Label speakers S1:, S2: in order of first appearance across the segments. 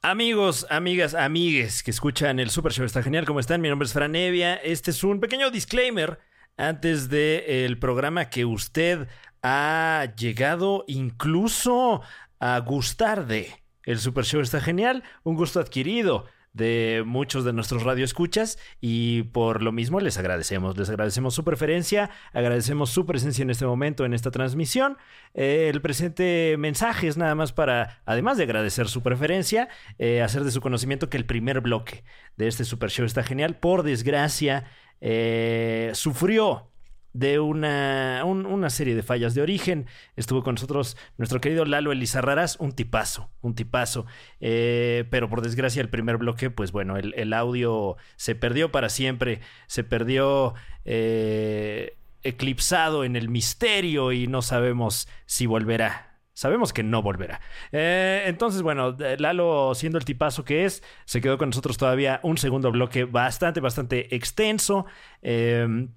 S1: Amigos, amigas, amigues que escuchan el Super Show está genial, ¿cómo están? Mi nombre es Fran Evia. Este es un pequeño disclaimer antes del programa que usted ha llegado incluso a gustar de. El Super Show está genial, un gusto adquirido de muchos de nuestros radioescuchas y por lo mismo les agradecemos, les agradecemos su preferencia, agradecemos su presencia en este momento, en esta transmisión. Eh, el presente mensaje es nada más para, además de agradecer su preferencia, eh, hacer de su conocimiento que el primer bloque de este Super Show está genial, por desgracia, eh, sufrió de una, un- una serie de fallas de origen. Estuvo con nosotros nuestro querido Lalo Elizarrarás, un tipazo, un tipazo. Eh, pero por desgracia el primer bloque, pues bueno, el, el audio se perdió para siempre, se perdió eh, eclipsado en el misterio y no sabemos si volverá. Sabemos que no volverá. Eh, entonces, bueno, Lalo, siendo el tipazo que es, se quedó con nosotros todavía un segundo bloque bastante, bastante extenso. Eh,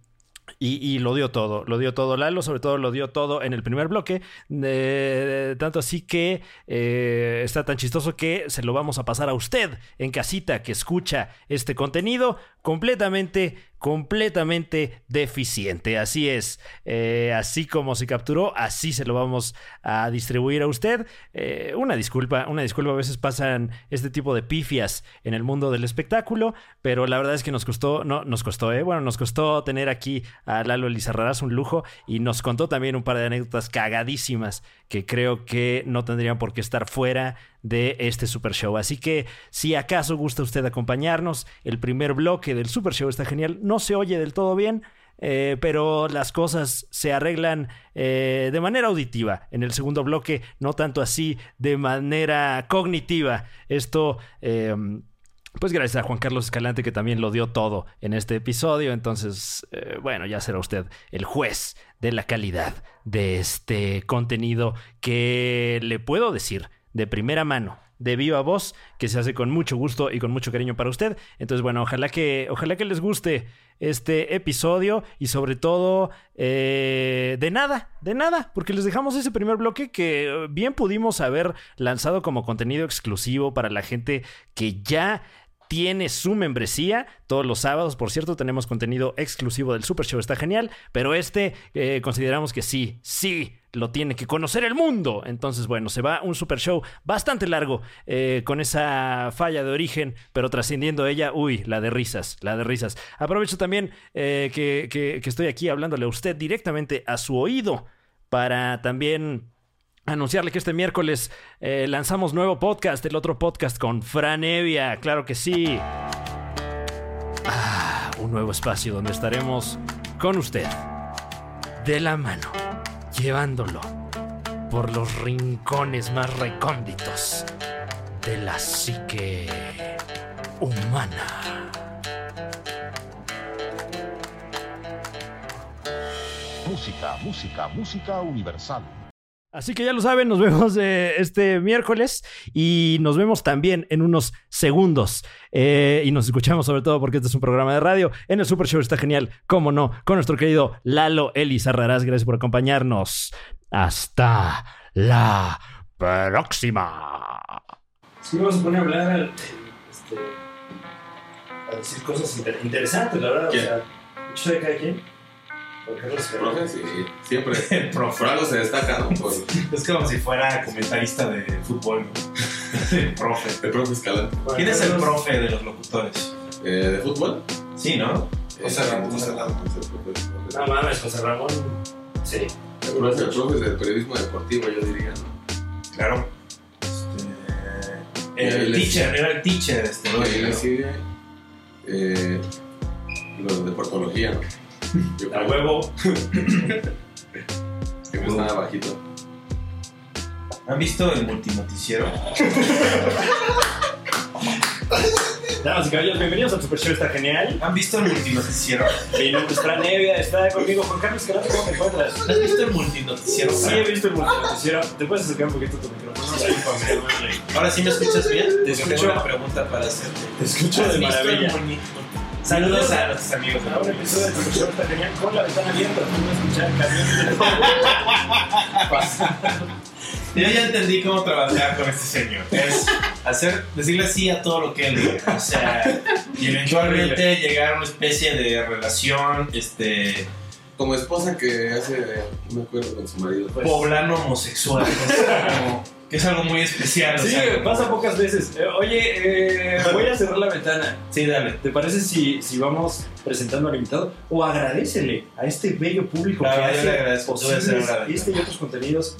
S1: y, y lo dio todo, lo dio todo Lalo, sobre todo lo dio todo en el primer bloque, eh, tanto así que eh, está tan chistoso que se lo vamos a pasar a usted en casita que escucha este contenido completamente, completamente deficiente. Así es, eh, así como se capturó, así se lo vamos a distribuir a usted. Eh, una disculpa, una disculpa, a veces pasan este tipo de pifias en el mundo del espectáculo, pero la verdad es que nos costó, no, nos costó, ¿eh? Bueno, nos costó tener aquí a Lalo Elizarrarás un lujo y nos contó también un par de anécdotas cagadísimas que creo que no tendrían por qué estar fuera de este Super Show. Así que si acaso gusta usted acompañarnos, el primer bloque del Super Show está genial, no se oye del todo bien. eh, pero las cosas se arreglan eh, de manera auditiva en el segundo bloque, no tanto así de manera cognitiva. Esto em, pues gracias a Juan Carlos Escalante que también lo dio todo en este episodio. Entonces, eh, bueno, ya será usted el juez de la calidad de este contenido que le puedo decir de primera mano, de viva voz, que se hace con mucho gusto y con mucho cariño para usted. Entonces, bueno, ojalá que, ojalá que les guste este episodio y sobre todo eh, de nada, de nada, porque les dejamos ese primer bloque que eh, bien pudimos haber lanzado como contenido exclusivo para la gente que ya tiene su membresía. Todos los sábados, por cierto, tenemos contenido exclusivo del Super Show. Está genial. Pero este eh, consideramos que sí, sí. Lo tiene que conocer el mundo. Entonces, bueno, se va un super show bastante largo eh, con esa falla de origen, pero trascendiendo ella, uy, la de risas, la de risas. Aprovecho también eh, que, que- que estoy aquí hablándole a usted directamente a su oído para también anunciarle que este miércoles eh, lanzamos nuevo podcast, el otro podcast con Fran Evia, claro que sí. Ah, un nuevo espacio donde estaremos con usted, de la mano, llevándolo por los rincones más recónditos de la psique humana.
S2: Música, música, música universal.
S1: Así que ya lo saben, nos vemos eh, este miércoles y nos vemos también en unos segundos. Eh, y nos escuchamos sobre todo porque este es un programa de radio en el Super Show. Está genial, cómo no, con nuestro querido Lalo Elizarrarás. Gracias por acompañarnos. Hasta la próxima.
S3: Sí, vamos a poner a hablar, al- este, a decir cosas inter- interesantes, la verdad.
S4: ¿Quién?
S3: O sea, mucho de cada quien. Por Carlos Carrera.
S4: Profe, sí, siempre. Por algo se destaca, ¿no? Por
S5: Es como si fuera comentarista de fútbol, ¿no? El profe.
S4: el profe Escalante.
S3: Bueno,
S5: ¿Quién es el
S3: Carlos-
S5: profe de los locutores?
S4: Eh, ¿De fútbol?
S5: Sí, ¿no? José
S4: Eh,
S5: Ramón.
S4: José Ramón, es el profe.
S1: Ah,
S3: No mames, José Ramón. Sí.
S4: El profe, el profe es del periodismo deportivo, yo diría, ¿no?
S5: Claro. Este,
S4: Y
S5: el
S4: él es-
S5: teacher, era el teacher, este, ¿no?
S4: Y le sigue eh, lo de deportología, ¿no? Yo
S3: La
S4: creo
S3: huevo.
S4: que me estaba bajito.
S5: ¿Han visto el multinoticiero?
S3: Damas y caballeros, bienvenidos a Super Show, está genial.
S5: ¿Han visto el multinoticiero?
S3: Mi nombre es Fran Evia, está conmigo Juan Carlos Carrera, ¿cómo te encuentras?
S5: ¿Has visto el multinoticiero?
S3: Sí, he visto el multinoticiero. ¿Te puedes acercar un poquito tu micrófono? Sí, Pamela, güey.
S5: ¿Ahora sí me escuchas bien?
S3: Te
S5: Yo
S3: escucho.
S5: Tengo una pregunta para hacerte.
S3: Te escucho
S5: ¿Has
S3: de
S5: visto el
S3: maravilla.
S5: multi-
S3: Saludos
S5: Saludos
S3: a
S5: a nuestros amigos.
S3: Ahora empezó el profesor está genial con la ventana abierta, no escuchar camiones.
S5: Yo ya entendí cómo trabajar con este señor. Es hacer, decirle sí a todo lo que él diga. O sea, y eventualmente llegar a una especie de relación este,
S4: Como esposa que hace un acuerdo con su marido.
S6: Pues-
S5: poblano homosexual. o sea, como- que es algo muy especial. o
S6: Sí,
S5: sea, como-
S6: pasa pocas veces. Eh, oye, eh, voy a cerrar la ventana.
S5: Sí, dale.
S6: ¿Te parece si, si vamos presentando al invitado? O agradecele a este bello público
S5: Claro,
S6: que
S5: yo
S6: hace
S5: le agradezco, te voy a hacer
S6: posibles
S5: agradecido.
S6: este y otros contenidos.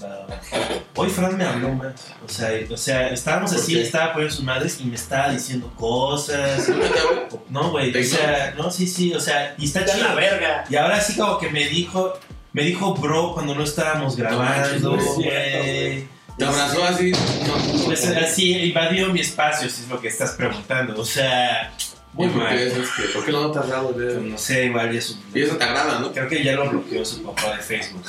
S5: Hoy Fran me habló más. O sea, y- o sea estábamos
S4: ¿Por
S5: así,
S4: qué?
S5: estaba poniendo sus madres y me estaba diciendo cosas. No, güey. O
S4: Te
S5: sea, no, sí, sí. O sea, y está chido.
S6: verga!
S5: Y ahora sí como que me dijo, me dijo bro cuando no estábamos
S4: manches,
S5: grabando,
S4: güey.
S5: güey.
S4: Te abrazó así. No,
S5: Pues así invadió mi espacio, si es lo que estás preguntando. O sea, muy
S4: Muy mal.
S5: mal.
S4: ¿Por qué no te has dado de
S5: No sé, igual ya su...
S4: Y eso te agrada, ¿no?
S5: Creo que ya lo bloqueó su papá de Facebook.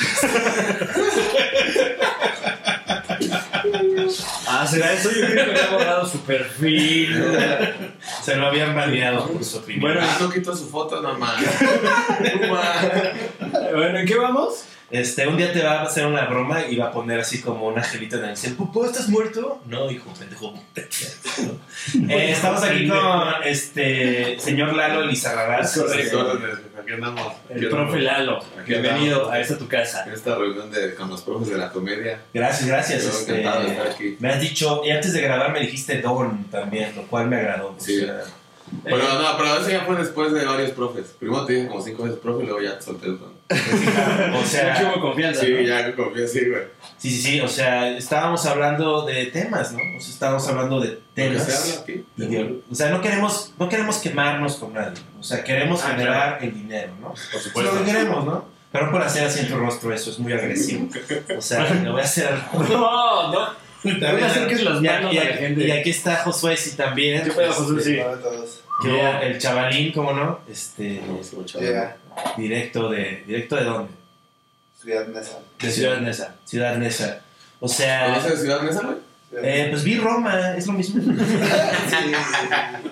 S6: Ah, será eso. Yo creo que había borrado su perfil.
S5: Se lo habían baneado por su opinión.
S6: Bueno.
S4: Ah, no quitó su foto, no mames. No mames.
S6: Bueno, ¿en qué vamos?
S5: Este, un día te va a hacer una broma y va a poner así como un angelito en el cielo. ¿Pupú, estás muerto? No, hijo, pendejo. Eh, estamos aquí con este señor Lalo Lizarraraz.
S6: Es correcto.
S4: Las órdenes, pues, Aquí andamos.
S6: El profe Lalo.
S4: Aquí
S6: Bienvenido
S4: andamos.
S6: a esta tu casa.
S4: En esta reunión de, con los profes de la
S6: Eh.
S4: comedia.
S5: Gracias, gracias.
S4: Estoy
S5: este,
S4: encantado de estar aquí.
S5: me has dicho, y antes de grabar me dijiste Don también, lo cual me agradó. pues,
S4: Sí.
S5: o sea,
S4: Pero no, pero eso ya fue después de varios profes. Primero te dije como cinco veces profe y luego ya te solté el tono.
S5: o
S6: Aquí
S5: sea,
S6: hubo confianza.
S4: Sí,
S6: ¿no?
S4: ya confío así, güey.
S5: sí, sí, sí, o sea, estábamos hablando de temas, ¿no? O sea, estábamos hablando de
S4: ¿Qué se habla
S5: temas.
S4: aquí?
S5: y de- O sea, no queremos, no queremos quemarnos con nadie. O sea, queremos
S6: Ah,
S5: generar el dinero, ¿no?
S6: Por
S5: Eso es lo que queremos, ¿no? Pero no por hacer así en tu rostro eso, es muy agresivo. O sea, lo voy a hacer.
S6: No, no.
S5: También-
S6: acerques las
S5: y
S6: manos
S5: aquí-
S6: a la gente.
S5: Y aquí está Josué, sí, también.
S6: ¿Qué pedo, Josué?
S5: Este,
S6: Sí.
S5: que
S6: Yeah.
S5: el chavalín, ¿cómo no? Este,
S4: No, se mucho.
S7: Yeah,
S5: directo de, ¿directo de dónde?
S7: Ciudad Nesa.
S5: De Ciudad Nesa. Ciudad Nesa. O
S6: Ah,
S5: sea,
S4: ¿Conoces Ciudad Neza, güey?
S7: Ciudad
S5: eh, pues vi Roma, es lo mismo.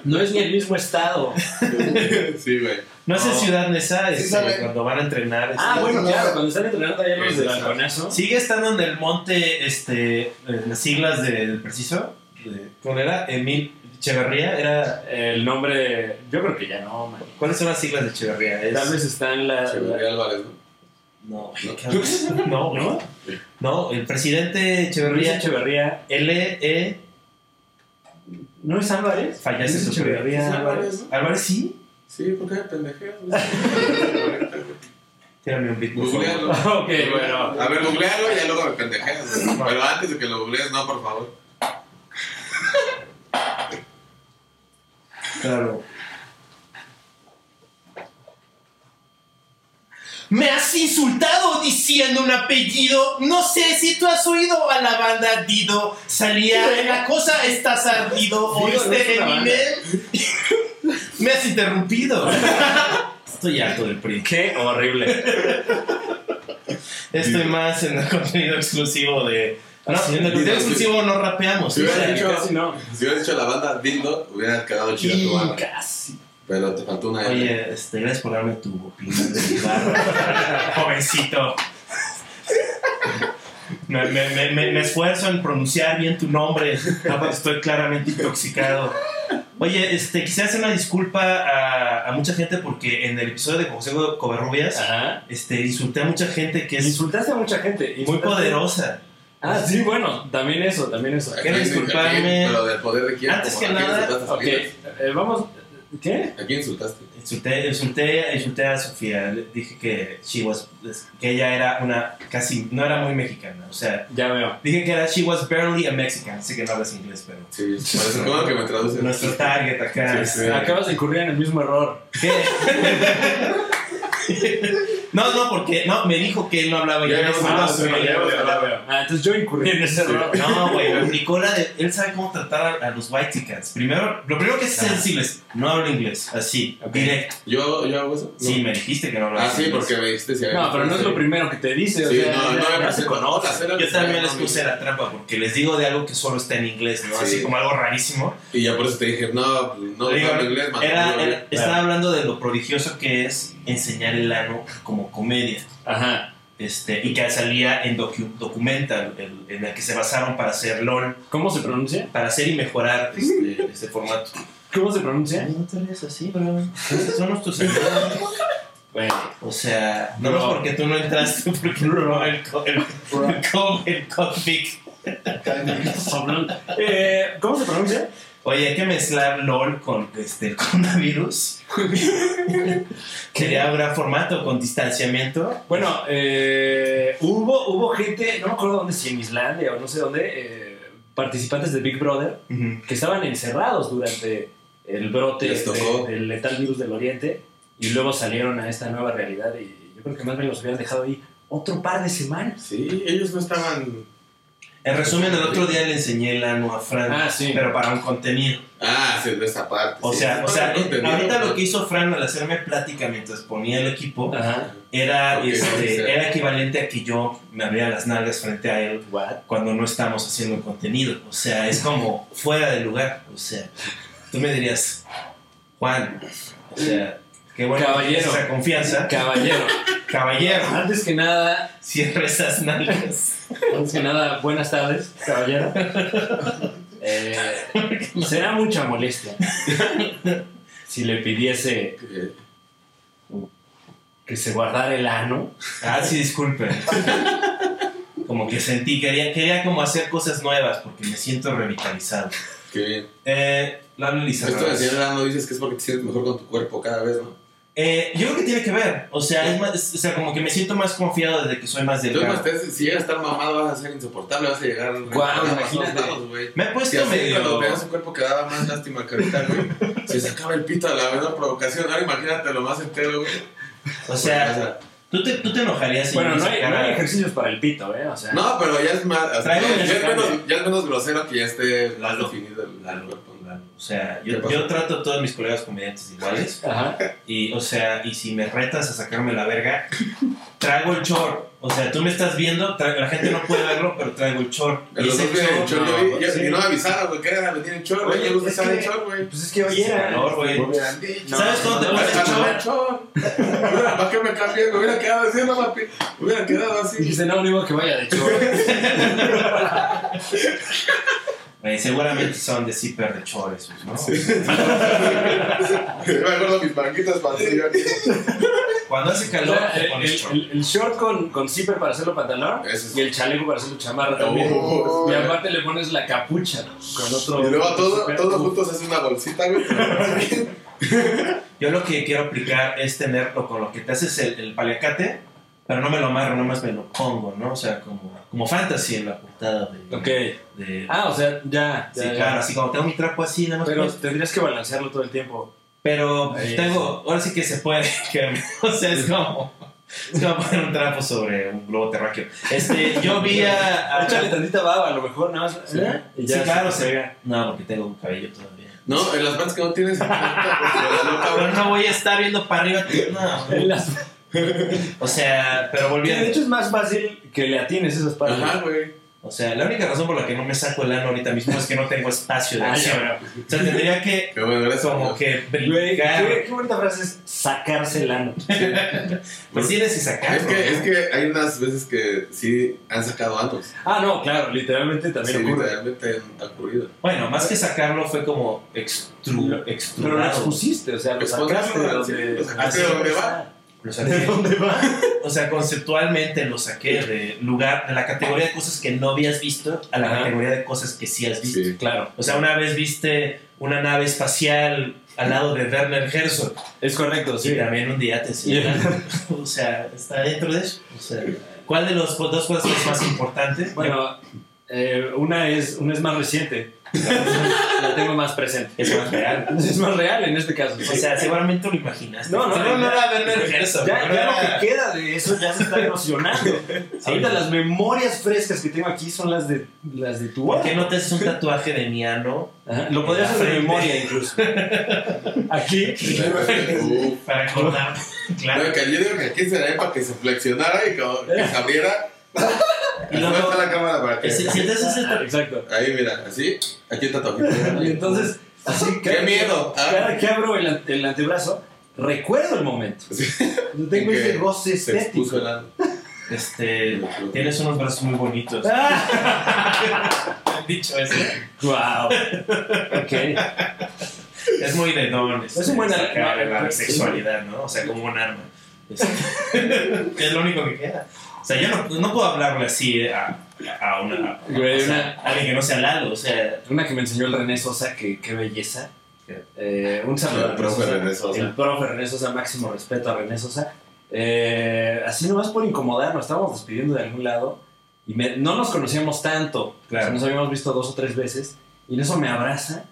S6: No es ni el mismo estado.
S4: Sí, güey.
S5: No es en
S6: No.
S5: Ciudad Nesa,
S7: Sí,
S5: este,
S7: sabe.
S5: cuando van a entrenar. este,
S6: Ah, bueno,
S7: no.
S6: claro, cuando están entrenando allá los
S4: Sí,
S6: del
S4: sí, sí.
S6: balconazo.
S5: Sigue estando en el monte, este, en las siglas de- del preciso. de- ¿Cuál era? Emil Echeverría. Era,
S6: El nombre, yo creo que ya no, man.
S5: ¿Cuáles son las siglas de Echeverría? Es-
S6: Tal vez está en la.
S4: Echeverría Álvarez, ¿no?
S5: No, no, no. No, el presidente
S6: Luis
S5: Echeverría.
S6: Echeverría.
S5: L.E.
S6: ¿No es Álvarez?
S5: Fallece
S6: Luis
S5: su
S6: Echeverría.
S4: ¿Es
S6: Álvarez.
S4: ¿no?
S5: Álvarez, sí.
S4: Sí, ¿por qué me pendejeas? Googlealo.
S5: Tírame un beat, por favor.
S6: Ah, ok, bueno.
S4: A ver, googlealo y ya luego me pendejeas. güey. Pero antes de que lo googlees, no, por favor.
S5: Claro. Me has insultado diciendo un apellido. No sé si tú has oído a la banda Dido. Salía en la cosa, estás ardido.
S6: Dido no es
S5: ¿Oíste
S6: una banda.
S5: Eminem? Me has interrumpido. Estoy harto del PRI.
S6: Qué horrible.
S5: Estoy más en el contenido exclusivo de. No, en
S6: sí,
S5: el contenido
S4: Dido, sí.
S5: exclusivo no rapeamos.
S4: Sí,
S5: o sea,
S4: hubiera dicho-
S6: Casi no.
S4: Si hubieras dicho la banda Dildo, hubiera quedado chida tu
S5: y
S4: banda.
S5: casi.
S4: Pero te faltó una L.
S5: Oye, este, gracias por darme tu opinión de mi barra, jovencito. Me, me- me- me- me esfuerzo en pronunciar bien tu nombre, Aparte, estoy claramente intoxicado. Oye, este, quisiera hacer una disculpa a, a mucha gente porque en el episodio de José Covarrubias
S6: Ajá.
S5: este, insulté a mucha gente que es
S6: Insultaste a mucha gente.
S5: muy
S6: insultaste-
S5: poderosa.
S6: Ah, sí, bueno, también eso, también eso.
S4: Aquí-
S5: quiero
S4: aquí-
S5: disculparme.
S4: Pero del poder de quién.
S5: Antes
S4: como
S5: que
S4: ¿a quién
S5: nada,
S4: insultaste,
S6: Ok,
S4: Salinas?
S6: eh, vamos. ¿Qué?
S4: ¿A quién insultaste?
S5: Insulté, insulté, insulté a Sofía, Le dije que, she was- que ella era una casi, no era muy mexicana, o sea,
S6: Ya veo.
S5: Dije que era She was barely a Mexican, sé que no hablas inglés, pero.
S4: Sí, por eso ¿cómo que me traduces.
S5: Nuestro target acá.
S4: Sí, sí.
S6: Acabas de incurrir en el mismo error.
S5: ¿Qué? no, no, porque. No, me dijo que él no hablaba
S4: Ya
S5: inglés.
S4: habíamos
S5: no,
S4: hablado,
S5: güey.
S4: ya habíamos hablado.
S6: Ah, entonces yo incurrí en ese error.
S5: No, güey, lo aplicó la de- Él sabe cómo tratar a, a los white tickets. Primero, lo primero que es sensible es no hablo inglés, así,
S6: Ok.
S5: directo.
S4: ¿Yo, ¿Yo hago eso? No.
S5: Sí, me dijiste que no hablabas
S4: Ah, sí,
S5: inglés.
S4: porque me dijiste si había-
S6: No, pero no es lo primero que te dice. o
S4: Sí,
S6: sea,
S4: no,
S6: ya-
S4: no me
S6: ya se
S4: parece
S6: conoce.
S5: Yo también les puse la trampa porque les digo de algo que solo está en inglés, ¿no? Así
S4: Sí.
S5: como algo rarísimo.
S4: Y ya por eso te dije, no, no,
S5: Digo,
S4: no hablo inglés, más
S5: Era-
S4: hablo
S5: era-
S4: bien.
S5: estaba hablando de lo prodigioso que es enseñar el ano como comedia.
S6: Ajá.
S5: este, y que salía en docu- Documental, el- en el que se basaron para hacer LOL,
S6: ¿Cómo se pronuncia?
S5: para hacer y mejorar este, este formato.
S6: ¿Cómo se pronuncia?
S5: No te rías así, bro. Esos son nuestros amigos.
S6: Bueno,
S5: O sea, no es
S6: Bro.
S5: porque tú no entraste, porque no, el, co- el, el, co- el cómic.
S6: cabrón. Eh, ¿Cómo se pronuncia?
S5: Oye, hay que mezclar LOL con este, el coronavirus. Quería habrá formato con distanciamiento.
S6: Bueno, eh, hubo, hubo gente, no me acuerdo dónde, si en Islandia o no sé dónde, eh, participantes de Big Brother
S5: Ujú.
S6: que estaban encerrados durante el brote
S4: Les
S6: de-
S4: tocó.
S6: del letal virus del Oriente y luego salieron a esta nueva realidad y yo creo que más bien los hubieran dejado ahí otro par de semanas.
S4: Sí, ellos no estaban.
S5: En resumen, el otro día le enseñé el ano a Fran,
S6: Ah, sí.
S5: pero para un contenido.
S4: Ah, sí, de esa parte.
S5: O
S4: sí.
S5: sea, o sea,
S4: No entendieron,
S5: ahorita
S4: pero-
S5: lo que hizo Fran al hacerme plática mientras ponía el equipo
S6: Ajá.
S5: era,
S4: Ok, sí, sí.
S5: este, era equivalente a que yo me abría las nalgas frente a él
S6: What?
S5: cuando no estamos haciendo contenido. O sea, es como fuera de lugar. O sea, tú me dirías, Juan, o sea, qué bueno que
S6: Caballero.
S5: tienes esa confianza.
S6: Caballero,
S5: Caballero,
S6: antes que nada,
S5: cierra esas nalgas.
S6: antes que nada, buenas tardes, caballero. Eh, será mucha molestia si le pidiese
S4: Eh,
S6: que se guardara el ano.
S5: Ah, sí, disculpe. Como que sentí, quería, quería como hacer cosas nuevas porque me siento revitalizado.
S4: Qué bien.
S5: Eh, la hablo Lisa
S4: Esto de
S5: Ramos.
S4: decir "Ah, no dices que es porque te sientes mejor con tu cuerpo cada vez, ¿no?
S5: Eh, yo creo que tiene que ver. O sea, es más- es- o sea, como que me siento más confiado desde que soy más
S4: Entonces,
S5: delgado.
S4: más te- si llegas a estar mamado, vas a ser insoportable, vas a llegar.
S6: Guau,
S4: a
S6: imagínate.
S4: lados, güey.
S5: Me he
S4: Si
S5: puesto
S4: así cuando
S5: medio.
S4: veas un cuerpo que daba más lástima que ahorita, güey. Se sacaba el pito a la menor provocación. Ahora imagínate lo más entero, güey.
S5: O sea, ¿tú te, tú te enojarías si
S6: Bueno,
S5: yo
S6: no
S5: me
S6: hay, no
S5: sacara-
S6: hay ejercicios para el pito, ¿eh? O sea,
S4: No, pero ya es más. o sea,
S5: Traigo
S4: ya,
S5: un
S4: ya es
S5: escándalo.
S4: menos, ya es menos grosero que ya esté más
S5: Lalo.
S4: definido el el cuerpo. ¿no?
S5: O sea,
S4: ¿Qué
S5: yo,
S4: pasó?
S5: yo trato a todos mis colegas comediantes iguales.
S6: Ajá.
S5: Y, o sea, y si me retas a sacarme la verga, traigo el chor. O sea, tú me estás viendo, tra- la gente no puede verlo, pero traigo el chor.
S4: En
S5: Y
S4: los
S5: ese
S4: dos vienen en
S5: chor,
S4: chor, yo vi- yo-
S6: sí.
S4: Y no me avisaron, güey, que era venir en chor, güey.
S6: Oye,
S4: Yo no
S6: es
S4: saben
S6: que-
S4: chor, güey.
S6: Pues es que
S5: es calor, güey.
S4: Me hubieran dicho.
S5: ¿Sabes cómo te
S6: No,
S5: pones
S4: Para
S5: chor?
S4: no chor. ¿Para qué me cambié? Me hubiera quedado así, no, papi. Me hubiera quedado así.
S6: Dijiste, no, digo que vaya de chorro.
S5: Güey, seguramente son de zipper de chor esos, ¿no?
S4: Yo me acuerdo mis banquitas para ti, yo aquí.
S5: Cuando hace
S6: O
S5: calor,
S6: sea,
S5: te
S6: el,
S5: pones chor.
S6: el- el short con, con zipper para hacerlo pantalón
S4: Eso es-
S6: y el chaleco para hacerlo chamarra también.
S4: Oh,
S6: y
S4: güey.
S6: aparte le pones la capucha con otro.
S4: Y luego todo,
S6: zipper.
S4: todos juntos es una bolsita, güey.
S5: Yo lo que quiero aplicar es tenerlo con lo que te haces el, el paliacate, pero no me lo amarro, nomás me lo pongo, ¿no? O sea, como, como fantasy en la portada de...
S6: Ok.
S5: de-
S6: Ah, o sea, ya.
S5: sí,
S6: ya, ya.
S5: claro, así como tengo mi trapo así, nada más.
S6: Pero
S5: pues,
S6: tendrías que balancearlo todo el tiempo.
S5: Pero,
S6: Ahí
S5: tengo, ahora sí que se puede, que, o sea, es como, es como poner un trapo sobre un globo terráqueo. Este, yo vi a... a-
S6: Échale tantita baba, a lo mejor nada más. ¿eh? Y
S5: sí,
S6: ya
S5: claro,
S6: se
S5: se
S6: pega.
S5: No, porque tengo un cabello todavía.
S4: No, en las bandas que no tienes. porque la loca,
S5: Pero
S4: güey.
S5: no voy a estar viendo para arriba, no.
S6: Las-
S5: O sea, pero
S6: Que de
S5: volviendo.
S6: hecho es más fácil que le atines esas partes.
S4: Ajá, güey.
S5: O sea, la única razón por la que no me saco el ano ahorita mismo es que no tengo espacio de
S6: Ah, ya,
S5: acción.
S6: bro.
S5: O sea, tendría que
S4: Qué bueno, gracias.
S5: como que
S6: Güey, qué,
S5: brincar.
S6: qué bonita frase es sacarse el ano.
S5: Pues tienes que sacarlo.
S4: Es que,
S5: ¿no?
S4: es que hay unas veces que sí han sacado anos.
S6: Ah, no, claro, literalmente también
S4: Sí,
S6: ocurre.
S4: literalmente han ocurrido.
S5: Bueno, más que sacarlo fue como extru,
S6: Pero lo
S5: extrudado.
S6: expusiste, o sea, lo
S4: Expondrás,
S6: sacaste de
S4: ¿no?
S6: donde,
S4: Sí, lo sacaste
S6: así
S4: de donde
S6: es.
S4: va.
S5: Lo
S6: ¿De
S5: saqué.
S6: dónde va?
S5: O sea, conceptualmente lo saqué de lugar, de la categoría de cosas que no habías visto a la
S6: Ajá.
S5: categoría de cosas que sí has visto.
S4: Sí.
S6: Claro,
S5: O sea, una vez viste una nave espacial al lado de Werner Herzog.
S6: es correcto,
S5: Y
S6: sí.
S5: también un día te enseñan. o sea, está dentro de eso. O sea, ¿cuál de los dos cosas es más importante?
S6: Bueno, eh, una, es, una es más reciente, la tengo más presente.
S5: es más real.
S6: Es más real en este caso.
S5: O sea, seguramente lo imaginaste.
S6: No, no,
S5: Seguro
S6: ya-
S5: era Werner Herzog.
S6: ya,
S5: seguro
S6: ya
S5: era-
S6: lo que queda de eso ya se está erosionando. Ahorita las memorias frescas que tengo aquí son las de, las de tu
S5: ¿Por
S6: boda.
S5: qué no te haces un tatuaje de mi ano
S6: Ajá, Lo podrías hacer de memoria incluso. Aquí.
S4: Uf.
S5: para cortar? claro.
S4: Yo digo que aquí será para que se flexionara y como que se abriera.
S5: Y
S4: Y
S5: luego-
S4: luego la cámara para que.
S5: Si, si te haces el
S6: Ah,
S5: tatuaje.
S6: Exacto.
S4: Ahí, mira, así. Aquí está tu
S6: Y entonces, así
S4: ¡Qué
S6: cada-
S4: miedo! Ah.
S6: Cada que abro el, ante- el antebrazo, recuerdo el momento.
S4: Sí.
S6: Yo Tengo
S4: En que
S6: ese goce
S4: Se expuso
S6: estético.
S4: el ano.
S5: Este, tienes unos brazos muy bonitos.
S6: Ah.
S5: Dicho eso,
S6: Wow. Ok.
S5: es muy de don. este,
S6: Es un buen
S5: sacar
S6: arma.
S5: la sexualidad, ¿no? O sea, como un arma. Este, es lo único que queda. O sea, yo no, no puedo hablarle así a, a una, a-
S6: Güey,
S5: o sea,
S6: una-
S5: a alguien que no sea Lalo. O sea,
S6: Una que me enseñó el René Sosa, que qué belleza. Eh, un saludo.
S4: El
S6: a
S4: profe René Sosa.
S6: El profe René Sosa, máximo respeto a René Sosa. Eh, así nomás por incomodar, nos estábamos despidiendo de algún lado y me- no nos conocíamos tanto.
S5: Claro.
S6: O sea, nos habíamos visto dos o tres veces y en eso me abraza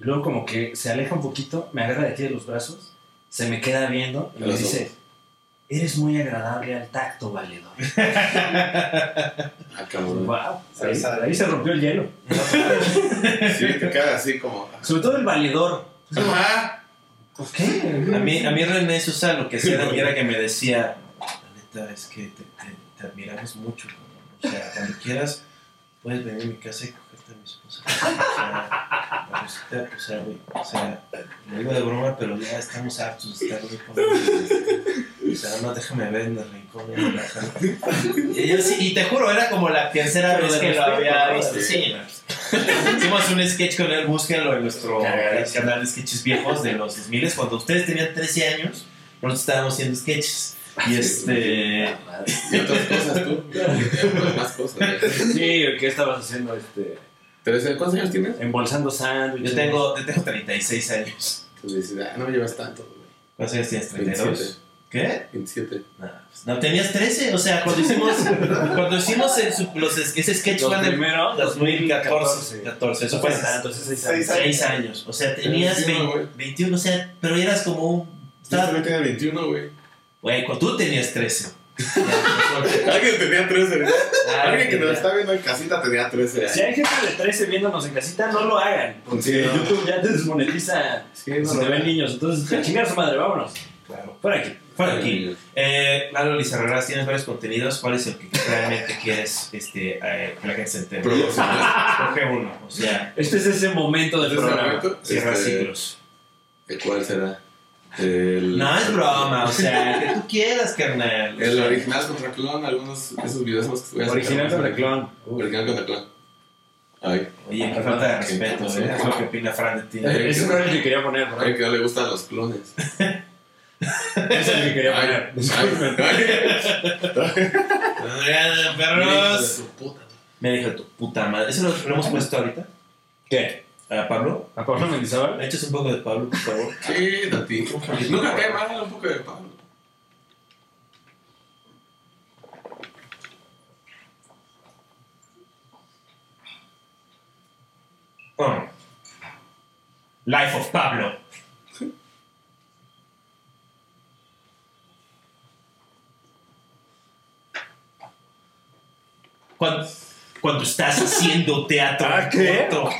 S6: y luego como que se aleja un poquito, me agarra de aquí de los brazos, se me queda viendo
S4: De
S6: y me
S4: los
S6: dice, eres muy agradable al tacto, valedor.
S4: Ah, cabrón.
S6: Wow,
S3: Se
S6: ahí,
S3: sabe.
S6: ahí se rompió el hielo.
S4: Sí, te queda así como.
S6: Sobre todo el valedor.
S4: Ajá.
S6: ¿Por qué?
S5: a mí, a mí René Sosa lo que hacía era que me decía: La neta es que te, te- te admiramos mucho. cabrón. O sea, cuando quieras, puedes venir a mi casa y cogerte a mi esposa. O sea, la Rosita, o sea, güey, o sea, lo digo de broma, pero ya estamos hartos de estar muy O sea, no déjame ver en el rincón. en la cama. Y, yo sí- y te juro, era como la tercera
S6: Pero
S5: vez
S6: de
S5: que lo
S6: respeto,
S5: había
S6: ¿no?
S5: visto.
S4: De-
S5: Sí, no. Hicimos un sketch con él, búsquenlo en nuestro
S6: Cagadas.
S5: canal de sketches viejos de los 2000 cuando ustedes tenían 13 años, nosotros estábamos haciendo sketches.
S6: Ah,
S5: Y este.
S4: Y otras cosas tú. Y Más cosas.
S6: Sí, ¿qué estabas haciendo? Este,
S4: Trece- ¿Cuántos años tienes?
S6: embolsando sándwiches.
S5: Yo tengo, yo tengo 36 años.
S4: Pues dices, ah, no llevas tanto, güey.
S5: ¿Cuántos años tienes?
S4: 27.
S5: ¿32? ¿Qué?
S4: 27.
S5: No, pues, no, tenías 13. O sea, cuando hicimos, cuando hicimos el su- los, es- ese sketch
S6: Los
S5: fue en el
S6: primeros,
S5: 2014. 14, eso fue
S6: Pues,
S5: hace
S6: entonces seis
S3: seis
S6: años.
S5: seis años. O sea, tenías
S4: Sí, no,
S5: 20
S4: güey.
S5: 21, o sea, pero eras como un.
S4: Yo
S5: estaba-
S4: también tenía 21, güey.
S5: Güey, cuando tú tenías 13.
S4: Alguien tenía 13. Alguien que
S5: no
S4: nos está viendo en casita tenía 13.
S6: Si hay gente de 13 viéndonos en casita, no lo hagan. Porque
S4: Sí, no.
S6: YouTube ya te desmonetiza
S4: Sí,
S6: si te ven niños. Entonces, a chingar a su madre, vámonos.
S5: Claro.
S6: Fuera aquí.
S5: Fuera aquí. Eh, Lalo Lizarraraz, tienes varios contenidos. ¿Cuál es el que realmente quieres este, eh, que la gente se entere?
S4: Producciones.
S5: Coge uno. O sea,
S6: Este es ese momento del
S4: Desde el
S6: programa.
S4: momento,
S5: cierra
S4: este,
S5: ciclos.
S4: ¿de ¿Cuál será? El,
S5: No es broma, o sea, que tú quieras, carnal.
S4: El original contra clon, algunos de esos videos hemos que
S6: Original contra clon.
S4: Original contra clon. Ay,
S5: Oye, qué falta de respeto, ¿eh? Es lo que opina Fran de ti.
S4: Eh,
S6: Ese no era el que quería poner, ¿no?
S4: ay, que no le gustan los clones.
S6: Ese es el que
S4: Ay,
S6: quería poner.
S4: ay, ay.
S5: Ah,
S4: Hijo de
S5: Perros.
S4: su puta.
S5: Me dijo tu puta madre. ¿Eso lo, lo hemos puesto ahorita?
S6: ¿Qué?
S5: ¿A Pablo?
S6: ¿A Pablo Mendizábal?
S5: ¿Me echas un poco de Pablo, por favor?
S4: Sí, Tati. Nunca cae mal un poco de Pablo.
S5: Oh. Life of Pablo. Cuando, cuando estás haciendo teatro
S6: ¿Ah, qué?
S5: corto,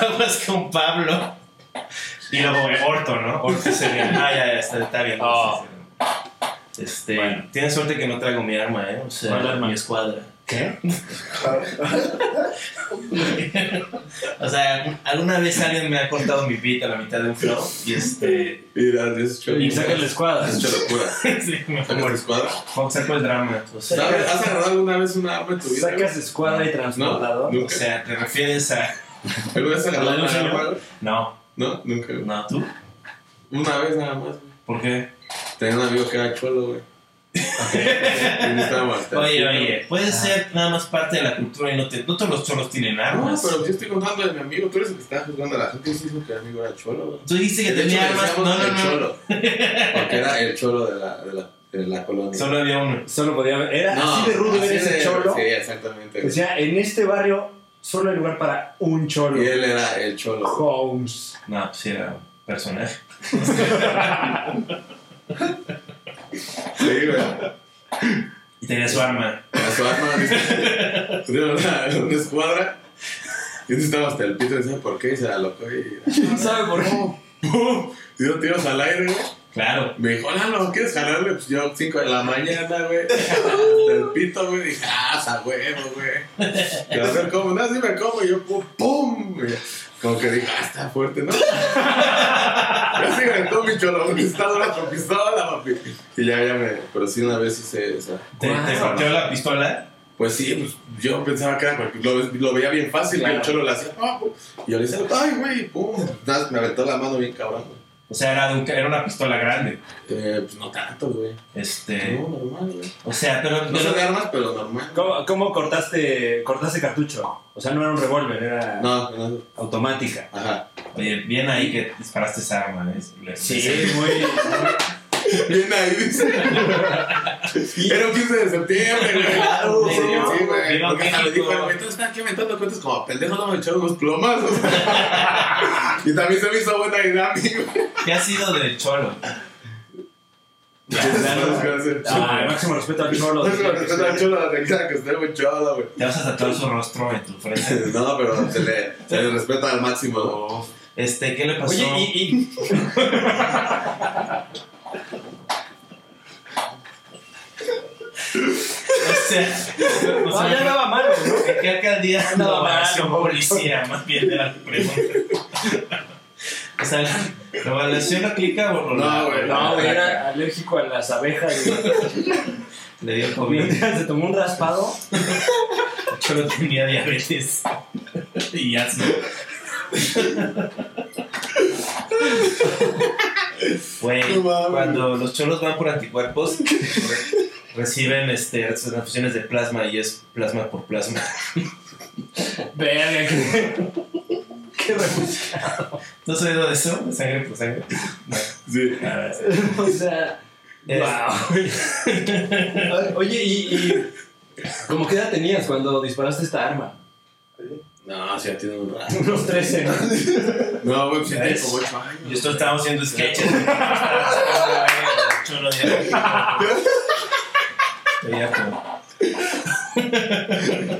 S5: hablas con Pablo. Y luego eh, Orto, ¿no? Orto sería. Ah, ya, ya, está, está bien.
S6: Oh.
S5: Este,
S6: Bueno.
S5: Tienes suerte que no traigo mi arma, ¿eh? O sea,
S6: ¿Cuál arma?
S5: mi escuadra.
S6: ¿Qué?
S5: O sea, alguna vez alguien me ha cortado mi beat a la mitad de un flow y este.
S4: Mira, es hecho
S6: Y saca la
S4: locura.
S6: escuadra.
S4: Es hecho locura.
S5: sí, me
S4: Sacas tu escuadra.
S5: Vamos a sacar el drama. O sea,
S4: ¿Sabes? ¿Has agarrado alguna vez una arma en tu vida?
S6: Sacas escuadra y
S4: No,
S6: transportador.
S5: o
S4: nunca.
S5: sea, ¿te refieres a.?
S4: ¿Alguna vez has agarrado
S6: ¿La de un
S4: una
S6: señor?
S4: arma? güey?
S5: No,
S4: No, nunca. güey.
S5: no, tú.
S4: Una vez nada más. güey.
S5: ¿Por qué?
S4: Tenía un amigo que era cholo, güey. Y no estábamos hasta
S5: Oye,
S4: el
S5: oye, puedes ser nada más parte de la cultura y no te. No todos los cholos tienen
S4: No,
S5: armas.
S4: pero yo estoy contando de mi amigo. Tú eres el que está juzgando a la gente. Yo dijo que mi amigo era cholo, güey.
S5: Tú dijiste que
S4: De hecho,
S5: tenía
S4: le
S5: armas. No,
S4: decíamos
S5: no,
S4: el
S5: no.
S4: cholo. Porque era el cholo de la, de la, de la colonia.
S5: Solo había uno.
S6: Solo podía ver. Era
S4: No,
S6: así de rudo
S4: así
S6: era ese
S4: de-
S6: cholo.
S4: Sí, exactamente. güey.
S6: Decía, en este barrio solo hay lugar para un cholo.
S4: Y él era el cholo. güey.
S6: Holmes.
S5: No, pues sí era un personaje.
S4: Sí, güey.
S5: Y tenía su arma.
S4: a su arma, dice, tenía una, una escuadra. Y entonces estaba hasta el pito y decía, ¿por qué? Y se la loco y.
S6: ¿Quién sabe por qué?
S4: ¡Pum! Dio tiros al aire, güey.
S5: Claro.
S4: Me dijo, Lalo, ¿quieres jalarle? Pues yo, 5 de la mañana, güey. Hasta el pito, güey. Dije, ¡ah, esa huevo, güey! Y a ver cómo, no, sí me como. Y yo, ¡pum! pum güey. Como que dijo, ah, está fuerte, ¿no? ya se inventó mi cholo, está dura tu pistola, papi. Y ya, ya me. Pero sí, una vez hice, o sea.
S5: ¿Te,
S6: Wow.
S5: te partió la pistola?
S4: Pues sí, pues yo pensaba que era cualquier- lo, lo veía bien fácil,
S6: Claro.
S4: y el cholo le hacía, "Ah, pu-". y yo le decía, ay, güey, pum. Nada, más me aventó la mano bien cabrón, güey.
S5: O sea, era, de un- era una pistola grande.
S4: Eh, pues no tanto, güey.
S5: Este.
S4: No, normal, güey.
S5: O sea, pero.
S4: No
S5: pero-
S4: son de armas, pero normal.
S6: ¿Cómo, cómo cortaste, cortaste cartucho? O sea, no era un revólver, era
S4: No, no,
S6: automática.
S4: ajá.
S5: Oye, bien ahí que disparaste esa arma, ¿eh? Le-
S6: muy.
S4: Bien ahí, dice. Era un 15 de septiembre, güey. Claro,
S5: ¿en
S4: sí,
S5: serio?
S4: sí, güey.
S5: Viva
S4: Porque hasta le dijo,
S5: México.
S4: güey, tú estás aquí inventando cuentas como pendejo, no me echaron unos plomazos. y también se me hizo buena idea, amigo.
S5: ¿Qué ha sido del cholo?
S6: Ah, el máximo respeto al cholo.
S4: No, pero está tan chulo la tecla que está muy chulo, güey.
S5: Te vas a tatuar su rostro en tu frente.
S4: No, pero se le, se le respeta al máximo. ¿no?
S5: Este, ¿qué le pasó?
S6: Oye, y. y...
S5: O sea, o sea,
S6: No, ya andaba malo, ¿no?
S5: ¿en ¿qué alcaldía
S6: No,
S5: andaba la
S6: no, no.
S5: policía? Más bien era la pregunta. O sea, ¿la, la evaluación aplica o
S4: No, güey,
S6: No, güey, era Ah, alérgico a las abejas. güey.
S5: Le dio
S6: Un
S5: COVID.
S6: día Se tomó un raspado.
S5: Cholo tenía diabetes y asma. Güey,
S4: No mames.
S5: cuando los cholos van por anticuerpos, re- reciben este, transfusiones de plasma y es plasma por plasma.
S6: Verga, qué. Qué rebus-
S5: ¿No has oído de eso? ¿De Sangre por sangre. Ah,
S4: Sí.
S5: Nada.
S6: O sea.
S5: Es-
S6: Wow, güey. Oye, y. y... ¿Cómo qué edad tenías cuando disparaste esta arma?
S4: No, sí, ya tiene un rato.
S6: Unos 13. ¿no?
S4: No, güey, sí, tiene como 8 años.
S5: Y esto estábamos haciendo sketches. Cholo ya. Ya, pero-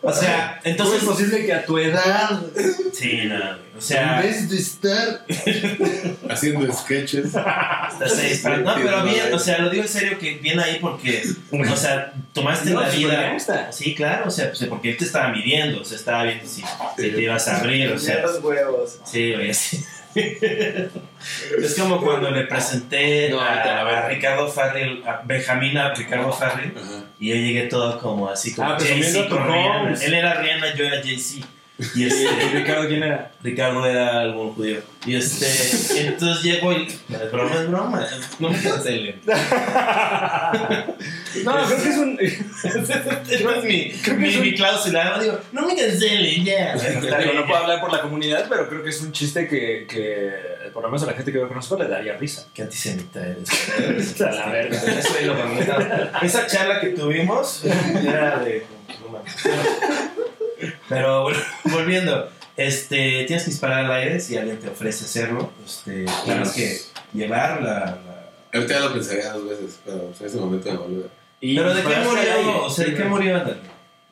S5: O sea,
S6: ¿Cómo es
S5: entonces.
S6: posible que a tu edad,
S5: Pues, Sí, nada, güey. O
S4: En
S5: sea,
S4: vez de estar haciendo sketches.
S5: hasta seis. para- No, pero bien, o sea, lo digo en serio que bien ahí porque, o sea, tomaste
S6: No,
S5: la
S6: pues, me
S5: vida.
S6: gusta.
S5: Sí, claro, o sea, pues, porque él te estaba midiendo, o sea, estaba viendo si, si te ibas a abrir, o sea.
S7: los huevos.
S5: Sí, güey, así. es como cuando le presenté
S6: No,
S5: a,
S6: te la verga.
S5: a Ricardo Farrell, a Benjamín a Ricardo Farrell,
S4: Ajá.
S5: y yo llegué todo como así, como
S6: Ah, presumiendo
S5: Jay-Z
S6: a tu
S5: con Rihanna.
S6: Holmes.
S5: Él era Rihanna, yo era Jay-Z. Y
S6: ¿Y
S5: este,
S6: Ricardo quién era?
S5: Ricardo era algún judío. Y este, entonces llego y. Es broma, es broma. No me cancelen.
S6: No, creo que es un.
S5: Esta es mi,
S6: Creo que
S5: mi,
S6: es un-
S5: mi cláusula. Digo, no me cancelen, ya. Bueno, está
S6: Digo,
S5: bien,
S6: no puedo hablar por la comunidad, pero creo que es un chiste que, que por lo menos a la gente que yo conozco le daría risa.
S5: Qué antisemita eres. Este,
S6: A la verga.
S5: Eso es lo que me gusta. Esa charla que tuvimos era de. no mames. Pero bueno, volviendo, este, tienes que disparar al aire si alguien te ofrece hacerlo. Este, tienes que llevar la. la-
S4: Ahorita ya lo pensaría dos veces, pero en ese momento me volvió.
S6: Y
S5: Pero ¿de qué
S6: disparaste al aire.
S5: murió? O sea, ¿de qué murió Andal?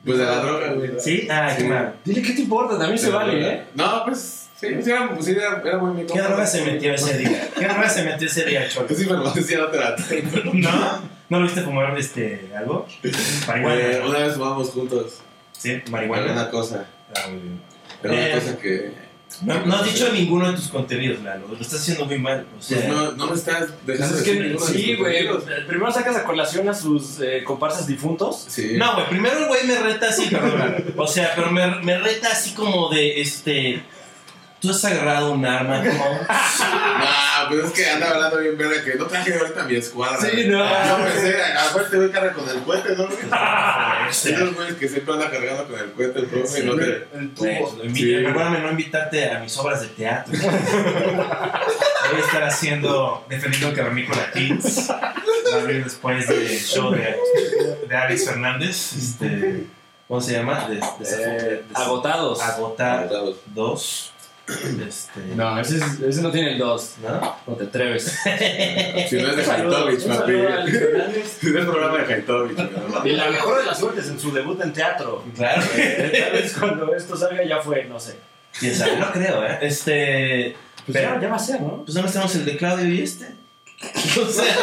S4: Pues de la droga, güey.
S5: Sí, ah,
S4: Sí.
S5: qué mal.
S6: Dile, ¿qué te importa? También se
S4: De la
S6: vale,
S4: droga.
S6: ¿eh?
S4: No, pues sí, sí, era, sí, era, era muy mi
S5: ¿Qué droga se metió ese día? ¿Qué droga se metió ese día, Cholo?
S4: Yo sí me lo decía no te la traigo.
S5: ¿No? ¿No lo viste fumar este, algo?
S4: Eh,
S5: Marihuana.
S4: Una vez fumamos juntos.
S5: Sí,
S4: Pero
S5: marihuana.
S4: una cosa.
S5: Ah, muy bien.
S4: Pero una
S5: Eh.
S4: cosa que.
S5: No, no has dicho ninguno de tus contenidos, Lalo. Lo estás haciendo muy mal. O sea,
S4: Pues no, no me estás
S6: Pues
S4: dejando.
S6: es
S4: decir
S6: que
S4: ninguno de
S6: sí,
S4: tus
S6: güey.
S4: contenidos.
S6: Primero sacas a colación a sus eh, comparsas difuntos.
S4: Sí.
S5: No, güey, primero el güey me reta así, perdón. O sea, pero me, me reta así como de, este... Tú has agarrado un arma, ¿no?
S4: No, pues es que anda hablando bien verga que no traje ahorita mi escuadra.
S6: Sí,
S4: güey.
S6: no.
S4: No pensé, aparte voy a cargar con el cohete, ¿no?
S5: Ah, o
S4: Sí,
S5: sea,
S4: los güeyes que siempre anda cargando con el cohete, el profe, y no te.
S7: El
S5: güey,
S7: tubo.
S5: lo invi-
S4: Sí.
S5: Recuérdame no invitarte a mis obras de teatro. Voy a estar haciendo... Defendiendo Cavernícola Kids. Va a abrir después del show de, de Alex Fernández. Este... ¿Cómo se llama? De, de,
S6: Eh,
S5: de-
S6: agotados.
S4: Ah.
S5: Agotar. Dos. Este.
S6: No, ese, es- ese no tiene el 2.
S5: ¿no?
S6: No te atreves.
S4: Si no es de
S6: Un
S4: Haitovich,
S6: saludo
S4: papi.
S6: a Alex Fernández.
S4: Si no es programa de Haitovich, ¿no?
S6: Y la mejor de las suertes en su debut en teatro.
S5: Claro.
S6: Eh, Tal vez cuando esto salga ya fue, no sé.
S5: Quién sabe, no creo, ¿eh? Este.
S6: Pues ya, ya va a ser, ¿no?
S5: Pues nada más tenemos el de Claudio y este. O sea,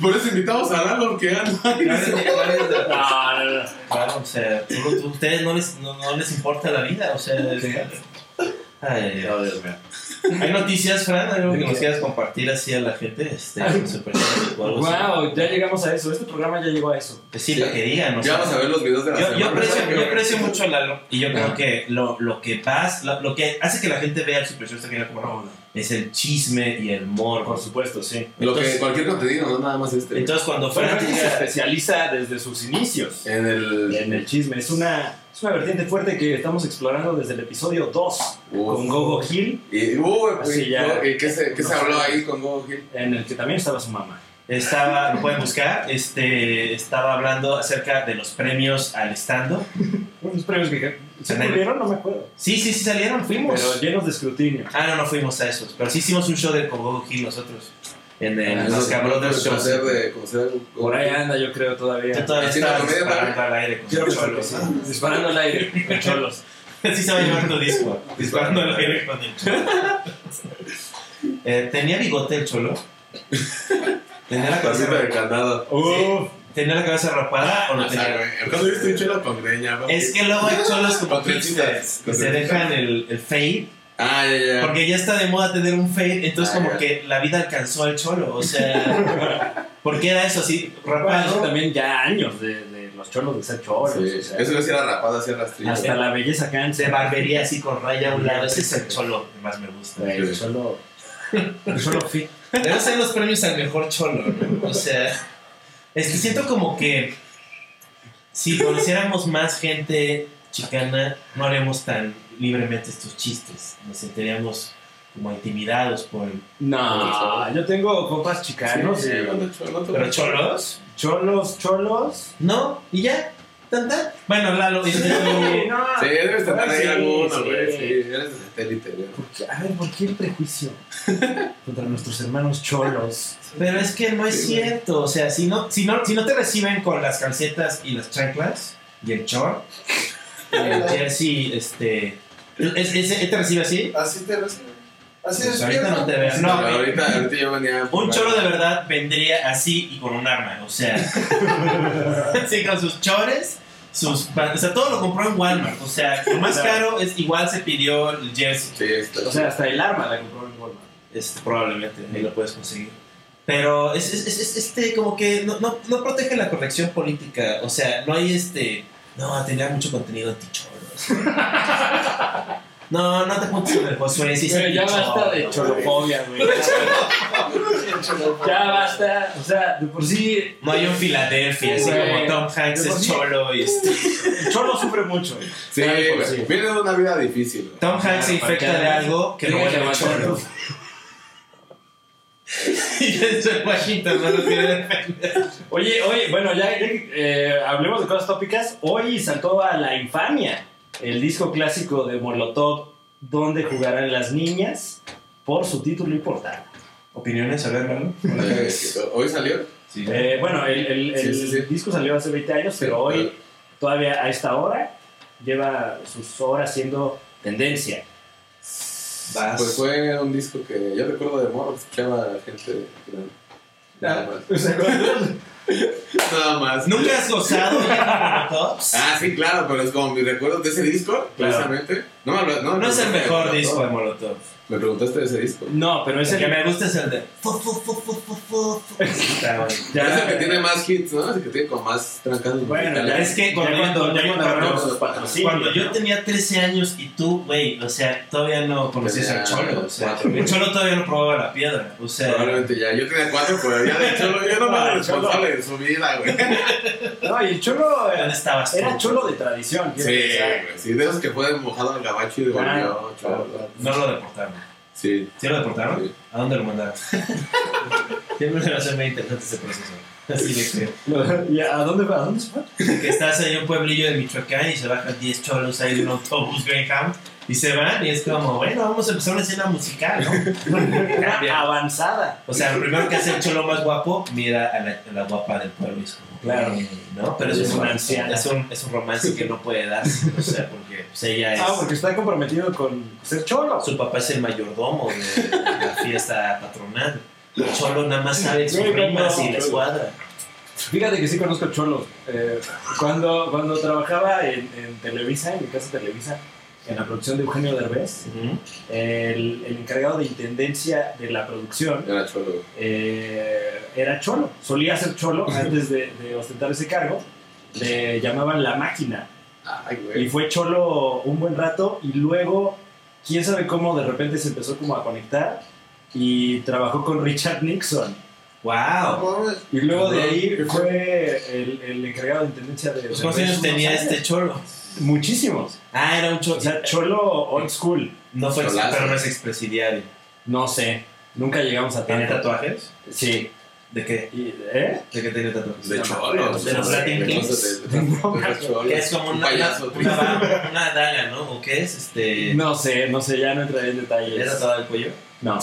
S4: Por eso invitamos a Lalo, que anda.
S5: varios- varios de-
S6: No, no, no, nada.
S5: Claro, o sea, tú- tú- ustedes no les, no, no les importa la vida, o sea. es- Ay, ay, ay.
S6: No, Dios mío.
S5: Hay noticias, Fran, algo que nos quieras compartir así a la gente. Este, super, o algo así.
S6: Wow, ya llegamos a eso. Este programa ya llegó a eso.
S5: Pues sí, lo que digan, o
S4: Ya
S5: sea.
S4: vamos a ver los videos de la
S5: Yo,
S4: semana.
S5: yo, aprecio,
S4: ¿verdad?
S5: yo aprecio mucho a Lalo y yo creo
S4: Ajá.
S5: que lo, lo que pasa, lo, lo que hace que la gente vea el Super Show Estacional como no, es el chisme y el
S6: Por
S5: morbo.
S6: supuesto, sí. pues,
S4: Lo que
S5: Entonces-
S4: cualquier contenido, no nada más este.
S5: Entonces cuando Fran
S6: Solamente se
S5: diga,
S6: especializa desde sus inicios
S4: en el.
S6: en el chisme. Es una, es una vertiente fuerte que estamos explorando desde el episodio 2
S4: Uf.
S6: con Gogo Hill,
S4: Y, uy,
S6: Así
S4: pues,
S6: ya.
S4: no, ¿y ¿qué se, qué se
S6: No.
S4: habló ahí con Gogo Gil?
S6: en el que también estaba su mamá.
S5: estaba, lo pueden buscar, este, estaba hablando acerca de los premios al estando.
S6: Unos premios que se
S5: Tener-
S6: cumplieron, no me acuerdo.
S5: Sí, sí, sí salieron, fuimos.
S6: Pero llenos de escrutinio.
S5: Ah, no, no fuimos a esos, pero sí hicimos un show de Gogo Gil nosotros. En el,
S4: Ah,
S5: los
S4: no,
S5: cabrones
S4: de
S5: shows.
S4: conocer de conocer Gogo
S6: Por ahí
S4: Gil.
S6: anda, yo creo
S5: Yo
S6: todavía.
S5: todavía
S4: Haciendo
S5: estaba
S4: comedia,
S5: disparando al aire con
S6: Quiero
S5: los
S6: pensar que
S5: cholos.
S6: sí. Disparando al aire, con cholos.
S5: Así se va llevando disco, disparando al aire con el cholo. Eh, ¿Tenía bigote el cholo? ¿Tenía la cabeza,
S4: Pasito de candado.
S6: Uf,
S5: ¿tenía la cabeza rapada o no
S4: O sea,
S5: tenía?
S4: güey, ¿Cuándo viste un chelo con greña? papi?
S5: Es que luego hay cholos como
S4: Con
S5: que se,
S4: trencitas,
S5: que
S4: con
S5: se
S4: trencitas.
S5: dejan el, el fade,
S4: Ah, ya, ya.
S5: porque ya está de moda tener un fade, entonces
S4: Ah,
S5: como
S4: ya.
S5: que la vida alcanzó al cholo, o sea, ¿por qué era eso así?
S6: bueno, eso
S5: Rapado,
S6: también ya años de, de los cholos de ser cholos.
S4: Sí,
S6: o sea,
S4: Eso no sí era rapado, así era rastrillo.
S6: ¿eh? hasta la belleza
S5: se
S6: cansa.
S5: barbería así con raya a un lado, ese es el cholo que más me gusta.
S6: Güey, el cholo. El cholo fit.
S5: Deben ser los premios al mejor cholo, ¿no? O sea, es que siento como que si conociéramos más gente chicana, no haríamos tan libremente estos chistes. Nos sentiríamos como intimidados por el...
S6: No, yo tengo compas chicanos.
S4: Sí,
S6: y-
S4: cuando cholo, todo.
S5: ¿Pero cholos?
S6: Cholos, cholos.
S5: ¿No? ¿Y ya? ¿Tanta? Bueno, Lalo, este,
S6: No.
S4: Sí, debes tener
S6: Ay,
S4: ahí
S6: sí,
S4: alguno,
S6: sí.
S4: güey. Sí, eres de satélite, güey.
S6: ¿Por qué? A ver, ¿por qué el prejuicio contra nuestros hermanos cholos?
S5: pero es que no es cierto. O sea, si no, si, no, si no te reciben con las calcetas y las chanclas y el short, y el jersey, este... ¿es- es- ¿Te recibe así?
S7: Así te reciben. Así
S5: Pues
S7: es.
S5: ahorita no te veas.
S4: No,
S5: No,
S4: pero
S5: güey.
S4: ahorita, ahorita yo venía.
S5: un cholo de verdad vendría así y con un arma, o sea. sí, con sus chores, sus. pa- O sea, todo lo compró en Walmart, o sea, lo más
S6: Claro.
S5: caro es igual se pidió el jersey.
S4: Sí, está.
S6: O sea, hasta el arma la compró en Walmart.
S5: Este, probablemente, ahí lo puedes conseguir. Pero es, es- es- es- este, como que no, no, no protege la corrección política, o sea, no hay este. No, tendría mucho contenido anticholo. o sea. No, no te juntes con el Josué, sí, sí,
S6: Pero ya basta de cholofobia, güey. Ya basta. O sea, de por sí,
S5: No hay un Filadelfia, así
S6: Güey.
S5: como Tom Hanks
S6: De por
S5: es
S6: sí.
S5: cholo y este.
S6: el cholo sufre mucho.
S4: Sí, güey. Viene de una vida difícil, güey.
S5: Tom Hanks se
S6: Para
S5: infecta
S6: que
S5: de algo que no
S6: Tiene
S5: huele a
S6: levantar-
S5: cholo. Y eso en Washington no lo quiere defender.
S6: Oye, oye, bueno, ya, ya que, eh, hablemos de cosas tópicas. Hoy saltó a la infamia el disco clásico de Molotov, Donde jugarán las niñas, por su título y portada.
S5: ¿Opiniones? A ver, Marlon. Pues,
S4: Eh, ¿Hoy salió?
S5: Sí.
S6: Eh, bueno, el, el-
S4: Sí,
S6: el
S4: sí, sí.
S6: disco salió hace 20 años, pero hoy, todavía a esta hora, lleva sus horas siendo tendencia.
S5: Vas.
S4: Pues fue un disco que yo recuerdo de morro, escuchaba gente grande. Nada más.
S5: Pues,
S4: Nada más.
S5: ¿Nunca has gozado ya con Tops?
S4: Ah, sí, claro, pero es como mis recuerdos de ese disco, precisamente. No, me habla- no, me
S5: No es el
S4: preguntaste
S5: mejor
S4: de
S5: disco de
S4: Molotov.
S5: Molotov.
S4: Me preguntaste de ese disco.
S6: No, pero es
S5: El que
S6: el...
S5: me gusta es el de. fu, fu, fu, fu, fu, fu, fu. Está bueno.
S4: es
S6: Ya,
S4: el que tiene más hits, ¿no? Es el que tiene como más trancados.
S6: bueno, ya
S4: musicales.
S6: es que cuando, ya cuando, ya cuando hablamos de los patrocinios,
S5: Cuando yo
S6: ¿no?
S5: tenía 13 años y tú, güey, o sea, todavía no conocías al
S4: Tenía
S5: cholo. O sea,
S4: cuatro.
S5: el cholo todavía no probaba la piedra. O sea,
S4: Probablemente ya. Yo tenía cuatro, pero ya de hecho yo no me hago responsable de su vida, güey.
S6: No, y el cholo
S5: ¿dónde
S6: era,
S5: estabas? tú?
S6: era cholo de tradición.
S4: Sí,
S6: quiero pensar.
S4: güey, sí, de esos que fue mojado al gabacho y de
S6: Claro.
S4: volvió, chaval.
S5: No lo deportaron.
S4: Sí.
S5: ¿Sí lo deportaron?
S4: Sí.
S5: ¿A dónde lo mandaron? Siempre se me hace muy interesante ese proceso. Así de creo.
S6: ¿Y a dónde, a dónde se fue?
S5: Que estás ahí en un pueblillo de Michoacán y se bajan 10 cholos ahí de un autobús Greyhound y se van y es como, bueno, vamos a empezar una escena musical, ¿no?
S6: Una
S5: Cambia.
S6: avanzada.
S5: o sea, lo primero que hace el cholo más guapo, mira a la, a la guapa del pueblo y es como,
S6: Claro.
S5: eh, ¿no? Pero eso es,
S6: Es
S5: un,
S6: una anciana.
S5: es, un, es un romance que no puede darse, o sea, porque pues, ella es...
S6: Ah, porque está comprometido con ser cholo.
S5: Su papá es el mayordomo de la fiesta patronal. El cholo nada más sabe sus
S6: Sí,
S5: rimas
S6: no,
S5: y la
S6: no.
S5: escuadra.
S6: Fíjate que sí conozco cholos. Eh, cuando, cuando trabajaba en, en Televisa, en mi casa Televisa, en la producción de Eugenio Derbez, el, el encargado de intendencia de la producción
S4: Era cholo.
S6: eh, era cholo. Solía ser cholo antes de, de ostentar ese cargo. Le llamaban la máquina.
S4: Ay,
S6: Y
S4: güey.
S6: fue cholo un buen rato y luego, quién sabe cómo, de repente se empezó como a conectar y trabajó con Richard Nixon.
S5: ¡Wow!
S6: Y luego de
S4: Cabrón.
S6: ahí fue el, el encargado de intendencia de...
S5: Pues,
S6: de-
S5: ¿Cuántos años
S6: de-
S5: tenía este cholo?
S6: Muchísimos.
S5: Ah, era un cholo.
S6: O sea, cholo old school.
S5: no fue,
S4: Cholazo.
S5: pero no es expresidiario.
S6: No sé. Nunca llegamos a
S5: ¿Tiene
S6: tanto.
S5: tatuajes?
S6: Sí.
S5: ¿De qué?
S6: Y- ¿Eh?
S5: ¿De qué tiene tatuajes?
S4: De
S5: No,
S4: cholos.
S5: De los Latin
S4: De
S5: Kings.
S4: cosas de- de- de- de cholos.
S5: Que es como
S4: Un
S5: una,
S4: payaso.
S5: una, barba, una daga, ¿no? ¿O qué es? Este,
S6: No sé, no sé, ya no entraré en
S5: ¿Era
S6: detalles.
S5: tatuada del cuello?
S6: No.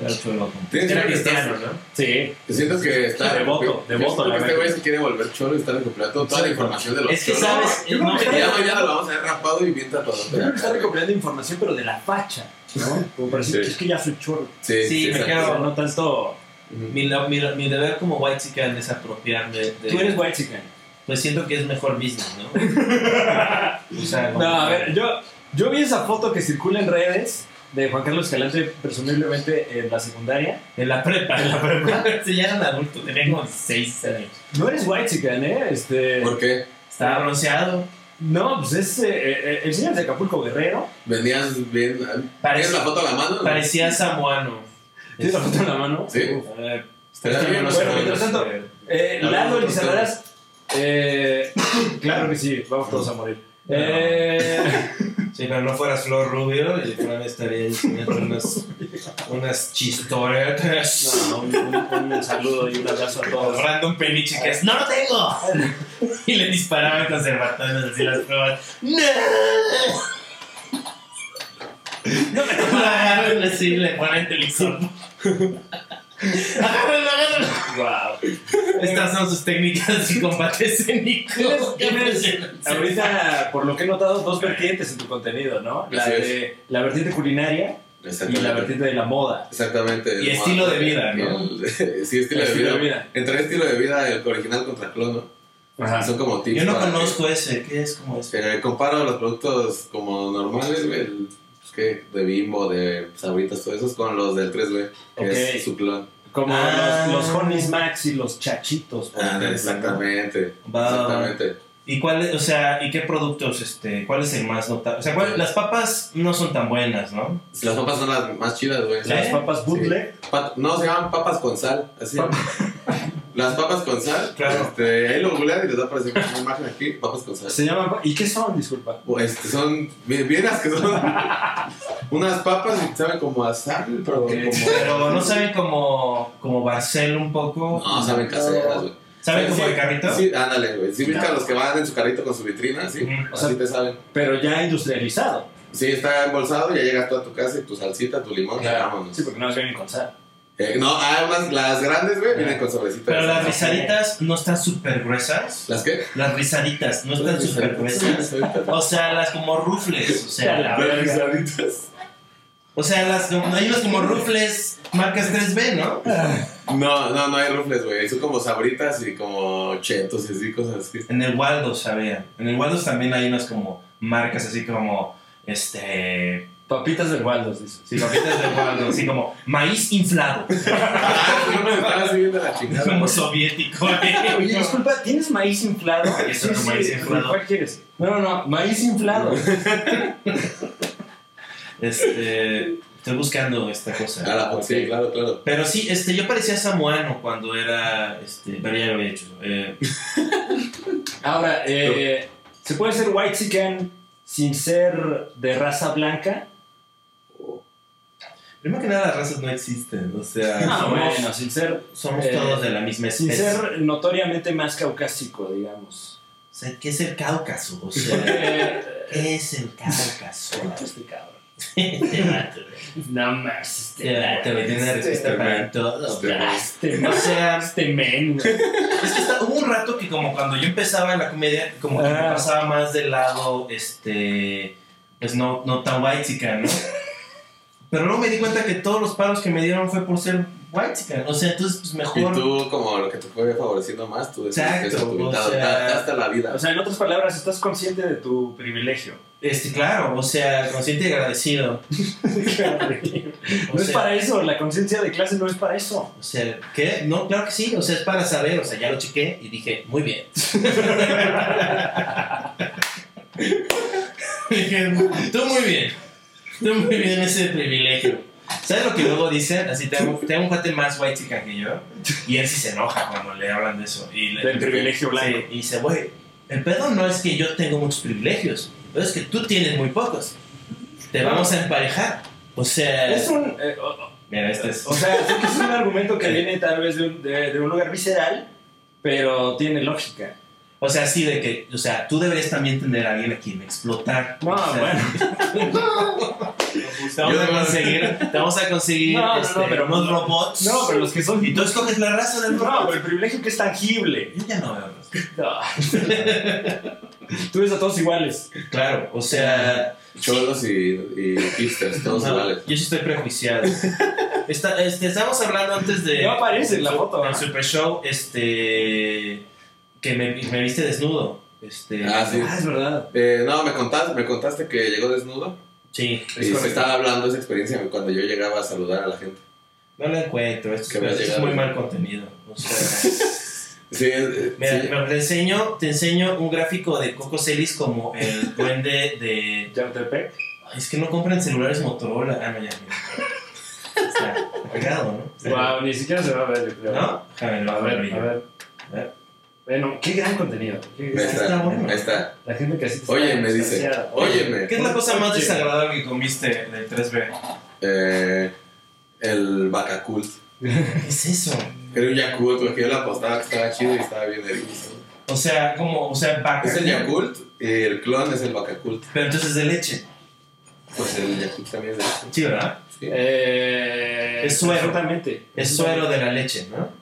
S5: Era cholo.
S4: Tienes
S5: Era
S4: que estar-
S5: cristiano, ¿no?
S6: Sí.
S4: Te sientes que está.
S6: Devoto,
S4: que-
S6: devoto, la
S4: Este
S6: verdad.
S4: güey se quiere volver cholo y está recopilando toda la información de los
S5: Es que
S4: cholos.
S5: sabes,
S6: yo
S5: no,
S6: creo que-
S4: Ya mañana lo vamos a ver rapado y bien tatuado.
S6: Yo creo que está recopilando información, pero de la facha, ¿no? Como para decir,
S4: Sí.
S6: es que ya soy chorro.
S4: Sí,
S5: Sí, me
S4: exacto.
S6: O sea,
S5: quedo-
S6: no tanto...
S4: Ujú.
S5: mi, lo- mi, lo- mi deber como white chican es apropiarme de...
S6: Tú eres white chicken.
S5: Pues siento que es mejor business, ¿no? o sea,
S6: No, a ver, yo, yo vi esa foto que circula en redes de Juan Carlos Escalante, presumiblemente en la secundaria.
S5: En la prepa. En la prepa. sí, ya eran adultos, tenía como 6 años.
S6: No eres white chicken, ¿eh? Este,
S4: ¿Por qué?
S5: Estaba bronceado.
S6: no, pues es eh, eh, el señor de Acapulco Guerrero.
S4: ¿Venías bien? ¿Tienes
S5: Parecía,
S4: la foto a la mano?
S5: parecía samoano.
S6: Tiene la foto en la mano.
S4: Sí.
S6: Eh,
S4: ¿Estaría bien o
S6: Bueno,
S4: no?
S6: mientras tanto, eh,
S4: La
S6: Lalo
S4: verdad,
S6: Elizarraras, eh, claro que sí, vamos todos a morir.
S5: No.
S6: Eh,
S5: Si no, no fueras Flor Rubio, el Fran estaría ahí poniendo unas, unas chistoretas.
S6: no, un, un- un saludo y un abrazo a
S5: O
S6: todos.
S5: Brandon Peniche que es ¡No lo tengo! Y le disparaban con cerbatana así las pruebas. ¡No! No me lo agarran así, le ponen el licor. Agárrenlo, agárrenlo.
S6: Wow.
S5: Estas son sus técnicas de combate escénico.
S6: Tienes- Ahorita, por lo que he notado, dos vertientes en tu contenido, ¿no? La,
S4: Así es.
S6: de, la vertiente culinaria y la
S4: Exactamente.
S6: vertiente de la moda.
S4: Exactamente.
S5: Y estilo de vida, ¿no?
S4: El- Sí, estilo de
S6: Estilo de
S4: vida.
S6: vida.
S4: Entre estilo de vida, el original contra clono. Son como tips.
S5: Ah. Yo no
S4: para-
S5: conozco ese, ¿qué es como ese?
S4: Eh, comparo los productos como normales, güey, el- pues, ¿qué? de Bimbo, de Sabritas, todo eso, con los del 3B, que
S6: Ok.
S4: es su clon.
S6: Como
S5: Ah.
S6: los, los Honis Max y los Chachitos. por
S4: Ah,
S6: ejemplo, ¿no?
S4: exactamente,
S5: Va.
S4: exactamente.
S5: ¿Y cuál, es- o sea, y qué productos, este, cuál es el más notable? O sea, cuál- las papas no son tan buenas, ¿no?
S4: Las papas son las más chidas, güey.
S5: ¿Eh?
S6: Las papas bootleg.
S4: Pat- no, se llaman papas con sal, así. Las papas con sal,
S5: Claro.
S4: este, ahí lo googlean y les va a aparecer como una imagen aquí, papas con sal.
S6: Se llaman. ¿Y qué son? Disculpa.
S4: O, este, son, bien- vieras que son unas papas y saben como a sal, pero
S6: Ok.
S4: como...
S5: Pero no saben como, como Barcel un poco.
S4: No, saben caseras, güey.
S5: ¿Saben como
S4: Sí,
S5: el carrito?
S4: Sí, ándale, güey. Sí, viste a los que van en su carrito con su vitrina, sí.
S5: Ujú.
S6: O sea,
S4: Así te saben.
S6: Pero ya industrializado.
S4: Sí, está embolsado, ya llegas tú a tu casa y tu salsita, tu limón, ya vámonos.
S6: Sí, porque no las vienen con sal.
S4: Eh, no, ah, unas- las grandes, güey, vienen con sobrecitas.
S5: Ah. Pero las rizaditas no están súper gruesas.
S4: ¿Las qué?
S5: Las rizaditas no están
S4: Las
S5: súper gruesas.
S4: rizaditas.
S5: O sea, las como rufles, o sea.
S6: La
S4: Las
S6: verga.
S4: rizaditas.
S5: O sea, las como- hay unas como rufles marcas 3B, ¿no?
S4: No, no, no hay rufles, güey. Son como sabritas y como chetos y así, cosas así.
S5: En el Waldo sabían. En el Waldo también hay unas como marcas así como, este,
S6: Papitas del Waldos, dices.
S5: Sí, papitas de Waldo, así como maíz inflado,
S4: Ah, yo me estaba así viendo la chingada.
S5: como soviético.
S6: Oye, disculpa, ¿tienes maíz inflado?
S5: Eso no, maíz inflado.
S6: ¿Cuál quieres? No, no, no, maíz inflado.
S5: Este, estoy buscando esta cosa.
S4: A Ah, la sí, claro, claro.
S5: Pero sí, este, yo parecía samoano cuando era, este, pero ya lo había hecho. eh,
S6: Ahora, eh, ¿se puede ser white chicken sin ser de raza blanca?
S5: primero que nada, las razas no existen, o sea,
S6: Ah,
S5: somos,
S6: bueno, sin ser,
S5: somos
S6: Eh,
S5: todos de la misma
S6: sin
S5: especie.
S6: ser notoriamente más caucásico, digamos.
S5: O sea, ¿qué es el Cáucaso? O sea,
S6: Eh,
S5: ¿qué es el Cáucaso?
S6: este cabrón.
S5: Este vato, güey.
S6: No más,
S5: Este vato, güey, tiene una respuesta para todo.
S4: Este, güey.
S6: Este
S5: O
S6: más,
S5: sea,
S6: este men. güey.
S5: Es que está- hubo un rato que como cuando yo empezaba en la comedia, como que me
S6: Ah.
S5: pasaba más del lado, este, pues no, no tan white ¿no? Pero luego me di cuenta que todos los palos que me dieron fue por ser white O sea, entonces, pues
S4: Y
S5: mejor.
S4: tú, como lo que te fue favoreciendo más, tú decidiste
S5: Exacto,
S4: eso tu
S5: o
S4: invitado.
S5: sea-
S4: da- Hasta la vida.
S6: O sea, en otras palabras, estás consciente de tu privilegio.
S5: Este, claro, o sea, consciente y agradecido. O
S6: no es
S5: sea-
S6: para eso, la conciencia de clase no es para eso.
S5: O sea, ¿qué? No, claro que sí, o sea, es para saber, o sea, ya lo chequé y dije, muy bien. dije, tú muy bien, tú muy bien ese privilegio. ¿Sabes lo que luego dicen? Así, tengo, tengo un cuate más white chica que yo y él sí se enoja cuando le hablan de eso. Y le,
S6: Del privilegio blanco.
S5: Sí, y dice, güey, el pedo no es que yo tengo muchos privilegios, pero es que tú tienes muy pocos. Te vamos a emparejar. O sea,
S6: Es un. eh, o- o-
S5: mira, este es...
S6: O sea, sé que es un argumento que viene tal vez de un, de- de un lugar visceral, pero tiene lógica.
S5: O sea, sí, de que, o sea, tú deberías también tener a alguien a quien explotar.
S6: No,
S5: O sea,
S6: bueno.
S5: Te vamos,
S4: Yo
S5: a
S4: de-
S5: conseguir, te vamos a conseguir
S6: No, no, no,
S5: este,
S6: pero- pues,
S5: unos robots.
S6: No, pero los que son.
S5: Y tú escoges la raza del
S6: No,
S5: robot.
S6: pero el privilegio que es tangible.
S5: Yo ya no veo raza.
S6: No. Tú ves a todos iguales.
S5: Claro, o sea.
S4: Cholos y, y hipsters, todos
S5: no,
S4: iguales.
S5: Yo sí estoy prejuiciado. Está, este, estábamos hablando antes de.
S6: No aparece en la foto,
S5: En el
S6: ¿no?
S5: Super Show, este. Que me, me viste desnudo. Este.
S4: Ah, sí.
S6: es verdad.
S4: Eh, no, me contaste, me contaste que llegó desnudo
S5: Sí.
S4: y se estaba hablando de esa experiencia cuando yo llegaba a saludar a la gente.
S5: No lo encuentro. Esto,
S4: Que me ha
S5: esto es
S4: llegado.
S5: muy mal contenido. O sea.
S4: Sí, eh,
S5: Mira,
S4: sí.
S5: me- te, enseño, te enseño un gráfico de Coco Celis como el duende de...
S6: Yautepec.
S5: Ay, es que no compran celulares Motorola. Ah, no, ya. mira. Está cagado, ¿no? Está
S6: Wow, ni siquiera se va a ver, yo creo.
S5: cagado. ¿No? Déjame lo
S6: A
S5: abro
S6: ver,
S5: yo.
S6: a ver.
S5: A ver.
S6: Bueno, qué gran contenido. Qué
S4: Ahí
S6: gran-
S4: está,
S5: está bueno.
S4: ahí está.
S6: La gente que así te
S4: Oye,
S6: está
S4: me dice,
S6: distanciada.
S4: óyeme,
S5: ¿Qué es la cosa más
S6: Oye.
S5: desagradable que comiste del 3B?
S4: eh, el Bacacult.
S5: ¿Qué es eso?
S4: Era un Yakult, porque yo le apostaba que estaba chido y estaba bien delicioso.
S5: O sea, como, o sea, vaca.
S4: Es el Yakult y el clon es el Bacacult.
S5: Pero entonces de leche.
S4: Pues el Yakult también es delicioso.
S5: Sí, ¿verdad?
S4: Sí.
S6: Eh,
S5: Es suero.
S6: Exactamente.
S5: Es suero de la leche, ¿no?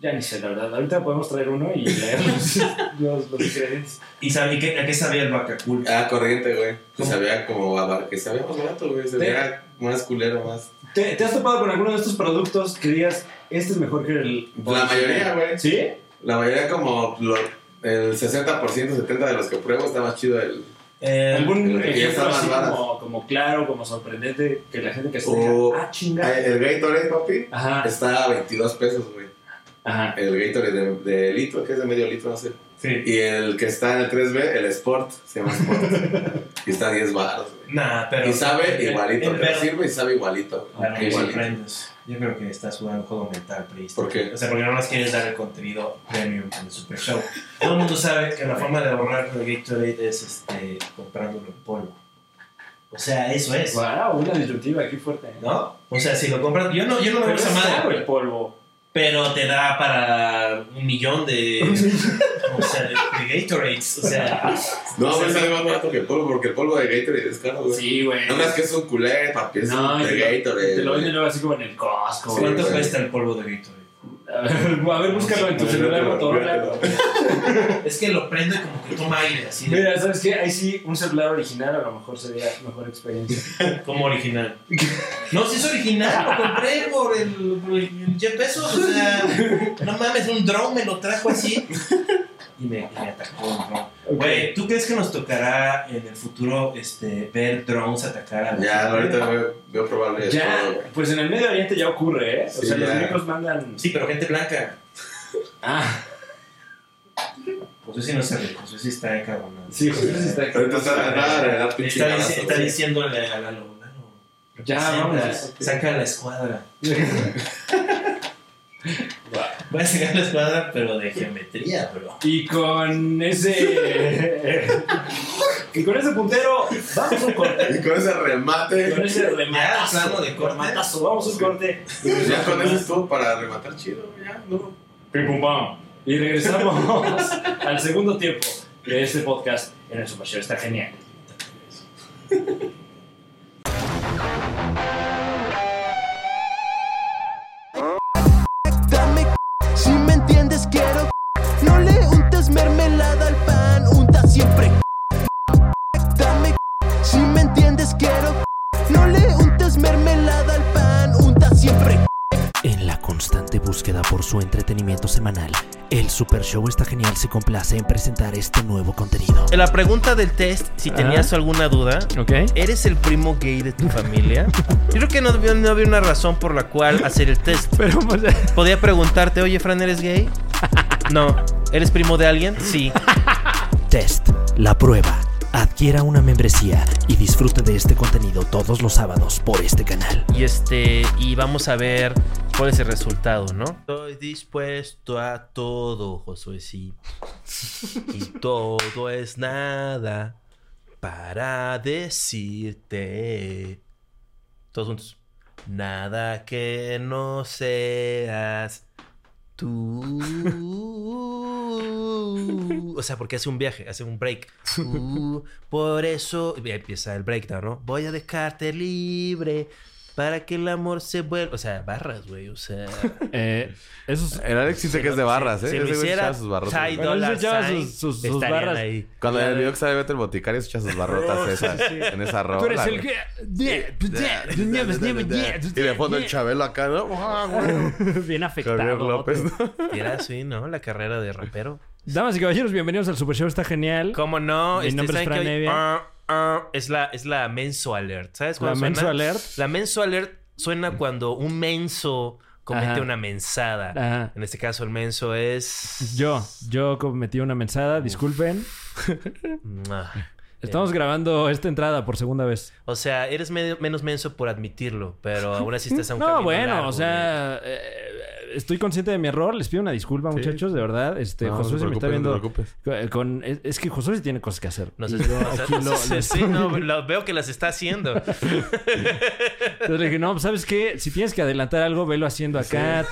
S6: Ya ni sé, la verdad. Ahorita podemos traer uno y leer los, los, los ingredientes.
S5: ¿Y, sab- y qué, a qué sabía el vacacul?
S4: Ah, corriente, güey. Que
S5: ¿Cómo?
S4: sabía como a bar- que sabía más barato, güey. Se veía más culero, más.
S6: ¿Te, te has topado con alguno de estos productos que digas, este es mejor que el.
S4: La mayoría, güey.
S6: ¿Sí?
S4: La mayoría, como lo- el 60%, 70% de los que pruebo, está más chido el.
S5: Eh,
S6: ¿Algún
S4: Pero que ya
S6: ejemplo
S4: está más
S6: así
S4: barato.
S6: como, como claro, como sorprendente, que la gente que se diga,
S4: O-
S6: ah, chinga.
S4: El Gatorade, papi,
S6: Ajá,
S4: está a 22 pesos, güey.
S6: ajá.
S4: El Gatorade de, de litro, que es de medio litro, no sé.
S5: sí.
S4: Y el que está en el 3B, el Sport, se llama Sport. y está a 10 baros, güey.
S5: Nah, pero...
S4: Y sabe
S5: el-
S4: igualito,
S5: el
S4: te
S5: verde-
S4: sirve y sabe igualito.
S5: Claro,
S4: güey.
S5: me
S4: igualito.
S5: sorprendes. Yo creo que estás jugando un juego mental, priista.
S4: ¿Por qué?
S5: O sea, porque no nos quieres dar el contenido premium en el Super Show. Todo el mundo sabe que la forma de ahorrar el Gatorade es este, comprándolo en polvo. O sea, eso es.
S6: Wow, una disyuntiva aquí fuerte. ¿eh?
S5: ¿No? O sea, si lo compras. Yo no, yo no me
S6: Pero
S5: gusta
S6: es caro el
S5: madre.
S6: polvo.
S5: Pero te da para un millón de. o sea, de, de Gatorades. O sea,
S4: No,
S5: O sea,
S4: me sale más barato que el polvo, porque el polvo de Gatorade es caro, güey.
S6: Sí, güey.
S4: No es que es un culé, papi, es
S6: No,
S4: un
S6: y
S4: de
S6: te lo-
S4: Gatorade.
S6: Te lo
S4: güey.
S6: venden luego así como en el Costco.
S4: Sí,
S5: ¿cuánto
S4: güey.
S5: cuesta el polvo de Gatorade?
S6: A ver, a ver, búscalo en tu
S4: No,
S6: celular
S4: no, no,
S6: Motorola.
S4: no, no.
S5: Es que lo prende como que toma aire, así de,
S6: Mira, ¿sabes qué? Ahí sí, un celular original a lo mejor sería mejor experiencia.
S5: Como original. No, si es original, lo compré por el, por el, el 10 pesos. O sea, no mames, un drone me lo trajo así. Y me, y me atacó un drone. Güey, ¿tú crees que nos tocará en el futuro este, ver drones atacar a la
S4: Ya,
S5: gente?
S4: ahorita veo, veo probable. todo, güey.
S6: Ya, pues en el Medio Oriente ya ocurre, ¿eh? O
S4: Sí,
S6: sea, los
S4: ya.
S6: gringos mandan.
S5: Sí, pero gente blanca.
S6: Ah,
S5: Pues sí no se ve, José sí está encabronado.
S6: sí, José sí está aquí.
S4: Ahorita está nada de dar pinche
S5: Está, dici-
S4: balazo,
S5: está
S4: güey.
S5: diciéndole a Lalo, Lalo.
S6: Ya,
S5: presenta,
S6: vamos.
S5: Saca la escuadra.
S6: Guau.
S5: Voy a sacar la escuadra, pero de geometría, bro.
S6: Y con ese. y con ese puntero, vamos a un corte.
S4: Y con ese remate,
S6: Con ese
S5: Ya,
S6: rematazo.
S5: hablamos de corte.
S6: rematazo, vamos a un
S4: Sí.
S6: corte.
S4: pues ya con eso estuvo para rematar chido, güey, ya, no.
S6: Pim, pum, pam. Y regresamos al segundo tiempo de este podcast en el Super Show. Está genial.
S8: Dame si me entiendes quiero No le untes mermelada al pan, unta siempre Dame si me entiendes quiero No le untes mermelada al pan, unta siempre
S1: En
S8: constante búsqueda por su entretenimiento semanal, el Super Show está genial se complace en presentar este nuevo contenido.
S5: La pregunta del test, si tenías alguna duda,
S1: Ok.
S5: ¿eres el primo gay de tu familia? Yo creo que no, había- no había una razón por la cual hacer el test.
S1: Pero pues,
S5: Podía preguntarte, oye, Fran, ¿eres gay? No. ¿Eres primo de alguien? Sí.
S8: Test, la prueba. Adquiera una membresía y disfrute de este contenido todos los sábados por este canal.
S5: Y este, y vamos a ver cuál es el resultado, ¿no? Estoy dispuesto a todo, Josué, sí. Y todo es nada para decirte. Todos juntos. Nada que no seas tú. O sea, porque hace un viaje, hace un break. Tú, por eso y empieza el breakdown, ¿no? Voy a dejarte libre para que el amor se vuelva. O sea, barras, güey. O sea,
S1: eh, esos-
S4: El Alex dice que es de barras, ¿eh? Ese
S5: si lo
S4: güey se
S5: hiciera
S4: echaba sus barrotas.
S5: Ty
S1: Bueno, él se
S5: Dolla
S1: echaba
S5: Sign,
S1: sus- sus- sus
S5: estarían
S1: barras.
S5: ahí.
S4: Cuando el video que sale Beto el Boticario, se echa sus barrotas esas, en esa ropa.
S1: Tú eres el que. pues,
S4: Y de fondo el Chabelo acá, ¿no? Ah, güey.
S1: Bien afectado.
S4: Javier López, ¿no?
S5: Era así, ¿no? La carrera de rapero.
S1: Damas y caballeros, bienvenidos al Super Show. Está genial.
S5: ¿Cómo no? Este,
S1: Mi nombre es
S5: ¿saben
S1: Fran
S5: qué?
S1: Evia.
S5: Ah, ah, es la es la menso alert,
S1: La
S5: ¿sabes? cuándo suena?
S1: menso alert.
S5: La menso alert suena cuando un menso comete
S1: Ajá.
S5: una mensada.
S1: Ajá.
S5: En este caso el menso es
S1: Yo, yo cometí una mensada, disculpen.
S5: Mua.
S1: Estamos grabando esta entrada por segunda vez.
S5: O sea, eres medio- menos menso por admitirlo, pero aún así estás a un
S1: No,
S5: camino
S1: bueno,
S5: largo,
S1: o sea, eh, estoy consciente de mi error. Les pido una disculpa, muchachos, de verdad. Este,
S4: No, no
S1: Josué
S4: te
S1: se me está
S4: preocupes, no
S1: viendo.
S4: te preocupes.
S1: eh, con, es, es que Josué sí tiene cosas que hacer.
S5: No
S1: Y
S5: sé
S1: yo aquí lo-
S5: sí, sí, no, lo- veo que las está haciendo.
S1: Entonces le dije, no, ¿sabes qué? Si tienes que adelantar algo, velo haciendo acá.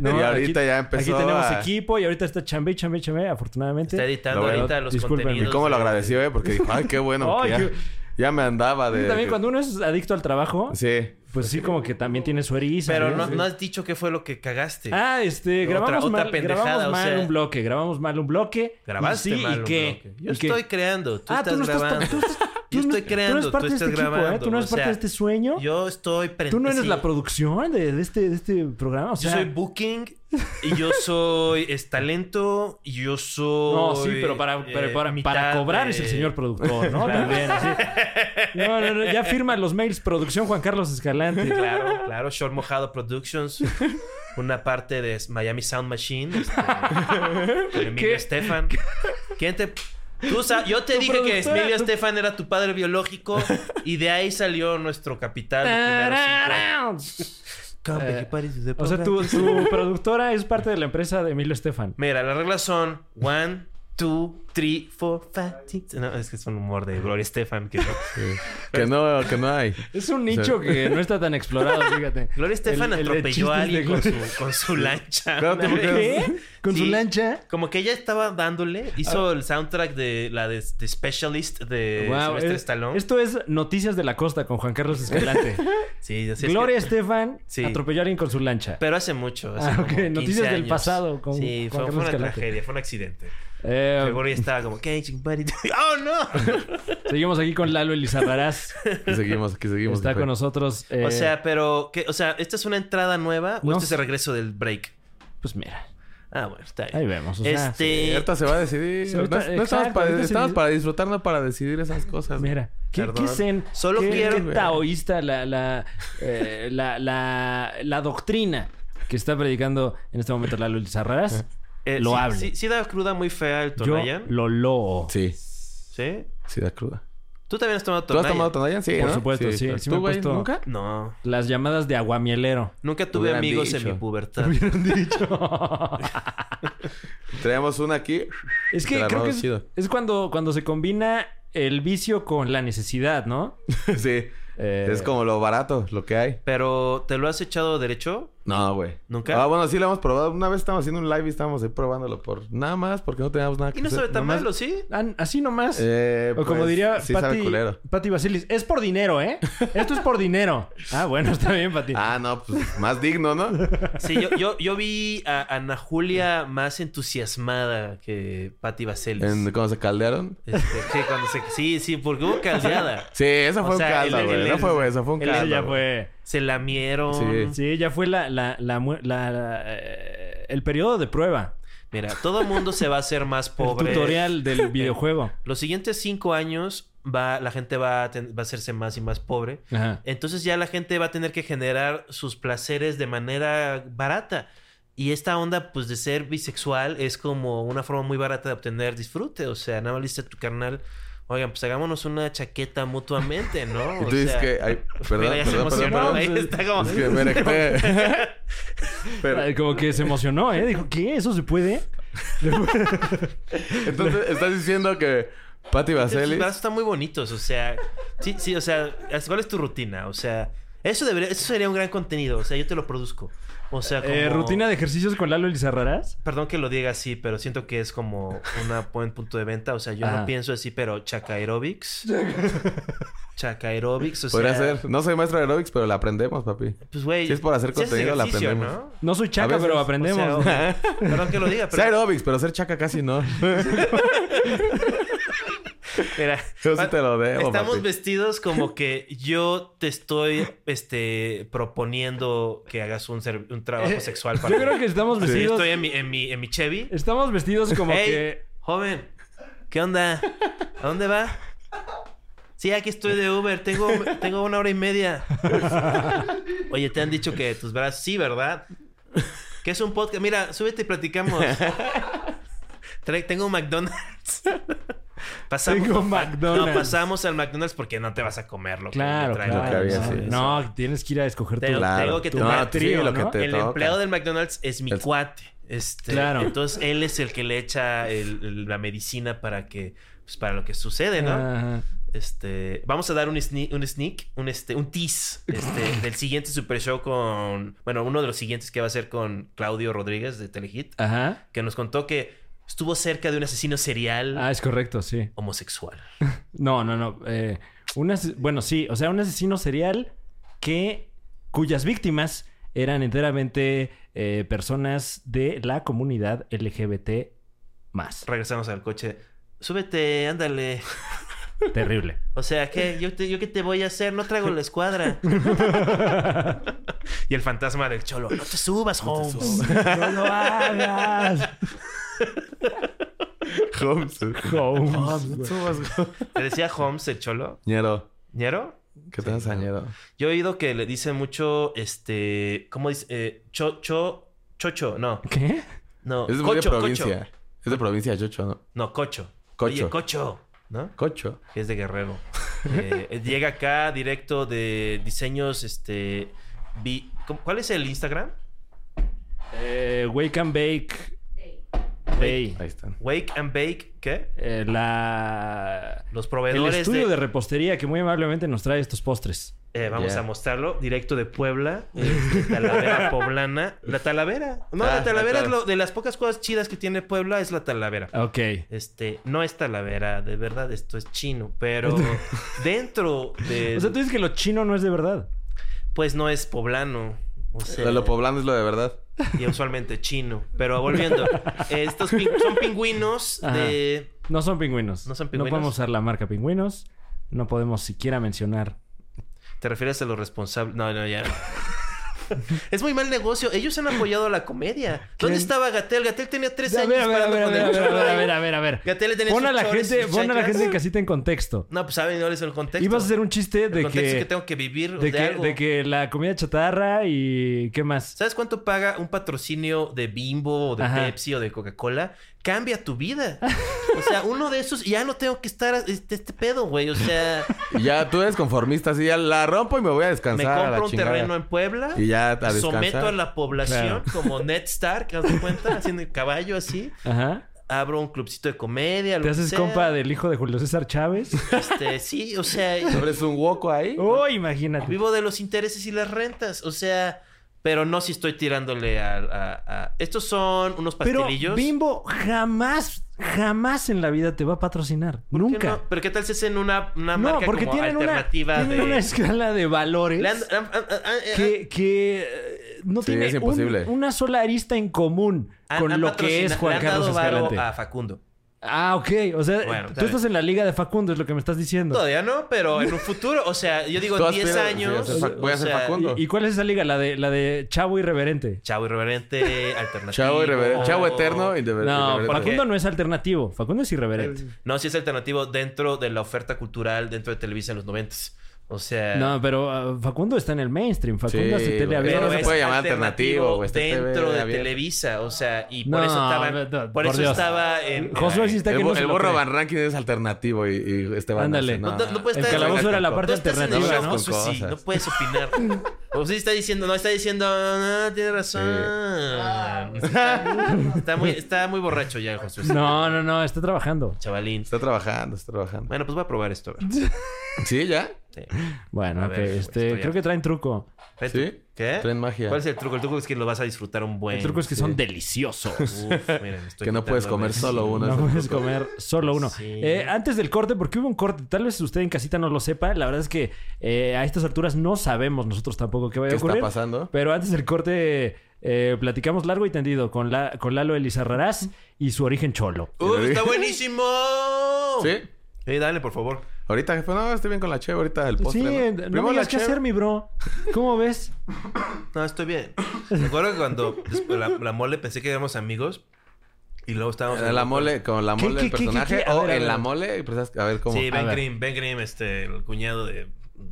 S1: No,
S4: Y ahorita ya
S1: Aquí
S4: empezó
S1: tenemos
S4: a-
S1: equipo y ahorita está chambe, chambe, chambe, eh, afortunadamente.
S5: Está editando
S4: Lo veo.
S5: ahorita los
S1: Discúlpenme.
S4: Y
S5: contenidos.
S4: cómo lo
S5: de-
S4: agradeció, ¿eh? Porque dijo, ay, qué bueno. que
S1: Ay,
S4: ya,
S1: qué-
S4: ya me andaba
S1: Y
S4: de...
S1: también cuando uno es adicto al trabajo,
S4: Sí.
S1: pues sí como que también tiene su eriza.
S5: Pero no, no has dicho qué fue lo que cagaste.
S1: Ah, este,
S5: Otra-
S1: grabamos
S5: otra
S1: mal,
S5: pendejada,
S1: grabamos
S5: o
S1: mal
S5: sea.
S1: un bloque, grabamos mal un bloque.
S5: Grabaste
S1: Sí,
S5: mal
S1: ¿y
S5: un
S1: qué?
S5: bloque. Yo
S1: ¿Y qué?
S5: estoy creando, tú
S1: Ah,
S5: estás
S1: tú no estás-
S5: grabando.
S1: tú estás-
S5: yo
S1: no-
S5: estoy creando, tú,
S1: eres parte de
S5: estás
S1: este equipo, ¿eh?
S5: grabando.
S1: Tú no eres
S5: o sea,
S1: parte de este sueño.
S5: Yo estoy pre-
S1: Tú no eres
S5: sí,
S1: la producción de, de este, de este programa. O
S5: Yo
S1: sea,
S5: soy booking y yo soy es talento y yo soy
S1: No, sí, pero para, pero
S5: eh,
S1: para,
S5: mitad
S1: para cobrar
S5: de-
S1: es el señor productor, ¿no? También, así. No, no, no, ya firma los mails producción Juan Carlos Escalante.
S5: Claro, claro, Short Mojado Productions. Una parte de Miami Sound Machine. Este, con Emilio Estefan. ¿Quién te.? Tú sa- yo te dije que
S1: productora.
S5: Emilio Estefan era tu padre biológico y de ahí salió nuestro capital. de
S1: Tararán.
S5: primeros cinco.
S1: Eh, O sea, tu, tu productora es parte de la empresa de Emilio Estefan.
S5: Mira, las reglas son one, two, three, four, five, six. No, es que es un humor de Gloria Estefan. Que no.
S4: Que no, que no hay.
S1: Es un nicho
S4: eh,
S1: que no está tan explorado, fíjate.
S5: Gloria Estefan
S1: El- el de
S5: atropelló a
S1: chistes
S5: alguien
S1: de
S5: con su, con su lancha.
S4: Claro, tú, porque-
S1: ¿Qué? ¿Con su
S5: Sí.
S1: lancha?
S5: Como que ella estaba dándole,
S1: Ah.
S5: hizo el soundtrack de la de, de Specialist de
S1: Wow,
S5: Sylvester
S1: es-
S5: Stallone.
S1: esto es Noticias de la Costa con Juan Carlos Escalante.
S5: sí, así es
S1: Gloria
S5: que-
S1: Estefan
S5: Sí.
S1: atropelló a alguien con su lancha.
S5: pero hace mucho. Hace
S1: Ah,
S5: como
S1: ok.
S5: 15
S1: Noticias del
S5: años.
S1: pasado con
S5: Sí,
S1: Juan
S5: fue, fue
S1: Carlos
S5: una
S1: Escalante.
S5: tragedia, fue un accidente.
S1: Eh,
S5: Gloria estaba como, ¿qué? chingpari? ¡Oh, no!
S1: seguimos aquí con Lalo Elizarrarás.
S4: Aquí seguimos, aquí seguimos.
S1: Está
S4: jefe.
S1: con nosotros. eh,
S5: O sea, pero, ¿qué? o sea, ¿esta es una entrada nueva o
S1: No
S5: este es
S1: sé.
S5: el regreso del break?
S1: pues mira,
S5: Ah, bueno, está bien.
S1: ahí vemos. o sea,
S4: Y
S5: este.
S4: Ahorita se va a decidir.
S1: Sí,
S4: No,
S1: ahorita-
S4: no estamos,
S1: exacto,
S4: para,
S1: ahorita se
S4: estamos
S1: decide.
S4: para disfrutar, no para decidir esas cosas.
S1: Mira, qué,
S4: Perdón.
S1: qué zen,
S5: Solo
S1: qué,
S5: quiero
S1: qué
S5: ver.
S1: taoísta la, la, eh, la, la, la doctrina que está predicando en este momento Lalo Elizarrarás.
S5: eh,
S1: lo
S5: sí,
S1: hable.
S5: Sí, sí da cruda muy fea el
S1: Yo
S5: Tonayan.
S1: lo loo.
S4: Sí,
S5: ¿Sí?
S4: sí da cruda.
S5: ¿Tú también has tomado
S4: ¿Tú
S5: Tonayan?
S4: has tomado Tonayan? Sí,
S1: Por
S4: ¿no?
S1: supuesto, sí,
S4: claro.
S1: sí me he
S4: ¿Tú, güey,
S1: puesto-
S4: nunca?
S5: No.
S1: Las llamadas de aguamielero.
S5: Nunca tuve
S4: Hubieran
S5: amigos en
S4: dicho.
S5: mi pubertad.
S4: Traemos una aquí.
S1: es
S4: Te
S1: que
S4: la
S1: creo que
S4: armamos
S1: es,
S4: chido.
S1: es cuando, cuando se combina el vicio con la necesidad, ¿no?
S4: sí,
S1: Eh,
S4: es como lo barato, lo que hay.
S5: Pero, ¿te lo has echado derecho?
S4: No, güey.
S5: ¿Nunca?
S4: Ah, bueno, sí lo hemos probado. Una vez estábamos haciendo un live y estábamos ahí probándolo por nada más porque no teníamos nada que
S5: Y no
S4: hacer.
S5: sabe tan
S4: Nomás-
S5: malo, ¿sí?
S1: an- Así nomás.
S4: Eh,
S1: o como
S4: pues,
S1: diría
S4: sí sabe
S1: Pati,
S4: culero.
S1: Pati Basilis, es por dinero, ¿eh? Esto es por dinero. Ah, bueno, está bien, Pati.
S4: Ah, no, pues más digno, ¿no?
S5: Sí, yo, yo, yo vi a Ana Julia más entusiasmada
S9: eh,
S5: que Patti Vaselis.
S4: En- cuando se caldearon.
S5: Este, sí, cuando se- sí, sí, porque hubo caldeada.
S4: Sí, esa
S5: O
S4: fue
S5: sea,
S4: un
S5: el-
S4: caldo,
S5: el-
S4: güey.
S5: el-
S4: No fue, güey, esa fue un
S1: Él
S4: caldo.
S1: ya
S4: güey.
S1: fue.
S9: se lamieron.
S10: Sí.
S1: Sí, ya fue la, la- la mu- la- la, eh, el periodo de prueba.
S9: Mira, todo mundo se va a hacer más
S1: El
S9: pobre.
S1: tutorial del videojuego.
S9: Los siguientes cinco años va, la gente va a, ten- va a hacerse más y más pobre.
S1: Ajá.
S9: Entonces ya la gente va a tener que generar sus placeres de manera barata. Y esta onda, pues, de ser bisexual es como una forma muy barata de obtener disfrute. O sea, nada más le dices a tu carnal, oigan, pues hagámonos una chaqueta mutuamente, ¿no?
S10: Y
S9: O
S10: tú dices
S9: sea,
S10: que. Ay, perdón,
S9: mira, ya se
S10: perdón, perdón,
S9: emocionó,
S10: perdón.
S9: ahí está como-
S10: Es que me erecté. Pero,
S1: Ay, Como que se emocionó, ¿eh? Dijo, ¿qué? ¿Eso se puede?
S10: entonces, estás diciendo que Patti
S9: Los
S10: Vaseli.
S9: brazos están muy bonitos, o sea... Sí, sí, o sea, ¿cuál es tu rutina? O sea, eso debería... Eso sería un gran contenido, o sea, yo te lo produzco. O sea, como...
S1: Eh, ¿Rutina de ejercicios con Lalo Elizarrarás?
S9: Perdón que lo diga así, pero siento que es como una buen punto de venta. O sea, yo
S1: Ajá.
S9: no pienso así, pero chacaerobics. chacaerobics, o sea...
S10: Podría ser. No soy maestro de aerobics, pero la aprendemos, papi.
S9: Pues, güey...
S10: Si es por hacer
S9: sí haces
S10: contenido, la
S9: ejercicio,
S10: aprendemos.
S9: ¿no?
S1: No soy chaca,
S10: A veces,
S1: pero
S10: o
S1: aprendemos.
S9: O sea, perdón que lo diga,
S10: Sé
S9: pero...
S10: aerobics, pero ser chaca casi no.
S9: Mira,
S10: Yo sí te lo debo,
S9: Estamos
S10: papi.
S9: vestidos como que yo te estoy este, proponiendo que hagas un, ser- un trabajo sexual para
S1: Yo
S9: mí.
S1: creo que estamos
S9: Sí,
S1: vestidos...
S9: Estoy en mi, en mi, en mi Chevy.
S1: Estamos vestidos como
S9: Ey,
S1: que...
S9: Joven, ¿qué onda? ¿A dónde va? Sí, aquí estoy de Uber. Tengo, tengo una hora y media. Oye, te han dicho que tus brazos... Sí, ¿verdad? Que es un podcast. Mira, súbete y platicamos. Tra- tengo un McDonald's. Pasamos,
S1: Tengo
S9: no,
S1: McDonald's.
S9: No, pasamos al McDonald's porque no te vas a comer lo que
S1: Claro,
S9: me traen.
S1: claro.
S10: Lo que había, sí, sí.
S1: no, no, tienes que ir a escoger tu...
S9: Te-
S10: Claro.
S9: tengo que
S10: No,
S9: tomar
S10: sí,
S1: trío,
S10: lo que
S1: ¿no?
S10: te
S9: el
S10: toca.
S9: empleado del McDonald's es mi
S10: El-
S9: cuate. Este,
S1: Claro.
S9: Entonces él es el que le echa el- el- la medicina para que, pues, para lo que sucede, ¿no?
S1: Ajá.
S9: Este, vamos a dar un, sne- un sneak, un este, un tease este, del siguiente super show con, bueno, uno de los siguientes que va a ser con Claudio Rodríguez de Telehit,
S1: Ajá.
S9: que nos contó que estuvo cerca de un asesino serial
S1: Ah, es correcto, sí.
S9: homosexual.
S1: No, no, no. eh, un ase- Bueno, sí, o sea, un asesino serial que cuyas víctimas eran enteramente eh, personas de la comunidad LGBT más.
S9: Regresamos al coche. Súbete, ándale.
S1: Terrible.
S9: O sea, ¿qué? ¿Yo, te- ¿Yo qué te voy a hacer? No traigo la escuadra. y el fantasma del cholo. No te subas, Holmes.
S1: ¡No lo hagas!
S10: Holmes.
S1: Holmes. güey.
S9: ¿Te decía Holmes el cholo?
S10: Ñero.
S9: ¿Ñero?
S10: ¿Qué te pasa, Ñero?
S9: Yo he oído que le dice mucho, este... ¿Cómo dice? Eh, cho, cho, chocho. No,
S1: ¿Qué?
S9: no.
S10: Es muy de provincia. Es de provincia, Chocho, ¿no?
S9: No, cocho.
S10: Cocho.
S9: Oye, cocho. ¿No?
S10: Cocho.
S9: que es de Guerrero. Eh, llega acá directo de diseños, este... vi- ¿cómo- ¿Cuál es el Instagram?
S1: Eh, wake and Bake. Bay.
S10: Ahí están.
S9: Wake and Bake, ¿qué?
S1: Eh, la...
S9: Los
S1: El
S9: proveedores
S1: estudio de repostería que muy amablemente nos trae estos postres.
S9: Eh, vamos
S10: Ya.
S9: a mostrarlo directo de Puebla, este, Talavera Poblana. La Talavera. No,
S10: Ah,
S9: la
S10: la
S9: Talavera es
S10: tal-
S9: lo, de las pocas cosas chidas que tiene Puebla es la Talavera.
S1: Ok.
S9: Este, no es Talavera, de verdad, esto es chino, pero dentro de
S1: O sea, tú dices que lo chino no es de verdad.
S9: pues no es poblano. O sea,
S10: Lo lo poblano es lo de verdad.
S9: y usualmente chino. Pero volviendo, eh, estos pin- son pingüinos
S1: Ajá.
S9: de.
S1: No son pingüinos.
S9: ¿No son pingüinos?
S1: No podemos usar la marca pingüinos. No podemos siquiera mencionar.
S9: ¿Te refieres a los responsables? No, no, ya. es muy mal negocio. Ellos han apoyado la comedia. ¿Dónde
S1: ¿Quién?
S9: estaba Gatel? Gatel tenía tres
S1: A
S9: años
S1: ver, a ver, a
S9: parando
S1: ver, a
S9: con
S1: ver,
S9: el
S1: a ver, a ver, a ver, a ver, a ver.
S9: Gatel tenía
S1: Pon a
S9: sus
S1: la
S9: chores,
S1: gente,
S9: sus
S1: pon a la
S9: chanclas.
S1: gente en casita en contexto.
S9: No, pues saben, no es el contexto.
S1: Ibas a hacer un chiste
S9: el
S1: de
S9: contexto es
S1: que,
S9: que tengo que vivir de,
S1: de, que,
S9: algo.
S1: de que la comida chatarra y qué más.
S9: ¿Sabes cuánto paga un patrocinio de Bimbo o de
S1: Ajá.
S9: Pepsi o de Coca-Cola? Cambia tu vida. O sea, uno de esos ya no tengo que estar este, este pedo, güey. O sea,
S10: Y ya tú eres conformista, así ya la rompo y me voy a
S9: me
S10: descansar. a la
S9: compro un
S10: chingada.
S9: terreno en Puebla.
S10: Y ya a
S9: Someto a
S10: descansar.
S9: la población como Ned Stark, ¿haz de cuenta? Haciendo el caballo así.
S1: Ajá.
S9: Abro un clubcito de comedia. lo
S1: ¿Te
S9: que
S1: haces
S9: sea.
S1: compa del hijo de Julio César Chávez?
S9: Este, sí, o sea,
S10: Abres un hueco ahí.
S1: ¡Oh, imagínate!
S9: Vivo de los intereses y las rentas. O sea, pero no si estoy tirándole a. a- a- Estos son unos
S1: Pero
S9: pastelillos.
S1: Bimbo jamás, jamás en la vida te va a patrocinar.
S9: ¿Por qué
S1: Nunca.
S9: no? Pero qué tal si hacen una, una
S1: No,
S9: marca
S1: porque
S9: como
S1: tienen una,
S9: alternativa
S1: tienen
S9: de.
S1: una escala de valores
S9: Le han- han- han- han-
S1: que, que, eh, no
S10: Sí,
S1: tiene
S10: es
S1: un-
S10: imposible.
S1: una sola arista en común
S9: han-
S1: con
S9: han
S1: lo que es
S9: patrocinado-
S1: Juan
S9: le han
S1: Carlos
S9: dado varo
S1: Escalante.
S9: a Facundo.
S1: Ah, ok. O sea,
S5: Bueno,
S1: tú
S5: está bien.
S1: estás en la liga de Facundo, es lo que me estás diciendo.
S5: Todavía Ah, no, pero en un futuro, o sea, yo digo
S4: Tú has
S5: 10
S4: pedido-
S5: años.
S4: sí, hacer fac- voy a
S5: o
S4: hacer
S5: sea,
S4: Facundo.
S1: ¿Y cuál es esa liga? La de, la de Chavo Irreverente.
S5: Chavo irreverente, alternativo.
S4: Chavo, irreverente- chavo eterno. irrever-
S1: No,
S4: irreverente.
S1: Facundo no es alternativo. Facundo es irreverente.
S5: No, sí es alternativo dentro de la oferta cultural dentro de Televisa en los 90. O sea,
S1: No, pero ah, Facundo está en el mainstream. Facundo
S4: Sí,
S1: hace tele
S4: güey.
S1: abierta.
S4: Pero no se puede llamar alternativo, güey, está
S5: dentro
S4: TV
S5: de
S4: abierta.
S5: Televisa, o sea, y por
S1: No,
S5: eso estaba,
S1: no,
S5: por
S1: por
S5: eso
S1: Dios.
S5: estaba en
S1: Josué sí está
S4: El,
S1: que no
S4: bo-
S1: se
S4: el
S1: lo
S4: borro
S1: cree.
S4: Van Ranking es alternativo y, y este van
S1: Ándale.
S4: a decir,
S5: No, no, no puede
S1: El
S5: estar-
S1: calabozo era la
S4: No
S1: parte
S5: no estás en el
S4: alternativa,
S1: alternativa,
S4: show,
S5: show,
S1: ¿no?
S4: con
S5: Josué, sí,
S4: cosas.
S5: no puedes opinar. O sí está diciendo, no, está diciendo, ah, tiene razón. Está, está muy, está muy borracho ya, José.
S1: No, no, no, está trabajando.
S5: Chavalín.
S4: Está trabajando, está trabajando.
S5: Bueno, pues voy a probar esto. a ver.
S4: ¿Sí, ya?
S5: Sí.
S1: Bueno,
S5: A
S1: ok,
S5: ver, güey,
S1: este,
S5: estoy
S1: creo que
S5: harto.
S1: traen truco.
S5: ¿Traes
S4: ¿Sí?
S5: tu-
S1: ¿Eh?
S5: ¿Qué?
S4: Tren magia.
S5: ¿Cuál es el truco? El truco es que lo vas a disfrutar un buen.
S1: El truco es que son deliciosos.
S5: Uf, miren, estoy
S4: Que no
S5: quitando
S4: puedes
S5: el
S4: comer
S5: vecino.
S4: solo uno.
S1: No
S4: es el
S1: puedes
S4: truco.
S1: comer solo uno.
S5: Sí.
S1: Eh, antes del corte, porque hubo un corte, tal vez usted en casita no lo sepa. La verdad es que eh, a estas alturas no sabemos nosotros tampoco qué vaya
S4: ¿Qué
S1: a ocurrir.
S4: está pasando?
S1: Pero antes del corte, eh, platicamos largo y tendido con, la, con Lalo Elizarrarás y su origen cholo.
S5: ¡Uf, está buenísimo!
S4: ¿Sí?
S5: Sí, dale, por favor.
S4: Ahorita, jefe, no, estoy bien con la cheve, ahorita el postre.
S1: sí,
S4: ¿no?
S1: no, me digas qué
S4: cheve.
S1: hacer, mi bro. ¿Cómo ves?
S5: No, estoy bien. Me acuerdo que cuando después la, la mole pensé que éramos amigos y luego estábamos.
S4: En la mole, con la
S1: ¿Qué,
S4: mole
S1: qué,
S4: el
S1: qué, qué,
S4: personaje
S1: qué? A
S4: o
S1: ver, a
S4: en
S1: ver.
S4: la mole, pues, a ver cómo.
S5: Sí,
S1: A
S5: Ben
S1: ver.
S5: Grimm, Ben Grimm, este, el cuñado de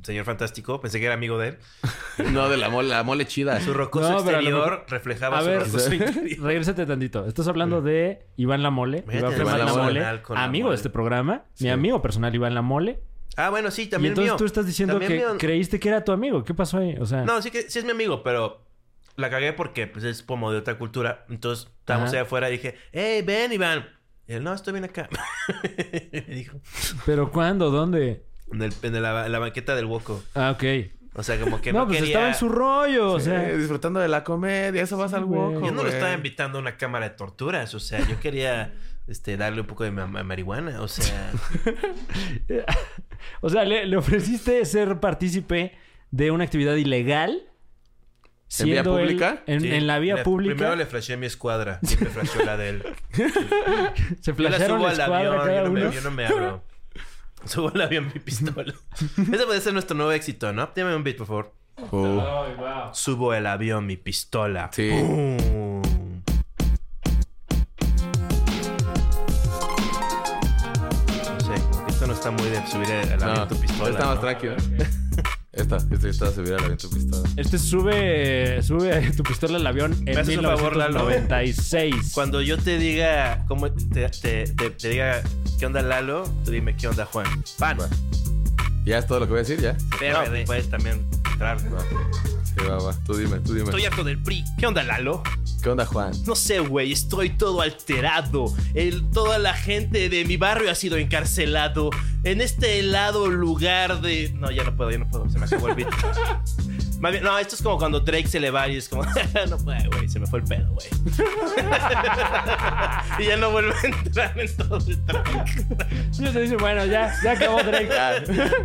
S5: Señor Fantástico, pensé que era amigo de él.
S4: No, de la mole, la mole chida.
S5: Su rocoso
S1: No, pero a lo
S5: exterior
S1: mejor-
S5: reflejaba
S1: a
S5: su
S1: ver,
S5: rocoso interior.
S1: Regrésate tantito. Estás hablando de Iván Lamole.
S5: Imagínate,
S1: Iván,
S4: Iván
S1: Lamole,
S5: Lamole con
S1: amigo
S5: Lamole.
S1: de este programa. Mi amigo personal, Iván Lamole.
S5: Ah, bueno, sí,
S1: y
S5: también
S1: entonces
S5: mío.
S1: tú estás diciendo
S5: También
S1: que
S5: mío.
S1: creíste que era tu amigo. ¿Qué pasó ahí? O sea,
S5: No, sí que sí es mi amigo, pero la cagué porque pues, es como de otra cultura. Entonces estábamos
S1: Ajá.
S5: allá afuera y dije, hey, ven, Iván. Y él, no, estoy bien acá. Me dijo.
S1: ¿pero cuándo? ¿Dónde?
S5: En, el- en la, en la banqueta del Woco.
S1: Ah, ok.
S5: O sea, como que
S1: no,
S5: no,
S1: pues
S5: quería...
S1: estaba en su rollo. O
S4: Sí,
S1: sea,
S4: disfrutando de la comedia, eso vas al
S1: güey.
S4: hueco.
S5: Yo no lo
S4: güey.
S5: estaba invitando a una cámara de torturas. O sea, yo quería este, darle un poco de ma- ma- marihuana. O sea,
S1: o sea le, le ofreciste ser partícipe de una actividad ilegal.
S4: ¿En vía
S1: siendo él-
S4: pública?
S1: en,
S5: sí,
S1: en la vía
S5: le-
S1: pública.
S5: Primero le flasheé mi escuadra. Y me flasheó la de él.
S1: se
S5: Yo la
S1: flashearon
S5: subo
S1: la
S5: al
S1: escuadra
S5: avión.
S1: cada
S5: Yo no,
S1: uno.
S5: me, yo no me abro. Subo al avión mi pistola. Ese puede ser nuestro nuevo éxito, ¿no? Dame un beat, por favor.
S4: Uh,
S5: Subo el avión, mi pistola.
S4: Sí.
S5: ¡Pum! No sé, como que esto no está muy de subir el el avión
S4: no,
S5: tu pistola.
S4: está más
S5: ¿no?
S4: tranquilo. Esta, esta, esta se hubiera abierto pistola.
S1: Este sube, sube tu pistola al avión en
S5: Me haces un favor, Lalo.
S1: 1996.
S5: Cuando yo te diga cómo te, te- te- te diga qué onda Lalo, tú dime qué onda Juan. Pan.
S4: Ya es todo lo que voy a decir, ya.
S5: Pero puedes también entrar.
S4: Sí, va, va. Tú dime, tú dime.
S5: Estoy harto del PRI. ¿Qué onda Lalo?
S4: ¿Qué onda, Juan?
S5: No sé, güey, estoy todo alterado. El- toda la gente de mi barrio ha sido encarcelado. En este helado lugar de. No, ya no puedo, ya no puedo. Se me acabó el beat. Más bien, no, esto es como cuando Drake se le va y es como. no puede, güey, se me fue el pedo, güey. y ya no vuelve a entrar en todo el track.
S1: Sí, se dice, bueno, ya, ya acabó Drake.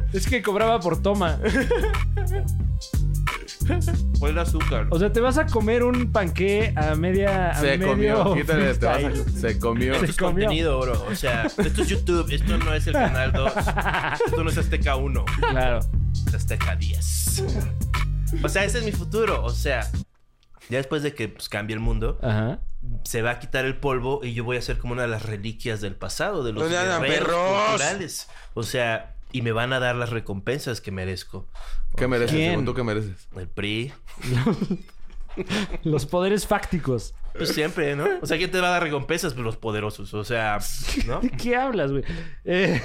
S1: es que cobraba por toma.
S5: Fue el azúcar.
S1: O sea, te vas a comer un panqué a media. A
S4: Se
S1: medio
S4: comió, quítale, te vas a-
S1: freestyle.
S4: Se comió.
S5: Esto es
S1: comió.
S5: contenido, bro. O sea, esto es YouTube, esto no es el canal 2, esto no es Azteca 1.
S1: Claro.
S5: Azteca 10. O sea, ese es mi futuro. O sea, ya después de que pues, cambie el mundo,
S1: Ajá.
S5: se va a quitar el polvo y yo voy a ser como una de las reliquias del pasado, de los
S4: ¡No le hagan
S5: guerreros
S4: perros!
S5: culturales. O sea, y me van a dar las recompensas que merezco.
S4: ¿Qué mereces?
S1: ¿Quién?
S4: Según tú, ¿qué mereces?
S5: El PRI,
S1: Los poderes fácticos.
S5: pues siempre, ¿no? O sea, ¿quién te va a dar recompensas? Pues los poderosos. O sea, ¿no?
S1: ¿De qué hablas, güey? Eh,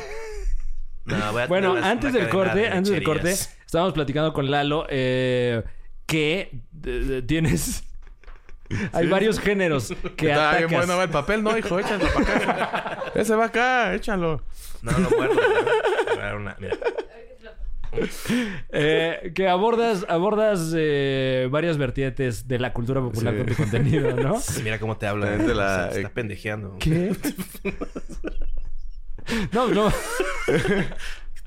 S5: No, voy a
S1: bueno,
S5: tener una
S1: antes del
S5: cadena
S1: corte,
S5: de
S1: antes del corte,
S5: lecherías.
S1: estábamos platicando con Lalo eh, que eh, tienes. Hay varios géneros que
S4: Está bien
S1: atacas.
S4: bueno va el papel, no, hijo, échalo para acá. hijo. Ese va acá, échalo.
S5: No, no muerdo. ¿verdad? Era una- mira.
S1: Eh, que abordas, abordas eh, varias vertientes de la cultura popular
S4: Sí.
S1: con tu contenido, ¿no?
S5: Mira cómo te habla.
S4: Te la-
S5: o sea, te está pendejeando.
S1: ¿Qué? No, no.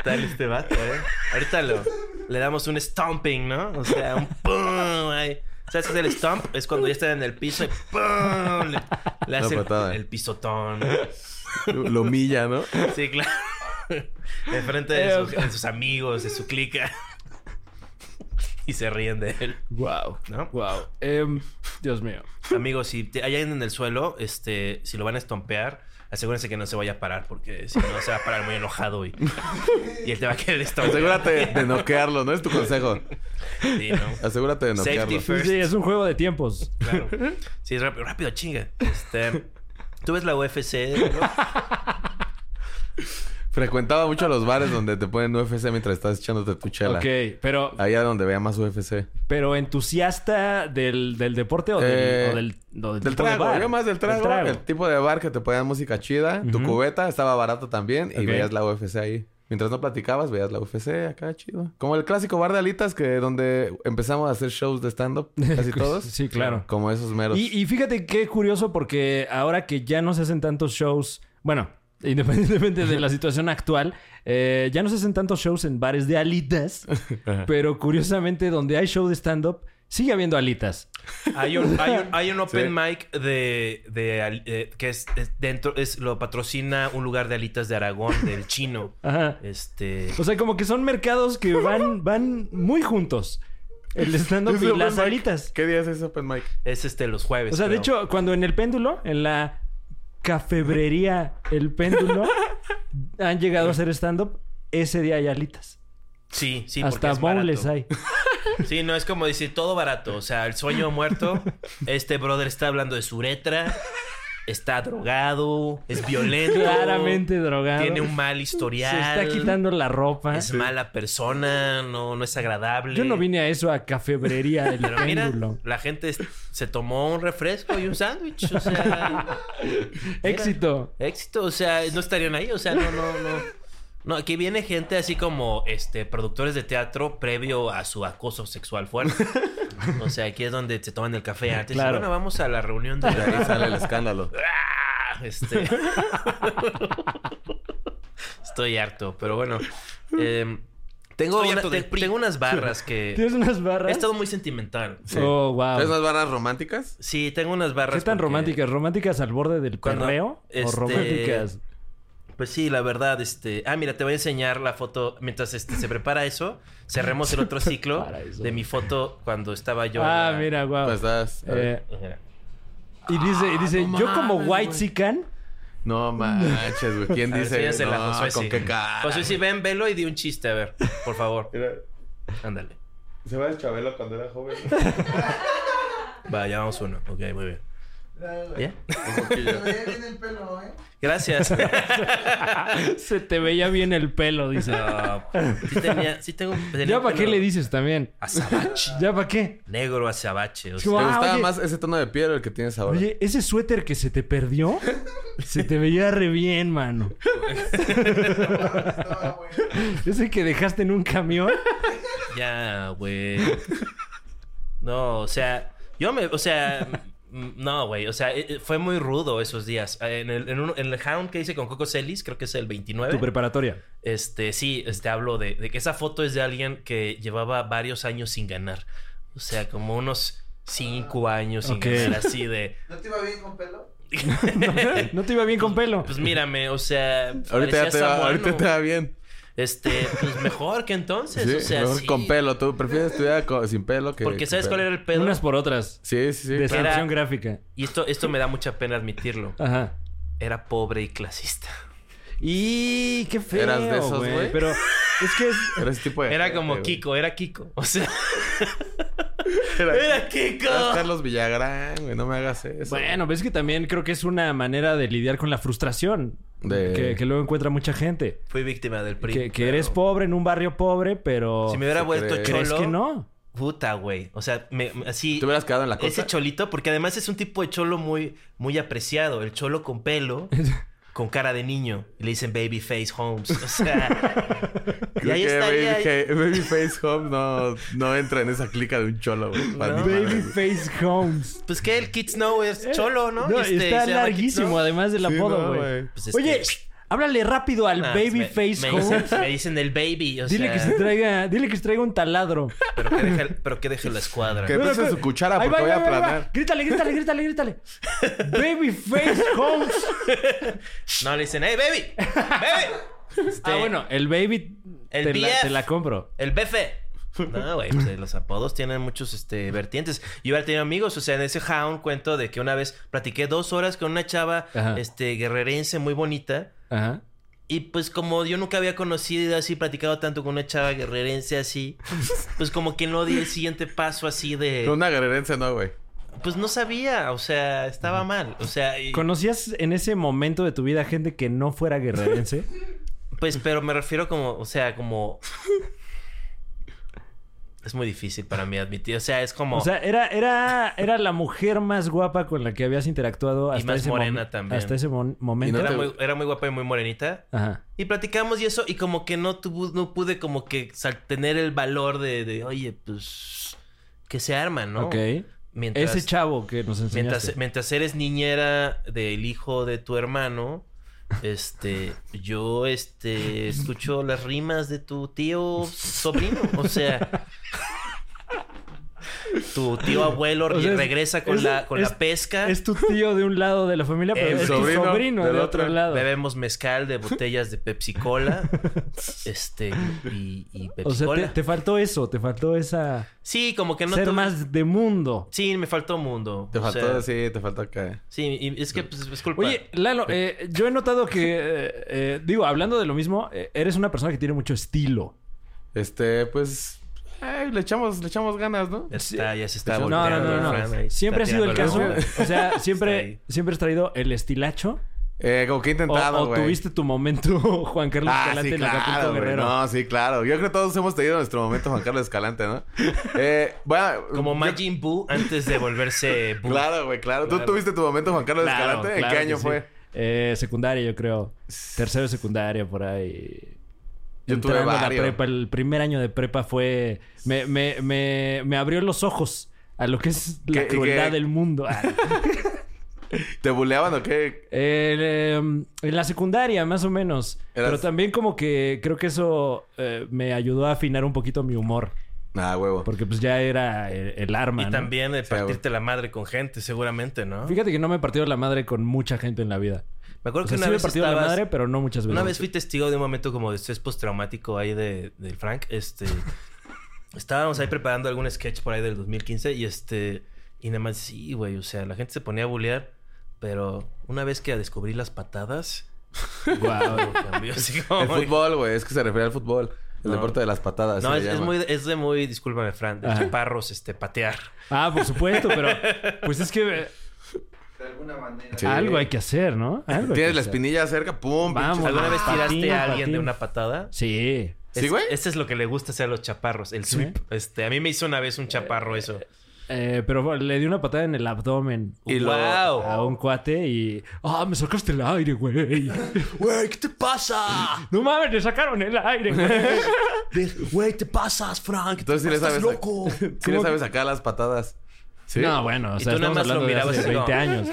S5: tal este vato, eh? Ahorita lo, le damos un stomping, ¿no? O sea, un pum ahí. ¿Sabes qué es el stomp? Es cuando ya está en el piso y ¡pum! Le, le hace el-
S4: patada.
S5: el, pisotón.
S4: Lo, lo humilla, ¿no?
S9: Sí, claro. Enfrente de, sus, de sus amigos, de su clica. Y se ríen de él.
S1: Wow.
S9: ¿No?
S1: Wow. Em, Dios mío.
S9: Amigos, si te hallan en el suelo, este, si lo van a estompear, asegúrense que no se vaya a parar, porque si no se va a parar muy enojado y, y él te va a querer estompear.
S4: Asegúrate de noquearlo, ¿no? Es tu consejo.
S9: Sí, ¿no?
S4: Asegúrate de
S9: Safety
S4: noquearlo.
S9: first.
S1: Sí, es un juego de tiempos.
S9: Claro. Sí, es rápido, rápido, chinga. Este, Tú ves la UFC, ¿no?
S4: Frecuentaba mucho los bares donde te ponen UFC mientras estás echándote tu chela.
S1: Ok, pero,
S4: Allá donde vea más UFC.
S1: pero entusiasta del, del deporte o del,
S4: Eh,
S1: o del, o del
S4: Del
S1: tipo de
S4: trago,
S1: bar.
S4: yo más del trago,
S1: Del trago.
S4: El tipo de bar que te ponían música chida. Tu
S1: Ujú.
S4: cubeta estaba barata también. Y
S1: Ok.
S4: veías la UFC ahí. Mientras no platicabas, veías la UFC acá, chido. Como el clásico bar de alitas que donde empezamos a hacer shows de stand-up. Casi todos.
S1: Sí, claro.
S4: Como esos meros.
S1: Y, y fíjate qué curioso porque ahora que ya no se hacen tantos shows, bueno, independientemente de la situación actual, eh, ya no se hacen tantos shows en bares de alitas, pero curiosamente donde hay show de stand-up sigue habiendo alitas.
S9: Hay un, hay un- hay un open
S4: Sí.
S9: mic de, de al- eh, que es, es dentro, es, lo patrocina un lugar de alitas de Aragón, del chino.
S1: Ajá.
S9: Este.
S1: O sea, como que son mercados que van, van muy juntos. El stand-up
S4: Es
S1: y
S4: open
S1: las
S4: mic.
S1: alitas.
S4: ¿Qué día es ese open mic?
S9: Es este los jueves.
S1: O sea, de
S9: creo.
S1: hecho, cuando en el péndulo, en la cafebrería El Péndulo, han llegado a hacer stand-up, ese día hay alitas.
S9: Sí, sí, porque
S1: Hasta
S9: es barato.
S1: bowls hay.
S9: Sí, no, es como decir todo barato. O sea, el sueño muerto. Este brother está hablando de su uretra. Está drogado. Es violento.
S1: Claramente drogado.
S9: Tiene un mal
S1: Se
S9: historial.
S1: está quitando la ropa.
S9: Es mala persona. No, no es agradable.
S1: Yo no vine a eso a cafebrería El
S9: Pero mira,
S1: Péndulo.
S9: la gente es- se tomó un refresco y un sándwich. O sea.
S1: Éxito.
S9: Éxito, o sea, no estarían ahí, o sea, no, no, no. No, aquí viene gente así como este productores de teatro previo a su acoso sexual fuerte. O sea, aquí es donde se toman el café antes. y,
S1: Claro.
S9: Bueno, vamos a la reunión de
S4: De ahí sale el escándalo.
S9: Ah, este. Estoy harto, pero bueno. Em, tengo,
S11: Estoy
S9: una-
S11: harto del
S9: te-
S11: PRI.
S9: tengo unas barras que
S1: ¿Tienes unas
S9: he
S1: barras?
S9: estado muy sentimental.
S4: Sí.
S1: Oh, wow.
S4: ¿Es más barras románticas?
S9: Sí, tengo unas barras
S1: ¿Qué tan
S9: porque-
S1: románticas? ¿Románticas al borde del
S9: Cuando,
S1: correo? ¿O
S9: este,
S1: románticas?
S9: Pues sí, la verdad, este. Ah, mira, te voy a enseñar la foto mientras este, se prepara eso. Cerremos el otro ciclo
S1: prepara eso.
S9: de mi foto cuando estaba yo. en
S1: Ah,
S9: la-
S1: mira, wow.
S4: Pues estás.
S1: Eh,
S9: Mira.
S1: y dice, y
S9: Ah,
S1: dice
S4: no
S1: yo como
S4: mames,
S1: white
S4: güey.
S1: sican,
S4: No manches, güey. ¿Quién
S9: A ver,
S4: dice?
S9: enséñasela a
S4: no,
S9: Josué, sí.
S4: con qué
S1: Ah,
S4: cara.
S9: Josué, sí, ven, velo y di un chiste, a ver, por favor.
S4: Mira,
S9: Ándale.
S4: Se va el Chabelo cuando era joven.
S9: Va, ya vamos uno. Ok, muy bien. ¿Ya?
S4: Un poquillo.
S7: bien el pelo, ¿eh?
S9: Gracias.
S1: se te veía bien el pelo, dice.
S9: No, sí, tenía, sí tengo. tenía
S1: ¿Ya para qué
S9: pelo
S1: le dices también?
S9: Azabache.
S1: ¿Ya para qué?
S9: Negro azabache. O
S1: Es
S9: sea,
S1: como,
S4: ¿Te
S1: ah,
S4: gustaba
S1: oye,
S4: más ese tono de piel o el que tienes ahora?
S1: Oye, ese suéter que se te perdió, se te veía re bien, mano.
S7: Estaba bueno.
S1: Ese que dejaste en un camión.
S9: Ya, güey. No, o sea, yo me, o sea, m- no, güey, o sea, eh, eh, fue muy rudo esos días. Eh, En el, en un- en el Hound que hice con Coco Celis, creo que es el 29.
S1: Tu preparatoria.
S9: Este, sí, este hablo de, de que esa foto es de alguien que llevaba varios años sin ganar. O sea, como unos cinco años sin
S1: Ok.
S9: ganar, así de,
S7: ¿No te iba bien con pelo?
S1: No te iba bien con pelo.
S9: pues mírame, o sea,
S4: ahorita
S9: parecía
S4: ya te va,
S9: Samuano.
S4: ahorita te va bien.
S9: Este, pues mejor que entonces,
S4: Sí,
S9: o sea,
S4: mejor
S9: sí.
S4: con pelo. Tú prefieres estudiar co- sin pelo que.
S9: Porque
S4: con
S9: ¿sabes cuál
S4: pelo?
S9: era el pedo?
S1: Unas por otras.
S4: Sí, sí, sí.
S1: Descripción
S9: Era-
S1: gráfica.
S9: Y esto, esto me da mucha pena admitirlo.
S1: Ajá.
S9: Era pobre y clasista.
S1: Y qué feo.
S4: Eras de esos, güey.
S1: Pero es que es.
S4: Era ese tipo de.
S9: Era
S4: gente,
S9: como
S4: güey.
S9: Kiko, era Kiko. O sea,
S4: Era,
S9: era Kiko.
S4: eras Carlos Villagrán, güey. No me hagas eso.
S1: Bueno, ves que también creo que es una manera de lidiar con la frustración
S4: De-
S1: que, que luego encuentra mucha gente.
S9: Fui víctima del PRI.
S1: Que, que
S9: pero
S1: eres pobre en un barrio pobre, pero
S9: Si me hubiera
S4: ¿Se
S9: vuelto
S4: cree?
S1: crees
S9: cholo.
S1: que no.
S9: Puta, güey. O sea, me- me- así.
S4: güey. Te hubieras quedado en la cosa.
S9: Ese cholito, porque además es un tipo de cholo muy, muy apreciado. El cholo con pelo, con cara de niño. Y le dicen babyface Holmes. O sea. y
S4: Creo
S9: ahí
S4: que
S9: estaría.
S4: Baby, que Babyface Home no, no entra en esa clica de un cholo, güey. Para
S9: No.
S4: mi madre, güey.
S1: Babyface Holmes.
S9: Pues que el Kids Know es cholo, ¿no?
S1: No,
S9: Este,
S1: está
S9: se llama Kids
S1: larguísimo,
S9: Know.
S1: además del
S4: Sí,
S1: apodo,
S4: no,
S1: güey.
S4: güey.
S9: Pues, este,
S1: Oye, Háblale rápido al
S9: Nah,
S1: babyface
S9: Ah, me, me
S1: Howard.
S9: dicen, me dicen el baby, o
S1: Dile
S9: sea,
S1: que se traiga, dile que se traiga un taladro.
S9: pero, que deje, pero que deje la escuadra.
S4: Que pese su cuchara porque voy a
S1: ahí va.
S4: planear.
S1: Grítale, grítale, grítale, grítale. Babyface Holmes.
S9: No, le dicen, hey, baby, baby. Este,
S1: Ah, bueno, el baby
S9: El
S1: te, la,
S9: BF.
S1: te la compro.
S9: El befe. No, güey, pues, eh, los apodos tienen muchos este, vertientes. Yo hubiera tenido amigos, o sea, en ese Hound cuento de que una vez platiqué dos horas con una chava
S1: Ajá.
S9: este, guerrerense muy bonita.
S1: Ajá.
S9: Y pues como yo nunca había conocido así, platicado tanto con una chava guerrerense así, pues como que no di el siguiente paso así
S4: Pero
S9: de...
S4: una guerrerense no, güey.
S9: Pues no sabía, o sea, estaba mal. O sea, y-
S1: ¿Conocías en ese momento de tu vida gente que no fuera guerrerense?
S9: pues pero me refiero como, o sea, como... Es muy difícil para mí admitir, o sea, es como...
S1: O sea, era, era, era la mujer más guapa con la que habías interactuado hasta
S9: más
S1: ese
S9: morena
S1: momen-
S9: también.
S1: Hasta ese mon- momento.
S9: era,
S4: te-
S9: muy, era muy guapa y muy morenita.
S1: Ajá.
S9: Y platicamos y eso, y como que no tuvo, no pude como que sal- tener el valor de, de, oye, pues, que se arma, ¿no?
S1: Ok.
S9: Mientras,
S1: Ese chavo que nos enseñaste.
S9: mientras, mientras eres niñera del hijo de tu hermano, este, yo, este, escucho las rimas de tu tío sobrino, o sea... Tu tío abuelo
S1: O sea, es-
S9: regresa con,
S1: es-
S9: la, con
S1: es-
S9: la pesca.
S1: Es tu tío de un lado de la familia, pero
S9: El
S1: es
S4: sobrino
S1: tu sobrino del,
S4: del
S1: otro,
S4: otro.
S1: lado.
S9: Bebemos mezcal de botellas de Pepsi Cola. este, y, y Pepsi
S1: O sea, te,
S9: Cola.
S1: te faltó eso, te faltó esa...
S9: Sí, como que no
S1: ser
S9: tuve-
S1: más de mundo.
S9: Sí, me faltó mundo.
S4: Te
S9: o
S4: faltó,
S9: sea,
S4: sí, te faltó acá.
S9: Sí, y es que pues, es culpa.
S1: Oye, Lalo, eh, yo he notado que, eh, eh, digo, hablando de lo mismo, eh, eres una persona que tiene mucho estilo.
S4: Este, pues. eh, le echamos, le echamos ganas, ¿no?
S9: Ya se está, ya se está
S4: No,
S1: No,
S9: volteando.
S1: no, no, no.
S9: Fran, ahí,
S1: Siempre ha
S9: está
S1: sido el caso.
S9: tirando la
S1: O sea, siempre,
S9: ahí.
S1: siempre has traído el estilacho.
S4: Eh, como que he
S1: O,
S4: intentado,
S1: o
S4: güey.
S1: tuviste tu momento, Juan Carlos
S4: Ah,
S1: Escalante
S4: sí,
S1: en Acapulco
S4: claro, güey.
S1: Guerrero.
S4: No, sí, claro. Yo creo que todos hemos tenido nuestro momento Juan Carlos Escalante, ¿no? Eh, bueno,
S9: Como
S4: yo-
S9: Majin Buu antes de volverse Buu.
S4: Claro, güey, claro.
S9: Claro.
S4: ¿Tú tuviste tu momento Juan Carlos
S1: Claro,
S4: Escalante? ¿En
S1: claro
S4: qué
S1: que
S4: año
S1: sí.
S4: fue?
S1: Eh, secundaria, yo creo. Tercero de secundaria, por ahí.
S4: Yo tuve
S1: Entrando a la
S4: varios.
S1: prepa. El primer año de prepa fue... Me, me, me, me abrió los ojos a lo que es la
S4: ¿Qué- qué-
S1: crueldad del mundo. Ah,
S4: ¿Te buleaban o qué?
S1: El, eh, en la secundaria, más o menos.
S4: Eras-
S1: Pero también como que creo que eso eh, me ayudó a afinar un poquito mi humor.
S4: Ah, huevo.
S1: Porque pues ya era el, el arma.
S9: Y
S1: ¿no?
S9: también de
S4: güey.
S9: partirte la madre con gente, seguramente, ¿no?
S1: Fíjate que no me he partido la madre con mucha gente en la vida.
S9: Me acuerdo
S1: O sea, sí
S9: que una
S1: me he
S9: vez
S1: partido la
S9: estabas-
S1: madre, pero no muchas veces.
S9: Una vez fui testigo de un momento como de estrés postraumático ahí de, del Frank. Este. estábamos ahí preparando algún sketch por ahí del 2015 y este. Y nada más, sí, güey. O sea, la gente se ponía a bulear, pero una vez que descubrí las patadas. Wow, cambió así como.
S4: El fútbol, güey. Es que se refiere al fútbol. El
S9: No.
S4: deporte de las patadas.
S9: No,
S4: se
S9: es,
S4: le
S9: es
S4: llama.
S9: muy, es de muy, discúlpame, Fran, de
S1: Ajá.
S9: chaparros, este, patear.
S1: Ah, por supuesto, pero... Pues es que eh,
S7: De alguna manera.
S4: Sí.
S1: algo hay que hacer, ¿no? Algo hay que
S4: Tienes la
S1: hacer.
S4: espinilla cerca, pum,
S1: Vamos.
S4: pinche-
S9: ¿Alguna vez
S1: patín,
S9: tiraste a alguien
S1: patín.
S9: de una patada?
S1: Sí.
S4: ¿Sí,
S9: Es-
S4: güey?
S9: Este es lo que le gusta hacer a los chaparros, el
S1: Sí.
S9: sweep. Este, a mí me hizo una vez un chaparro eso.
S1: Eh, pero bueno, le di una patada en el abdomen.
S4: Y lo-
S9: ¡Wow!
S1: A un cuate y... ¡Ah, me sacaste el aire, güey!
S9: Güey, ¿qué te pasa?
S1: ¡No mames, le sacaron el aire, güey!
S9: Güey, te pasas, Frank.
S4: Entonces sí le sabes.
S9: loco.
S4: Sí le sabes sacar las patadas. Sí.
S1: No, bueno, o
S9: Y
S1: sea,
S9: tú nada
S1: estamos
S9: más lo
S1: hablando de
S9: mirabas
S1: hace
S9: y
S1: 20
S9: no.
S1: años.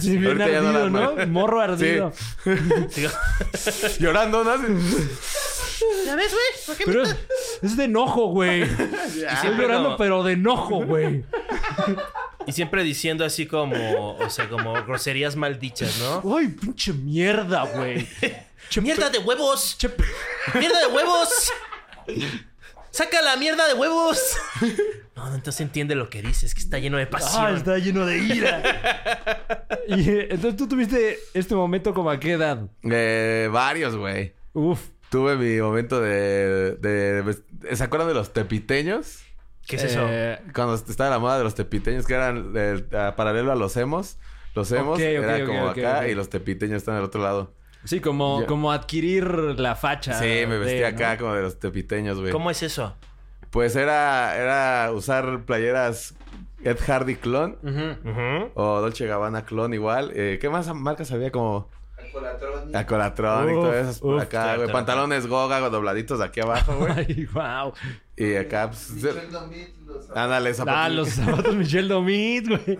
S1: Sí, bien
S4: Ahorita ya no
S1: ardido,
S4: las
S1: ¿no?
S4: manos.
S1: Morro ardido.
S4: Llorando, ¿no?
S9: ¿Ya ves, güey? ¿Por qué
S1: Pero es, es de enojo, güey. Estoy
S9: siempre
S1: llorando,
S9: como-
S1: pero de enojo, güey.
S9: Y siempre diciendo así como, o sea, como groserías maldichas, ¿no?
S1: ¡Ay, pinche mierda, güey! Che,
S9: ¡Mierda de huevos!
S1: che,
S9: ¡Mierda de huevos! ¡Saca la mierda de huevos! No, no, entonces entiende lo que dices, que está lleno de
S1: ¡Ah,
S9: pasión.
S1: está lleno de ira! y eh, entonces tú tuviste este momento como a qué edad.
S4: Eh, varios, güey.
S1: Uf.
S4: Tuve mi momento de, de, de- ¿Se acuerdan de los tepiteños?
S9: ¿Qué es eso?
S1: Eh,
S4: Cuando estaba la moda de los tepiteños, que eran eh, a- paralelo a los emos. Los
S1: Ok, ok,
S4: emos era
S1: ok,
S4: como
S1: ok,
S4: acá
S1: ok.
S4: y los tepiteños están al otro lado.
S1: sí, como,
S4: Ya.
S1: como adquirir la facha.
S4: sí, me vestí
S1: de,
S4: acá
S1: ¿no?
S4: como de los tepiteños, güey.
S9: ¿Cómo es eso?
S4: Pues era, era usar playeras Ed Hardy clon
S9: Ujú.
S4: o Dolce Gabbana clon igual. Eh, ¿Qué más marcas había como
S7: Alcolatron.
S4: Acolatron y
S1: Uf,
S4: todas esas por
S1: uf,
S4: acá, güey?
S9: claro.
S4: Pantalones Goga dobladitos de aquí abajo, güey.
S1: Ay, wow.
S4: y acá... pues,
S7: Michel Domit, los
S4: Ándale, zapatos.
S1: Ah, los zapatos Michelle Domit, güey.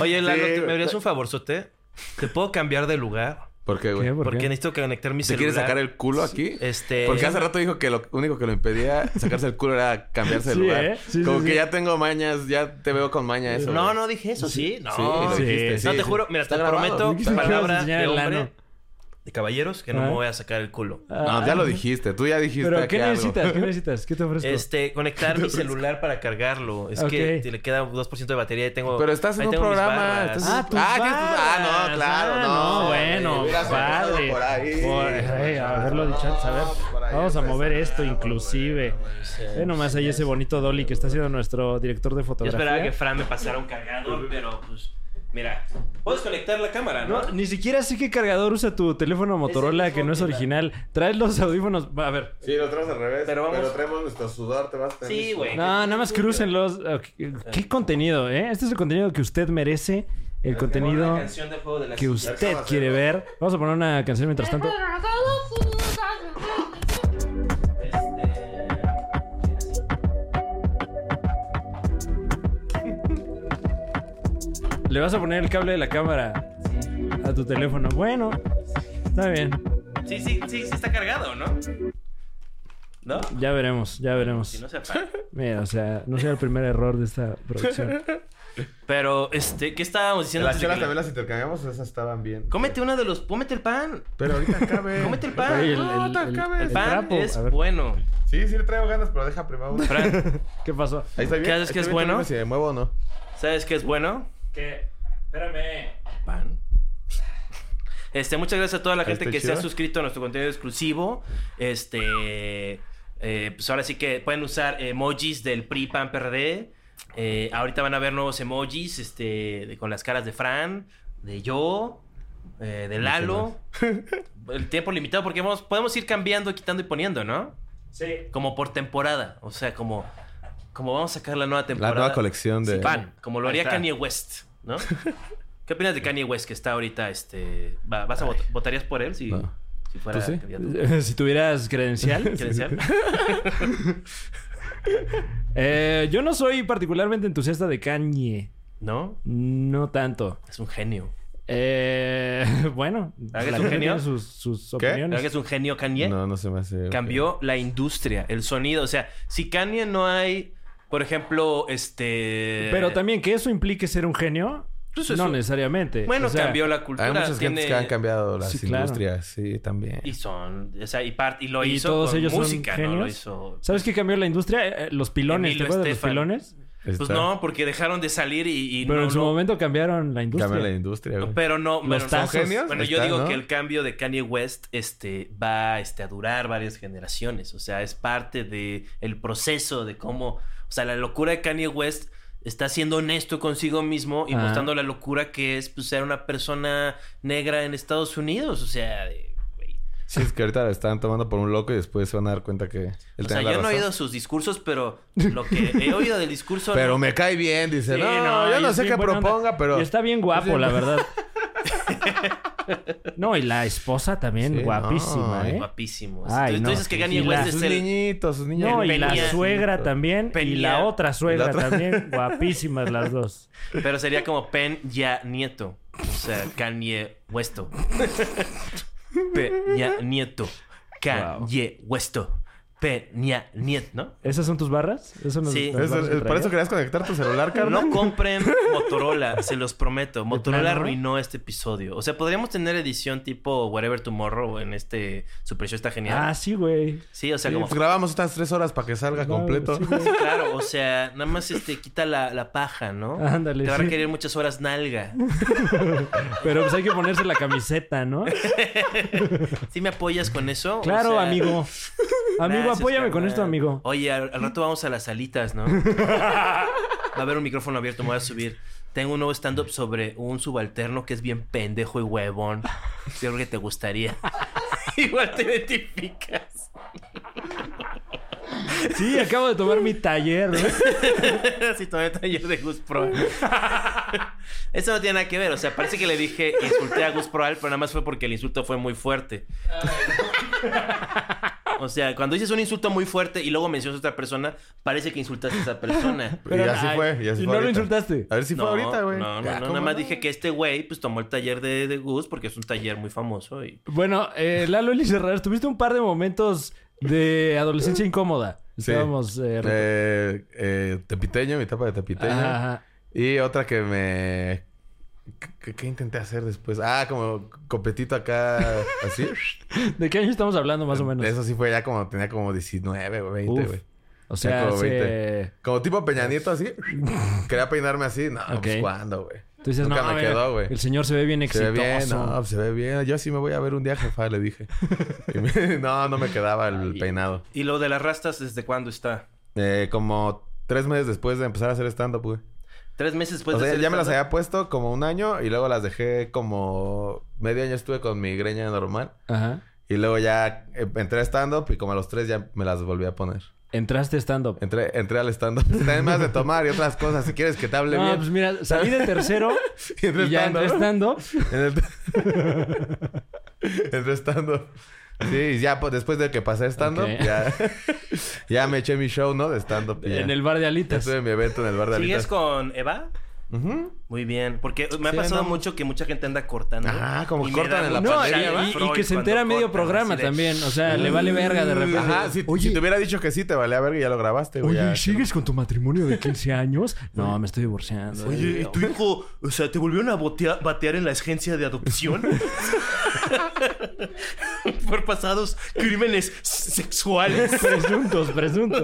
S9: Oye, Lalo,
S4: Sí,
S9: ¿te- ¿me
S4: güey.
S9: harías un favorzote? ¿Te puedo cambiar de lugar?
S10: ¿Por qué, güey?
S1: ¿Qué? ¿Por
S9: Porque
S1: qué?
S9: necesito conectar mi
S10: ¿Te
S9: celular.
S10: quieres sacar el culo aquí?
S9: Este...
S10: Porque hace rato dijo que lo único que lo impedía sacarse el culo era cambiarse de
S1: Sí,
S10: lugar.
S1: ¿eh? Sí,
S10: Como
S1: sí,
S10: que
S1: sí.
S10: ya tengo mañas, ya te veo con maña eso.
S9: No,
S10: güey.
S9: no dije eso, sí. No,
S10: Sí, lo
S1: Sí.
S10: dijiste, sí,
S9: no te
S10: sí.
S9: juro. Mira,
S10: Está
S9: te
S10: grabado.
S9: prometo,
S1: Está grabado.
S9: palabra
S1: Enseñar
S9: de
S1: el
S9: hombre,
S1: ano.
S9: de caballeros, que no
S1: Ah.
S9: me voy a sacar el culo.
S10: No, ya lo dijiste. Tú ya dijiste
S1: Pero, ¿qué
S10: aquí algo.
S1: necesitas? ¿Qué necesitas? ¿Qué te ofrezco?
S9: Este, conectar mi celular para cargarlo. Es que
S1: Ok.
S9: te le queda un 2% de batería y tengo.
S10: Pero estás en
S9: ahí
S10: un
S9: tengo mis
S10: programa.
S9: barras.
S10: estás-
S1: Ah, tus
S10: que- ah, no,
S1: barras.
S10: claro,
S1: Ah,
S10: no.
S1: no, bueno,
S10: Hubieras
S1: padre.
S10: empezado Por ahí.
S1: Por- ay, a verlo dicho antes, a ver.
S10: No, por ahí
S1: Vamos a mover esto,
S10: empezamos,
S1: inclusive.
S9: Ah,
S1: Ve nomás ahí ese bonito Dolly que está haciendo nuestro director de
S9: Yo
S1: fotografía.
S9: esperaba que Fran me pasara un cargador, pero pues. Mira, puedes conectar la cámara, ¿no?
S1: No, ni siquiera sé qué cargador usa tu teléfono Motorola
S9: mismo
S1: que no es
S9: que la-
S1: original. Traes los audífonos. A ver.
S10: Sí, lo traes al revés.
S9: Pero
S10: Pero,
S9: vamos-
S10: traemos nuestro sudor, te vas a tener.
S9: Sí, güey.
S1: No, nada más crúcenlos. Ok, ¿Qué contenido, eh? Este es el contenido que usted merece. El
S9: Una
S1: contenido
S9: canción del juego de la
S1: que
S9: silla.
S1: usted quiere ver. Vamos a poner una canción mientras tanto.
S9: este,
S1: Le vas a poner el cable de la cámara a tu teléfono. Bueno, está bien.
S9: Sí, sí, sí, sí está cargado, ¿no? ¿No?
S1: Ya veremos, ya
S9: Si
S1: veremos.
S9: no se apaga.
S1: Mira, o sea, no sea el primer error de esta producción.
S9: Pero, este, ¿qué estábamos diciendo?
S10: Las
S9: antes de
S10: chelas
S9: que-
S10: también las intercambiamos, esas estaban bien.
S9: Cómete una de los. Cómete el pan.
S10: Pero ahorita cabe.
S9: Cómete el pan.
S1: Oye, el,
S10: No,
S1: el-
S10: te
S1: el-
S10: acabes.
S1: el
S9: El pan
S1: trapo.
S9: es
S1: A ver,
S9: bueno.
S10: Sí, sí le traigo ganas, pero deja primero una.
S9: Fran,
S1: ¿Qué pasó?
S10: Ahí está bien.
S9: ¿Qué haces
S10: ahí
S9: que
S10: está
S9: es
S10: bien,
S9: bueno?
S10: dime Si me muevo o no.
S9: ¿sabes qué es bueno?
S1: Que, espérame.
S9: Pan. Este, muchas gracias a toda la gente
S10: ¿Está
S9: que se
S10: chido?
S9: ha suscrito a nuestro contenido exclusivo. Este. eh, pues ahora sí que pueden usar emojis del PRI PAN PRD. Eh, ahorita van a ver nuevos emojis. Este. de- con las caras de Fran, de yo, eh, de Lalo. El tiempo limitado, porque vamos- podemos ir cambiando, quitando y poniendo, ¿no?
S1: Sí.
S9: Como por temporada. O sea, como. Como vamos a sacar la nueva
S10: La
S9: temporada.
S10: nueva colección de.
S9: Sí, pan, como lo
S6: Ahí
S9: haría
S6: está.
S9: Kanye West, ¿no? ¿Qué opinas de Kanye West que está ahorita, este, va- vas a vot- votarías por él si,
S10: No.
S9: si fuera
S10: ¿Tú sí?
S9: candidato
S1: Pues Si tuvieras credencial.
S9: presidencial?
S1: Eh, yo no soy particularmente entusiasta de Kanye.
S9: ¿No?
S1: No tanto.
S9: Es un genio.
S1: Eh, bueno,
S9: ¿Ah, que es
S1: la
S9: un
S1: gente
S9: genio?
S1: tiene sus, sus
S10: ¿Qué?
S9: ¿Verdad
S1: opiniones.
S9: que es un genio Kanye?
S10: No, no se me hace.
S9: Cambió la industria, el sonido. O sea, si Kanye no hay, por ejemplo, este...
S1: Pero también que eso implique ser un genio,
S9: Pues eso-
S1: no necesariamente.
S9: Bueno,
S1: O sea,
S9: cambió la
S10: Ok.
S9: cultura.
S10: Hay muchas
S9: tiene-
S10: gentes que han cambiado las
S1: Sí, claro.
S10: industrias, sí, también.
S9: Y son... O sea, y, part- y lo
S1: Y
S9: hizo
S1: todos
S9: con
S1: ellos son
S9: música, ¿no? Lo
S1: genios.
S9: hizo...
S1: ¿Sabes qué cambió la industria? Eh, eh, Los pilones, ¿te
S9: Emilio
S1: acuerdas de los
S9: Estefan.
S1: pilones?
S9: Pues no, porque dejaron de salir y, y
S1: Pero
S9: no...
S1: en su
S9: no-
S1: momento cambiaron la industria.
S10: Cambió la industria, güey.
S9: Pero no, bueno,
S1: tazos.
S9: son
S10: genios,
S9: Bueno,
S10: ahí
S9: yo
S10: está,
S9: digo
S10: ¿no?
S9: que el cambio de Kanye West este, va este, a durar varias generaciones. O sea, es parte de el proceso de cómo. O sea, la locura de Kanye West está siendo honesto consigo mismo y
S1: Ah.
S9: mostrando la locura que es pues, ser una persona negra en Estados Unidos. O sea, de- güey.
S10: Sí, es que ahorita lo están tomando por un loco y después se van a dar cuenta que él
S9: O sea,
S10: tenía
S9: yo
S10: la
S9: no he
S10: razón.
S9: oído sus discursos, pero lo que he oído del discurso.
S10: Pero me cae bien, dice.
S1: Sí,
S10: no, yo
S1: y
S10: no
S1: es
S10: sé
S1: bien
S10: qué
S1: buena onda.
S10: proponga, pero.
S1: Y está bien guapo, la verdad. no, y la esposa también,
S10: Sí,
S1: guapísima,
S10: no,
S1: ¿eh?
S9: Guapísimo.
S1: Ay,
S9: tú, tú
S1: no,
S9: dices que
S1: sí,
S9: Kanye
S1: sí,
S9: West
S1: la-
S9: es
S10: Sus
S9: el.
S10: niñitos, sus niños.
S1: No, y la
S9: Peña.
S1: suegra también. Y la
S9: Peña.
S1: otra suegra
S10: otra.
S1: también. Guapísimas las dos.
S9: Pero sería como Peña Nieto. O sea, Kanye Huesto. Peña Nieto. Kanye Huesto. Peña Nieto, ¿no?
S1: ¿Esas son tus barras? ¿Eso nos-
S9: Sí.
S1: las barras
S10: Eso-
S1: que
S10: es- Pues, eh, por eso
S1: traías?
S10: querías conectar tu celular, carnal.
S9: No compren Motorola, se los prometo. Motorola
S1: plano?
S9: arruinó este episodio. O sea, podríamos tener edición tipo Whatever Tomorrow en este Super Show está genial.
S1: Ah, sí, güey.
S9: sí, o sea,
S10: Sí,
S9: como
S10: pues grabamos estas tres horas para que salga
S1: No,
S10: completo.
S1: sí, güey.
S9: claro, o sea, nada más este quita la, la paja, ¿no?
S1: Ándale,
S9: Te va a
S1: Ah, sí.
S9: requerir muchas horas nalga.
S1: Pero pues hay que ponerse la camiseta, ¿no?
S9: ¿Sí me apoyas con eso? O
S1: Claro,
S9: sea,
S1: amigo. Amigo,
S9: Gracias,
S1: apóyame con
S9: carnal.
S1: esto, amigo.
S9: Oye, al, al rato vamos a las salitas, ¿no? Va a haber un micrófono abierto, me voy a subir. Tengo un nuevo stand-up sobre un subalterno que es bien pendejo y huevón. Yo creo que te gustaría. Igual te identificas.
S1: Sí, acabo de tomar mi taller. ¿no?
S9: Así tomé taller de Gus Proal. Eso no tiene nada que ver. O sea, parece que le dije que insulté a Gus Proal, pero nada más fue porque el insulto fue muy fuerte. O sea, cuando dices un insulto muy fuerte y luego mencionas a otra persona, parece que insultaste a esa persona.
S4: Y así fue, y así
S1: Y
S4: fue
S1: no lo
S4: ahorita.
S1: insultaste.
S4: A ver si fue ahorita, güey.
S9: No, no,
S4: Ah,
S9: no.
S4: ¿cómo
S9: Nada más
S4: no?
S9: dije que este güey pues tomó el taller de, de Gus porque es un taller muy famoso y...
S1: Bueno, eh, Lalo Elis Herrera, tuviste un par de momentos de adolescencia incómoda.
S4: Sí.
S1: Estábamos... eh,
S4: Eh, eh, tepiteño, mi etapa de tepiteño.
S1: Ajá.
S4: Y otra que me... ¿Qué, qué intenté hacer después? Ah, como copetito acá, así.
S1: ¿De qué año estamos hablando más o menos?
S4: Eso sí fue ya como... Tenía como 19 o 20,
S1: Uf.
S4: güey.
S1: O sea,
S4: Tenía como,
S1: hace-
S4: 20. como tipo peñanito así. Quería peinarme así. No,
S1: Ok.
S4: pues ¿cuándo, güey?
S1: tú dices,
S4: Nunca
S1: no,
S4: me
S1: mira,
S4: quedó, güey.
S1: El señor se ve bien
S4: Se ve
S1: exitoso.
S4: bien, no, pues, se ve bien. Yo sí me voy a ver un día, jefa, le dije. Y me- no, no me quedaba el peinado.
S9: ¿Y lo de las rastas desde cuándo está?
S4: Eh, como tres meses después de empezar a hacer stand-up, güey.
S9: Tres meses después
S4: o sea,
S9: de hacer
S4: ya me las
S9: stand-up?
S4: había puesto como un año y luego las dejé como medio año estuve con mi greña normal.
S1: Ajá.
S4: Y luego ya eh, entré a stand-up y como a los tres ya me las volví a poner.
S1: Entraste stand-up.
S4: Entré, entré al stand-up. Pues También más de tomar y otras cosas. Si quieres que te hable
S1: No,
S4: bien.
S1: pues mira, salí de tercero
S4: Y
S1: y ya
S4: stand-up.
S1: entré stand-up.
S4: En el- Entré stand-up. Sí, y ya pues, después de que pasé stand-up,
S1: Ok.
S4: ya, ya me eché mi show, ¿no? De stand-up. y ya.
S1: En el bar de
S4: Ya
S1: alitas.
S4: Estuve en mi evento en el bar de
S9: ¿Sigues
S4: Alitas.
S9: con Eva?
S4: Ujú.
S9: Muy bien, porque me ha
S4: Sí,
S9: pasado
S4: no.
S9: mucho que mucha gente anda cortando.
S4: Ajá, como
S9: Y me
S4: cortan
S9: da
S4: en la
S9: mucha
S1: No, y,
S4: pandemia,
S9: chagra
S4: ¿va?
S1: y- y
S9: Freud
S1: que se entera
S9: cuando
S1: medio
S9: cortan,
S1: programa
S9: así de,
S1: también. O sea, le vale verga de repente.
S4: Ajá, si,
S1: Oye.
S4: si te hubiera dicho que sí, te valía verga y ya lo grabaste, güey.
S1: Oye,
S4: ya.
S1: ¿sigues con tu matrimonio de 15 años? No, me estoy divorciando.
S9: Oye, ¿y tu hijo, o sea, te volvieron a botea- batear en la agencia de adopción? Por pasados crímenes sexuales.
S1: Presuntos, presuntos.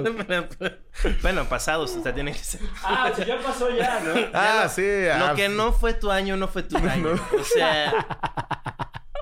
S9: bueno, pasados, o sea, tiene que ser.
S12: Ah, si ya pasó ya, ¿no?
S4: Ah, sí. ah,
S9: Lo que no fue tu año, no fue tu año. O sea,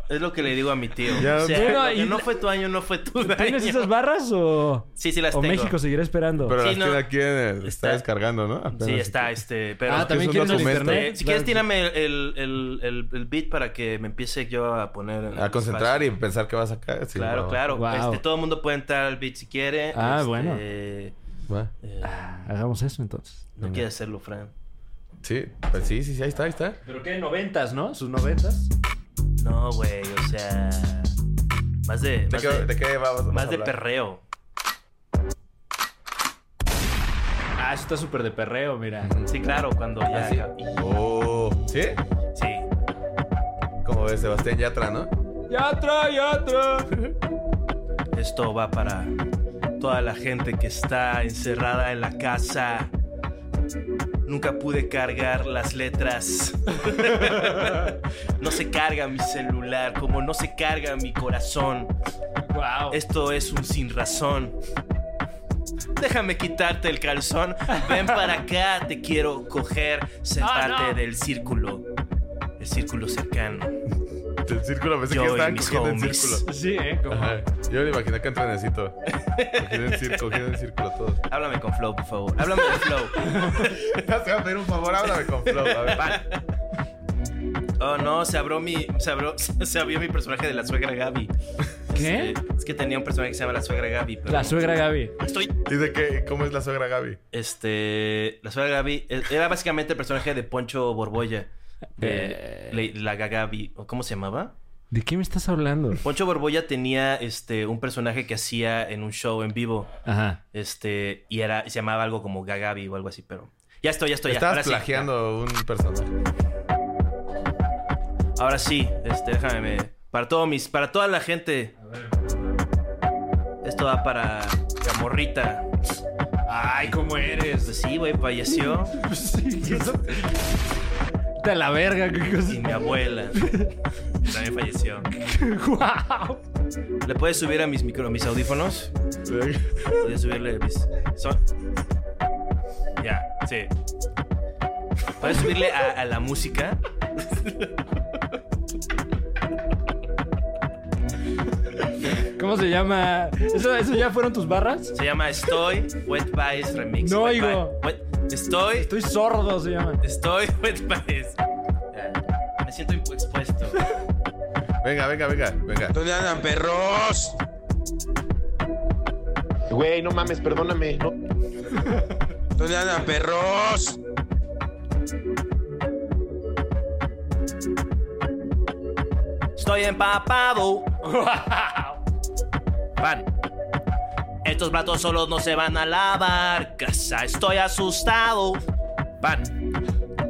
S9: es lo que le digo a mi tío.
S4: Ya.
S9: O sea,
S1: Bueno,
S9: lo
S1: y
S9: que no
S1: la-
S9: fue tu año, no fue tu año.
S1: ¿Tienes esas barras o,
S9: Sí, sí las
S1: o
S9: tengo.
S1: México seguirá esperando?
S4: Pero
S9: Sí,
S4: las
S9: no.
S4: tiene aquí en el... Está
S9: Está-
S4: descargando, ¿no? Apenas.
S9: Sí, está, este, pero...
S1: ah, también
S4: es un
S1: quieres el
S4: documento.
S1: internet.
S9: Eh, si quieres,
S1: Claro.
S9: tírame el, el, el, el beat para que me empiece yo a poner... en
S4: A
S9: el
S4: concentrar
S9: espacio.
S4: y pensar qué vas a sacar. Sí,
S9: Claro,
S4: va,
S9: claro.
S1: Wow.
S9: Este, todo el mundo puede entrar al beat si quiere.
S1: Ah,
S9: Este,
S1: bueno.
S9: eh,
S4: va, va.
S1: Hagamos eso entonces.
S9: no quiere hacerlo, Fran.
S4: Sí, pues sí, sí, sí, ahí está, ahí está.
S5: Pero qué, noventas, ¿no? Sus noventas.
S9: No, güey, o sea... Más de...
S4: ¿De
S9: Más
S4: qué,
S9: de,
S4: de qué vamos, vamos
S9: más
S4: a
S9: de
S4: hablar?
S9: perreo.
S5: Ah, eso está súper de perreo, mira.
S9: Sí, claro, cuando
S4: Ah.
S9: ya...
S4: Oh, ¿sí?
S9: Sí.
S4: Como de Sebastián Yatra, ¿no?
S1: ¡Yatra, yatra!
S9: Esto va para toda la gente que está encerrada en la casa. Nunca pude cargar las letras. no se carga mi celular, como no se carga mi corazón.
S5: Wow.
S9: Esto es un sin razón. Déjame quitarte el calzón. Ven para acá, te quiero coger. Sé
S4: Ah,
S9: parte del círculo. El círculo cercano.
S4: El círculo, pensé
S9: Yo
S4: que
S9: y
S4: estaban
S9: mis
S4: cogiendo en
S9: homies.
S4: círculo.
S5: Sí, ¿eh? Como-
S4: Ajá. Yo me imaginé que en trenecito. Cogiendo en círculo, cogiendo en círculo todos.
S9: Háblame con Flow, por favor. Háblame con Flow.
S4: Ya Te voy a pedir un favor, háblame con Flow. A ver, va.
S9: Oh, no, se abrió mi. Se abrió, se abrió mi personaje de la suegra Gaby.
S1: ¿Qué?
S9: Este, es que tenía un personaje que se llama la suegra Gaby. Pero
S1: La suegra Gaby.
S9: Estoy.
S4: ¿Y de qué? ¿Cómo es la suegra Gaby?
S9: Este. La suegra Gaby eh, era básicamente el personaje de Poncho Borbolla.
S1: Eh.
S9: De Le- la Gagabi. ¿o ¿Cómo se llamaba?
S1: ¿De qué me estás hablando?
S9: Poncho Borbolla tenía este un personaje que hacía en un show en vivo.
S1: Ajá.
S9: Este. Y era. Se llamaba algo como Gagabi o algo así, pero. Ya estoy, ya estoy. ya. Ahora
S4: Estabas
S9: sí.
S4: plagiando un personaje.
S9: Ahora sí, este, déjame. me- Para todo mis. Para toda la gente. Esto va para Camorrita.
S5: Ay, ¿cómo eres?
S9: Pues sí, güey, falleció.
S1: Vete a la verga, qué
S9: Y
S1: cosa.
S9: mi abuela. También falleció. ¿Le puedes subir a mis micro, mis audífonos? Podría subirle mis. Son. Ya, sí. ¿Puedes subirle a, a la música?
S1: ¿Cómo se llama? ¿Eso, ¿Eso ya fueron tus barras?
S9: Se llama Estoy Wet Pies Remix.
S1: No
S9: Wet
S1: oigo.
S9: Pies- Wet- Estoy
S1: Estoy sordo, se llama.
S9: Estoy wet pies. Ya, Me siento impu- expuesto.
S4: Venga, venga, venga, venga.
S13: ¿Dónde andan, perros?
S10: Güey, no mames, perdóname. No,
S13: ¿Dónde andan, perros?
S9: Estoy empapado. Pan. Estos platos solos no se van a lavar. Casa, estoy asustado. Van.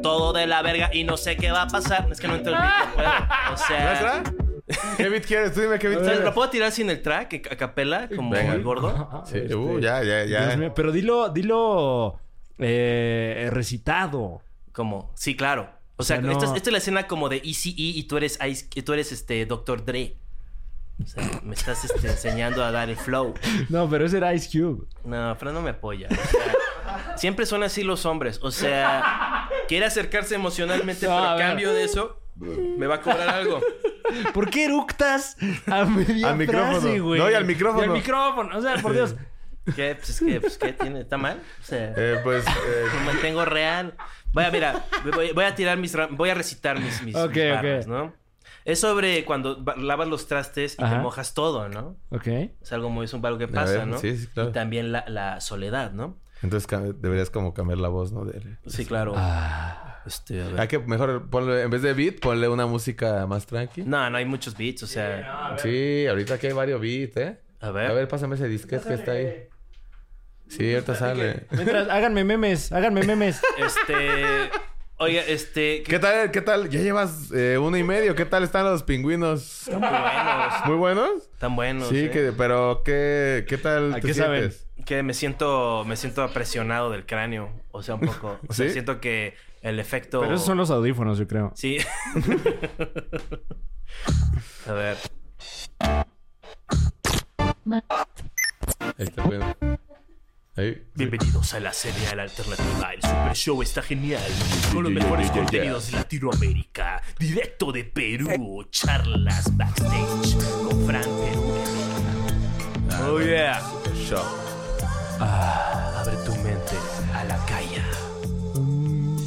S9: Todo de la verga y no sé qué va a pasar. Es que no entro el micro, O sea.
S4: ¿Qué bit quieres? Tú dime qué bit
S9: ¿Sabes?
S4: quieres.
S9: ¿Lo puedo tirar sin el track? ¿A capela? Como
S4: Venga.
S9: el gordo.
S4: Sí, uh, ya, ya, ya.
S1: Este, Dios mío, pero dilo, dilo eh, recitado.
S9: Como, sí, claro. O sea,
S1: no-
S9: esta, es, esta es la escena como de ECE y tú eres Ice- y tú eres este Dr. Dre. O sea, me estás este, enseñando a dar el flow.
S1: No, pero ese era Ice Cube.
S9: No, Fran no me apoya. O sea, siempre son así los hombres. O sea, quiere acercarse emocionalmente,
S1: No,
S9: pero
S1: a
S9: a
S1: ver.
S9: cambio de eso, me va a cobrar algo.
S1: ¿Por qué eructas a media
S9: Al micrófono.
S1: frase, güey?
S9: No, y al micrófono.
S1: Y al micrófono. O sea, por Dios.
S9: ¿Qué? Pues, es que, pues, ¿qué tiene? ¿Está mal? O sea,
S4: Eh, pues. eh,
S9: me mantengo real. Voy a, mira, voy, voy a tirar mis. ra- Voy a recitar mis, mis,
S1: Ok,
S9: mis
S1: ok.
S9: barras, ¿no? Es sobre cuando ba- lavas los trastes y
S1: Ajá.
S9: te mojas todo, ¿no?
S1: Ok.
S9: Es algo muy, es un- algo que pasa,
S4: ver,
S9: ¿no?
S4: sí, sí, claro.
S9: Y también la, la soledad, ¿no?
S4: Entonces ca- deberías como cambiar la voz, ¿no? De-
S9: Sí, claro.
S1: Ah.
S9: Este, a ver.
S4: Hay que mejor ponle, en vez de beat, ponle una música más tranqui.
S9: No, no hay muchos beats, o sea.
S4: Sí, ahorita aquí hay varios beats, ¿eh? A ver. A ver, pásame ese disquete que está ahí. Sí, ahorita sale.
S1: Mientras, háganme memes, háganme memes.
S9: Este. Oiga, este.
S4: ¿Qué tal? ¿Qué tal? Ya llevas eh, uno y medio. ¿Qué tal están los pingüinos?
S9: Están muy buenos.
S4: ¿Muy buenos?
S9: Están buenos.
S4: Sí,
S9: ¿eh?
S4: que, pero ¿qué, qué tal te sientes?
S9: Que me siento, me siento presionado del cráneo. O sea, un poco. O sea,
S1: ¿Sí?
S9: siento que el efecto.
S1: Pero esos son los audífonos, yo creo.
S9: Sí. A ver.
S4: Ahí está bueno. Ahí.
S9: Bienvenidos a la serial alternativa. El Super Show está genial. Con los
S4: Ya, ya,
S9: mejores
S4: ya, ya, ya.
S9: contenidos de Latinoamérica. Directo de Perú. Charlas backstage con Fran Perú. Oh, yeah.
S4: Show.
S9: Ah, abre tu mente a la calla.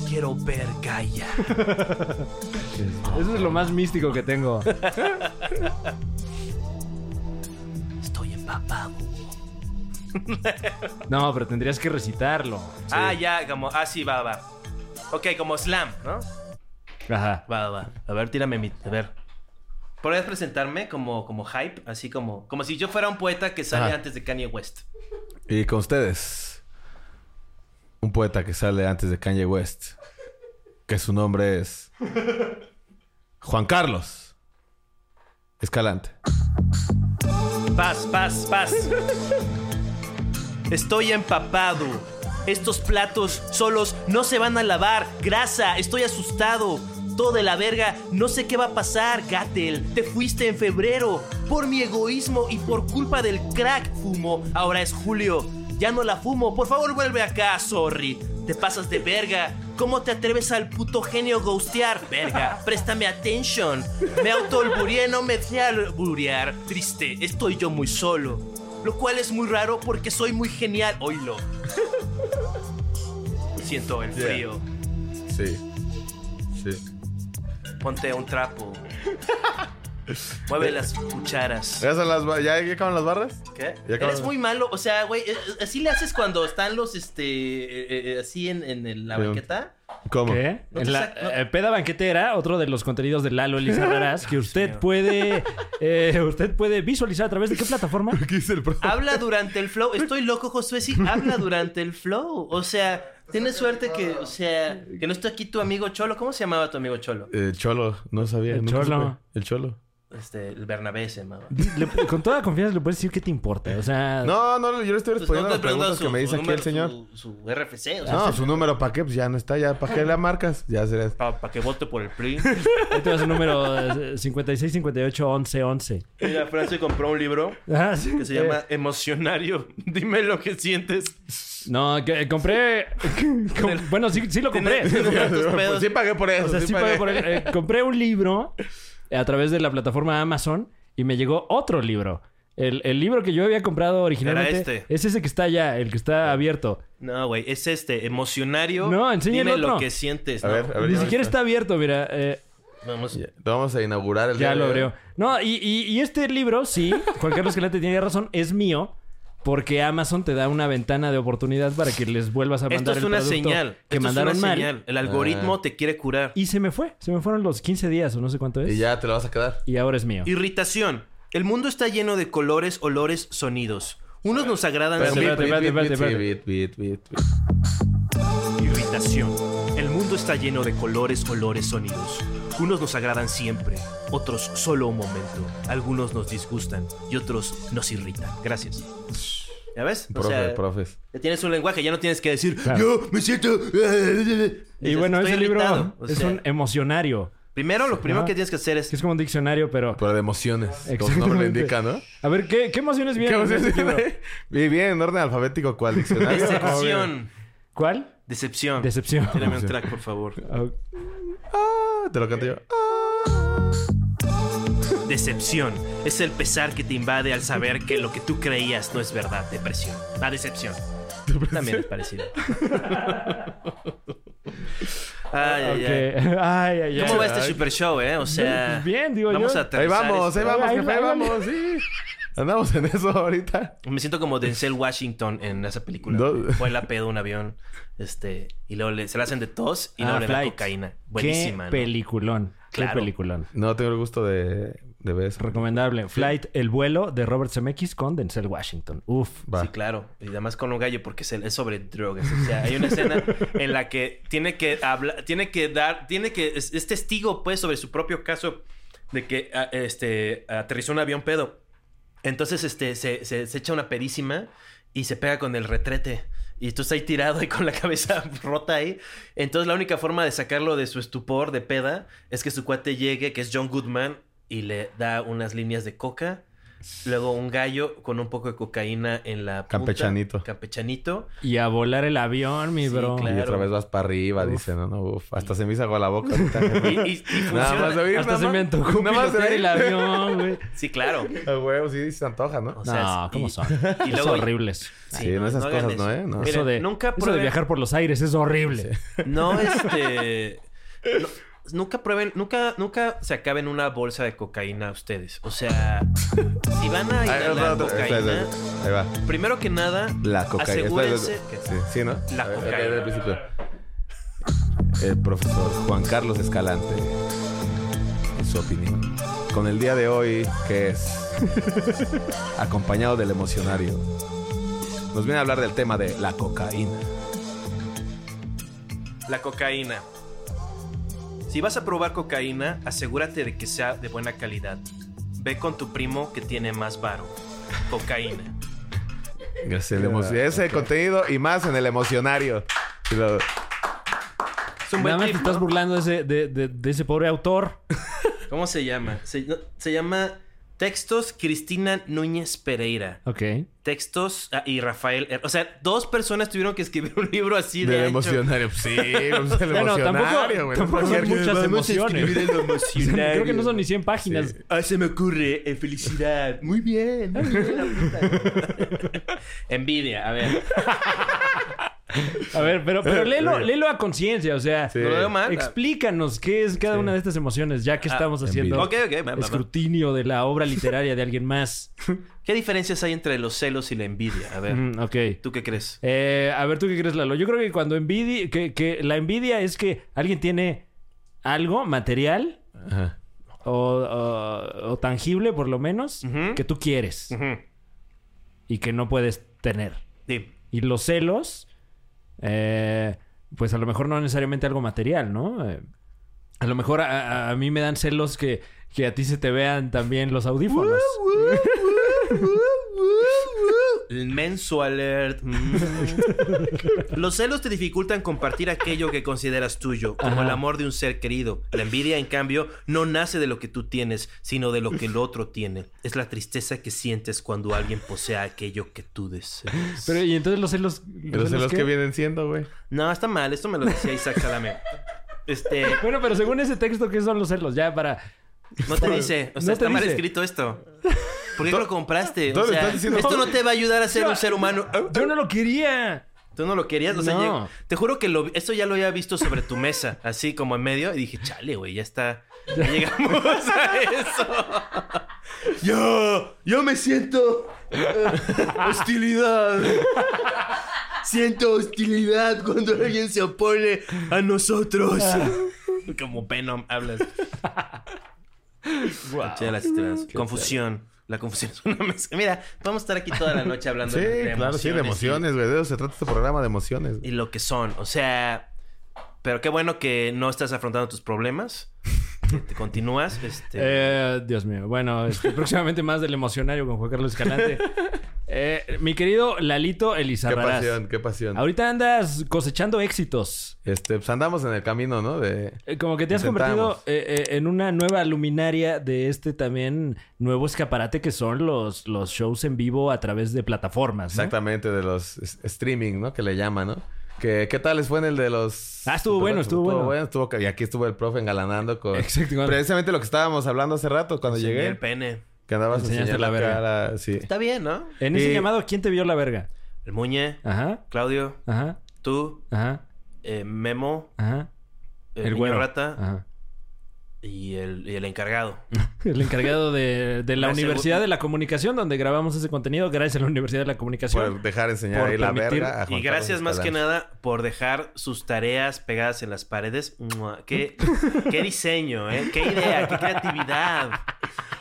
S9: Quiero ver calla.
S1: Eso es lo más místico que tengo.
S9: Estoy empapado.
S1: No, pero tendrías que recitarlo.
S9: Ah, ya, como. Ah, sí, va, va. Ok, como slam, ¿no?
S1: Ajá.
S9: Va, va, va. A ver, tírame mi. A ver. ¿Podrías presentarme como, como hype? Así como. Como si yo fuera un poeta que sale
S4: Ajá.
S9: antes de Kanye West.
S4: Y con ustedes, un poeta que sale antes de Kanye West, que su nombre es Juan Carlos Escalante.
S9: Paz, paz, paz. Estoy empapado. Estos platos solos no se van a lavar. Grasa, estoy asustado. Todo de la verga, no sé qué va a pasar, Gatel. Te fuiste en febrero. Por mi egoísmo y por culpa del crack fumo. Ahora es julio. Ya no la fumo. Por favor, vuelve acá, sorry. Te pasas de verga. ¿Cómo te atreves al puto genio ghostear? Verga, préstame atención. Me autoalburié, no me fui a alburear. Triste, estoy yo muy solo. Lo cual es muy raro porque soy muy genial. Oílo. Siento el
S4: Yeah.
S9: frío.
S4: Sí. Sí.
S9: Ponte un trapo. Mueve las cucharas.
S4: ¿Ya, son las ba- ya- ya acaban las barras?
S9: ¿Qué?
S4: Ya acabas
S9: Eres
S4: de-
S9: muy malo. O sea, güey, eh, eh, así le haces cuando están los, este, eh, eh, así en, en el- la
S1: Sí.
S9: banqueta.
S4: ¿Cómo?
S1: ¿Qué?
S9: No
S1: En
S9: te
S1: la
S9: sac- no-
S1: eh, peda banquetera, otro de los contenidos de Lalo Elisa Raras, que usted puede eh, usted puede visualizar a través de qué plataforma.
S9: Habla durante el flow. Estoy loco, Josué. Sí, habla durante el flow. O sea, tienes suerte que, o sea, que no estoy aquí tu amigo Cholo. ¿Cómo se llamaba tu amigo Cholo?
S4: El Cholo, no sabía.
S1: El
S4: nunca
S1: Cholo.
S4: supe. El Cholo.
S9: Este, el Bernabé se llamaba.
S1: Le- con toda confianza le puedes decir qué te importa. O sea,
S4: No, no, yo le estoy
S9: Pues no
S4: respondiendo
S9: te
S4: a las preguntas
S9: preguntas
S4: que me
S9: su-
S4: dice
S9: su
S4: aquí el
S9: número,
S4: señor.
S9: Su RFC, o sea,
S4: No, su número para qué, pues ya no está, ya para qué la marcas, ya será.
S9: para que vote por el PRI.
S1: ahí te vas el número eh, 56 58 11 11.
S9: Mira, Fran se compró un libro
S1: Ah, sí.
S9: que se
S4: Eh.
S9: llama Emocionario. Dime lo que sientes.
S1: No, que, eh, compré com- bueno, sí sí lo compré.
S4: Pues sí pagué por eso.
S1: O sea, sí pagué por él. Eh, compré un libro a través de la plataforma Amazon y me llegó otro libro. El, el libro que yo había comprado originalmente
S9: Era este.
S1: es ese que está allá, el que está abierto.
S9: No, güey, es este, Emocionario.
S1: No, enseña el
S9: Dime
S1: otro.
S9: lo que sientes.
S4: A
S9: ¿no?
S4: ver, a ver.
S1: Ni
S4: ya
S1: siquiera
S4: está.
S1: está abierto, mira. eh,
S9: Vamos.
S4: Lo vamos a inaugurar el
S1: ya
S4: día de
S1: lo
S4: hoy.
S1: abrió. No, y, y- y este libro, sí, Juan Carlos Escalante tiene razón, es mío. Porque Amazon te da una ventana de oportunidad para que les vuelvas a
S9: Esto
S1: mandar
S9: es
S1: el
S9: una
S1: producto
S9: señal.
S1: que
S9: Esto
S1: mandaron
S9: es una
S1: mal.
S9: señal.
S4: Ah.
S9: El algoritmo te quiere curar.
S1: Y se me fue. Se me fueron los 15 días o no sé cuánto es.
S4: Y ya te lo vas a quedar.
S1: Y ahora es mío.
S9: Irritación. El mundo está lleno de colores, olores, sonidos. Unos nos agradan.
S10: Pero
S9: siempre.
S10: bit, bit, bit, bit, bit, bit, bit, bit.
S9: Irritación. El mundo está lleno de colores, olores, sonidos. Unos nos agradan siempre, otros solo un momento. Algunos nos disgustan y otros nos irritan. Gracias. ¿Ya ves? O
S10: Profe,
S9: sea,
S10: profes.
S9: Ya tienes un lenguaje, ya no tienes que decir
S1: Claro.
S9: yo me siento. eh,
S1: Y bueno, ese
S9: Estoy irritado,
S1: libro
S9: o
S1: es
S9: sea.
S1: un emocionario.
S9: Primero, lo primero
S1: Ajá.
S9: que tienes que hacer es.
S1: Es como un diccionario, pero.
S10: Pero de emociones. Como su nombre
S1: Exactamente.
S10: lo indica, ¿no?
S1: A ver, ¿qué, qué emociones vienen?
S10: ¿Qué
S1: en este
S10: emociones
S1: libro?
S10: Y bien, en orden alfabético, ¿cuál diccionario?
S9: Decepción.
S1: ¿Cuál?
S9: Decepción.
S1: Decepción.
S9: Tírame un track, por favor.
S1: Ah,
S10: Ah, Te lo canto yo.
S9: Decepción es el pesar que te invade al saber que lo que tú creías no es verdad. Depresión. La decepción. También es parecido. Ay, ay, ay.
S1: ok. Ay, ay, ay.
S9: ¿Cómo va este super show, eh? O sea.
S1: Pues bien, digo
S9: vamos
S1: yo.
S9: a
S10: Ahí
S9: aterrizar este-
S10: vamos,
S9: esto.
S10: ahí vamos,
S1: Ahí,
S10: jefe,
S1: ahí,
S10: ahí
S1: ahí.
S10: vamos, sí. Andamos en eso ahorita.
S1: eh.
S9: Me siento como Denzel Washington en esa película.
S10: No.
S9: güey. Vuela pedo un avión. Este. Y luego le, se la hacen de tos y luego
S1: Ah,
S9: le dan
S1: Flight.
S9: cocaína.
S1: Qué
S9: Buenísima. ¿no?
S1: peliculón.
S9: Claro.
S1: Qué peliculón.
S10: No tengo el gusto de, de ver eso.
S1: Recomendable. Flight, el vuelo de Robert Zemeckis con Denzel Washington. Uf.
S10: Va.
S9: Sí, claro. Y además con un gallo porque es, es sobre drogas. O sea, hay una escena en la que tiene que hablar, tiene que dar, tiene que, es, es testigo pues sobre su propio caso de que a- este, aterrizó un avión pedo. Entonces este, se, se- se echa una perísima y se pega con el retrete. Y tú estás ahí tirado y con la cabeza rota ahí. Entonces la única forma de sacarlo de su estupor de peda es que su cuate llegue, que es John Goodman, y le da unas líneas de coca. Luego un gallo con un poco de cocaína en la punta.
S10: Campechanito.
S9: Campechanito.
S1: Y a volar el avión, mi
S9: Sí,
S1: bro.
S10: Y
S9: claro.
S10: otra vez vas para arriba, dice, no, no, uf, hasta se me hizo agua la boca. ahorita, jefe.
S9: Y, y- y
S10: nada
S9: funciona.
S10: más de oír,
S1: Hasta
S10: nada
S1: se me
S10: más-
S1: antojó
S10: nada más de
S1: pilotear
S10: oír.
S1: el avión, güey.
S9: Sí, claro.
S10: A huevo, sí, se antoja, ¿no?
S9: O sea,
S1: No,
S9: y-
S1: ¿cómo son?
S9: y
S1: Es
S9: luego-
S1: horribles.
S10: Sí, no, esas
S9: hagan
S10: cosas, ¿no,
S9: eso.
S10: eh? No.
S9: Miren,
S1: Eso de,
S9: nunca
S1: eso de
S9: prueben-
S1: viajar por los aires es horrible.
S9: No, este. no, nunca prueben, nunca, nunca se acaben una bolsa de cocaína ustedes. O sea, si van a
S10: Ahí, otra,
S9: inhalar
S10: otra,
S9: cocaína,
S10: espera, espera, ahí va.
S9: primero que nada,
S10: La cocaína. Espera,
S9: asegúrense
S10: espera,
S9: que-
S10: espera. Sí, sí, ¿no?
S9: La
S10: A ver,
S9: cocaína.
S10: a ver, al principio. El profesor Juan Carlos Escalante. En su opinión. Con el día de hoy, que es acompañado del emocionario, nos viene a hablar del tema de la cocaína.
S9: La cocaína. Si vas a probar cocaína, asegúrate de que sea de buena calidad. Ve con tu primo que tiene más varo. Cocaína.
S10: Gracias. Ese contenido y más en el emocionario. Y lo-
S9: Es un buen
S1: Nada más
S9: tip,
S1: te estás
S9: ¿no?
S1: burlando de ese, de, de- de ese pobre autor.
S9: ¿Cómo se llama? Se, no, se llama Textos Cristina Núñez Pereira.
S1: Ok.
S9: Textos ah, y Rafael. Her- O sea, dos personas tuvieron que escribir un libro así de.
S10: Del
S9: ancho.
S10: emocionario. Sí, pues, el
S1: Ya no,
S10: emocionario,
S1: tampoco,
S10: güey.
S1: tampoco
S10: No
S1: son
S10: cualquier-
S1: muchas
S9: Vamos a
S1: emociones.
S9: escribir el emocionario.
S1: Creo que no son ni 100 páginas.
S9: Ah, se me ocurre eh, felicidad. Muy bien. muy bien, la puta. Envidia, a ver.
S1: A ver, pero, pero léelo, léelo a conciencia, o sea,
S10: Sí.
S9: ¿Lo leo mal?
S1: explícanos qué es cada una de estas emociones, ya que
S9: Ah,
S1: estamos
S10: envidia.
S1: haciendo
S9: Ok, ok. va, va, va.
S1: escrutinio de la obra literaria de alguien más.
S9: ¿Qué diferencias hay entre los celos y la envidia? A ver,
S1: Mm, ok.
S9: ¿tú qué crees?
S1: Eh, a ver, ¿tú qué crees, Lalo? Yo creo que cuando envidia, que, que la envidia es que alguien tiene algo material
S10: Ajá.
S1: o, o- o tangible, por lo menos,
S9: Ujú.
S1: que tú quieres
S9: Ujú.
S1: y que no puedes tener.
S9: Sí.
S1: Y los celos, eh, pues a lo mejor no necesariamente algo material, ¿no? Eh, a lo mejor a, a- a mí me dan celos que, que a ti se te vean también los audífonos.
S9: El menso alert. Mm. Los celos te dificultan compartir aquello que consideras tuyo, como el amor de un ser querido. La envidia, en cambio, no nace de lo que tú tienes, sino de lo que el otro tiene. Es la tristeza que sientes cuando alguien posea aquello que tú deseas.
S1: Pero y entonces los celos...
S10: Pero sé los
S1: qué?
S10: que vienen siendo, güey.
S9: No, está mal. Esto me lo decía Isaac Salame. Este,
S1: Bueno, pero según ese texto, ¿qué son los celos? Ya para...
S9: no te dice. O sea,
S1: No te
S9: está mal
S1: dice.
S9: escrito esto. ¿Por qué lo compraste?
S10: todo
S9: O
S10: le
S9: sea,
S10: estás diciendo-
S9: esto no te va a ayudar a ser un ser humano.
S1: Yo no lo quería.
S9: Tú no lo querías, o sea,
S1: No.
S9: lleg- te juro que lo, esto ya lo había visto sobre tu mesa, así como en medio, y dije, chale, güey, ya está, ya llegamos a eso.
S10: Yo, yo me siento
S9: eh,
S10: hostilidad.
S9: Siento hostilidad cuando alguien se opone a nosotros. como Venom hablas. Noche de las Estrellas. Confusión. La confusión es una mezcla. Mira, vamos a estar aquí toda la noche hablando
S4: Sí,
S9: de, de
S4: claro, sí, de emociones, güey. De eso se trata este programa, de emociones.
S9: y lo que son. O sea, pero qué bueno que no estás afrontando tus problemas. que Te continúas. Este,
S1: Eh, Dios mío. Bueno, este, próximamente más del emocionario con Juan Carlos Escalante. Eh, mi querido Lalito
S4: Qué
S1: Elizarrarás.
S4: pasión, qué pasión.
S1: Ahorita andas cosechando éxitos.
S4: Este, pues andamos en el camino, ¿no? De...
S1: Eh, Como que te has
S4: Intentamos.
S1: convertido eh, eh, en una nueva luminaria de este también nuevo escaparate que son los, los shows en vivo a través de plataformas. ¿no?
S4: Exactamente, de los es- streaming, ¿no? Que le llaman, ¿no? Que, ¿Qué tal les fue en el de los...
S1: Ah, estuvo bueno, estuvo bueno.
S4: estuvo ca- Y aquí estuvo el profe engalanando con...
S1: Exacto, igual.
S4: Precisamente lo que estábamos hablando hace rato cuando
S9: enseñé
S4: llegué.
S9: el pene.
S4: Que andabas
S1: Enseñaste
S4: enseñando la
S1: la verga.
S4: cara, sí.
S9: Está bien, ¿no?
S1: En ese
S9: Y-
S1: llamado, ¿quién te vio la verga?
S9: El Muñe,
S1: Ajá,
S9: Claudio,
S1: ajá,
S9: tú,
S1: ajá,
S9: eh, Memo,
S1: ajá.
S9: el,
S1: El
S9: niño
S1: güero.
S9: rata
S1: Ajá.
S9: y el, y el encargado.
S1: El encargado de, de la
S9: Gracias,
S1: Universidad de la Comunicación, donde grabamos ese contenido, gracias a la Universidad de la Comunicación.
S4: Por dejar enseñar
S1: Por
S4: ahí la
S1: permitir-
S4: verga a Juan
S9: Y gracias
S4: Carlos
S9: más que
S4: Escalante.
S9: nada por dejar sus tareas pegadas en las paredes. Mua, Qué, qué diseño, ¿eh? Qué idea, qué creatividad.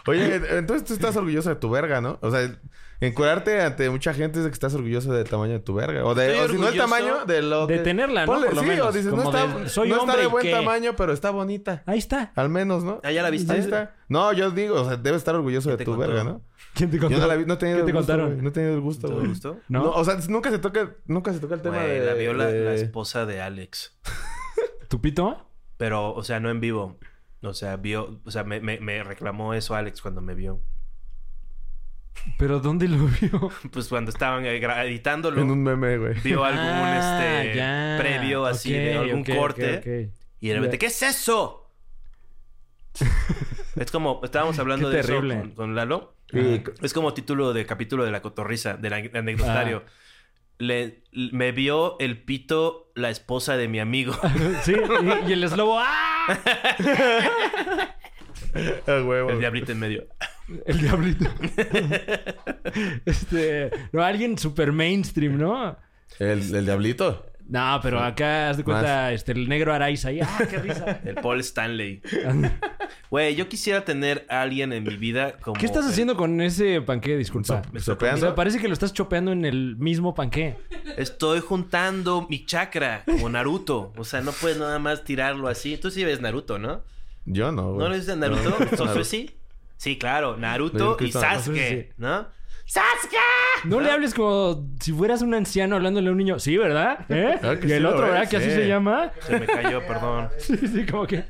S4: Oye, en- entonces tú estás orgulloso de tu verga, ¿no? O sea, encuadrarte ante mucha gente es de que estás orgulloso del tamaño de tu verga. O, de, o
S9: Estoy
S4: si no el
S9: orgulloso
S4: tamaño, de lo
S1: de
S4: que-
S1: tenerla, ¿no?
S4: Ponle-
S1: Por lo
S4: sí,
S1: menos,
S4: o dices, no
S1: como
S4: está,
S1: de, soy
S4: no está
S1: hombre
S4: de
S1: y
S4: buen
S1: qué.
S4: tamaño, pero está bonita.
S1: Ahí está.
S4: Al menos, ¿no?
S9: ¿Ah, ya la viste?
S4: Ahí está. No, yo digo, o sea, debes estar orgulloso de
S9: te
S4: tu
S9: contó?
S4: verga, ¿no?
S1: ¿Quién te contó?
S4: Yo no la vi, no he tenido
S1: ¿Qué te
S4: el gusto,
S1: contaron?
S4: güey. No he tenido el gusto,
S9: ¿Te
S4: güey.
S9: gustó?
S1: ¿No?
S4: No, o sea, nunca se toca, nunca se toca el tema
S9: Güey,
S4: de...
S9: la vio la,
S4: de-
S9: la esposa de Alex.
S1: ¿Tu pito?
S9: Pero, o sea, no en vivo. O sea, vio, o sea, me, me- me reclamó eso Alex cuando me vio.
S1: ¿Pero dónde lo vio?
S9: Pues cuando estaban eh, gra- editándolo,
S4: En un meme, güey.
S9: vio algún
S1: Ah,
S9: este
S1: ya.
S9: previo así de
S1: Ok,
S9: algún
S1: Eh, ok, ok,
S9: corte.
S1: ok.
S9: Y de repente,
S1: Ya.
S9: ¿qué es eso? es como, estábamos hablando
S1: Qué
S9: de eso
S1: terrible.
S9: con, con Lalo.
S4: Y-
S9: Es como título de capítulo de la cotorriza, del an- anecdotario.
S1: Ah.
S9: Le- l- me vio el pito la esposa de mi amigo.
S1: Sí, y, y el eslobo, ¡ah!
S4: Ah, huevo.
S9: el diablito en medio.
S1: El diablito. este, no, alguien super mainstream, ¿no?
S4: El, el diablito.
S1: No, pero acá haz de cuenta este, el negro Araiza ahí. ¡Ah, qué risa!
S9: El Paul Stanley. Güey, yo quisiera tener a alguien en mi vida como.
S1: ¿Qué estás
S9: el-
S1: haciendo con ese panqué? Disculpa.
S4: Sop-
S1: O
S4: sopeando.
S1: sea, parece que lo estás chopeando en el mismo panqué.
S9: Estoy juntando mi chakra como Naruto. O sea, no puedes nada más tirarlo así. Tú sí ves Naruto, ¿no?
S4: Yo no, güey.
S9: ¿No lo viste en Naruto?
S4: No, no, no.
S9: ¿Sosue sí? Sí, claro.
S4: No,
S9: Naruto
S4: yo creo
S9: y
S4: que no.
S9: Sasuke, ¿no? ¡Sasuke!
S1: No le hables como si fueras un anciano hablándole a un niño. Sí, ¿verdad? ¿Eh?
S4: Claro que
S1: y el
S4: sí,
S1: otro,
S4: ¿verdad?
S1: ¿verdad? Que así
S4: Sí.
S1: se llama.
S9: Se me cayó, perdón.
S1: Sí, sí, como que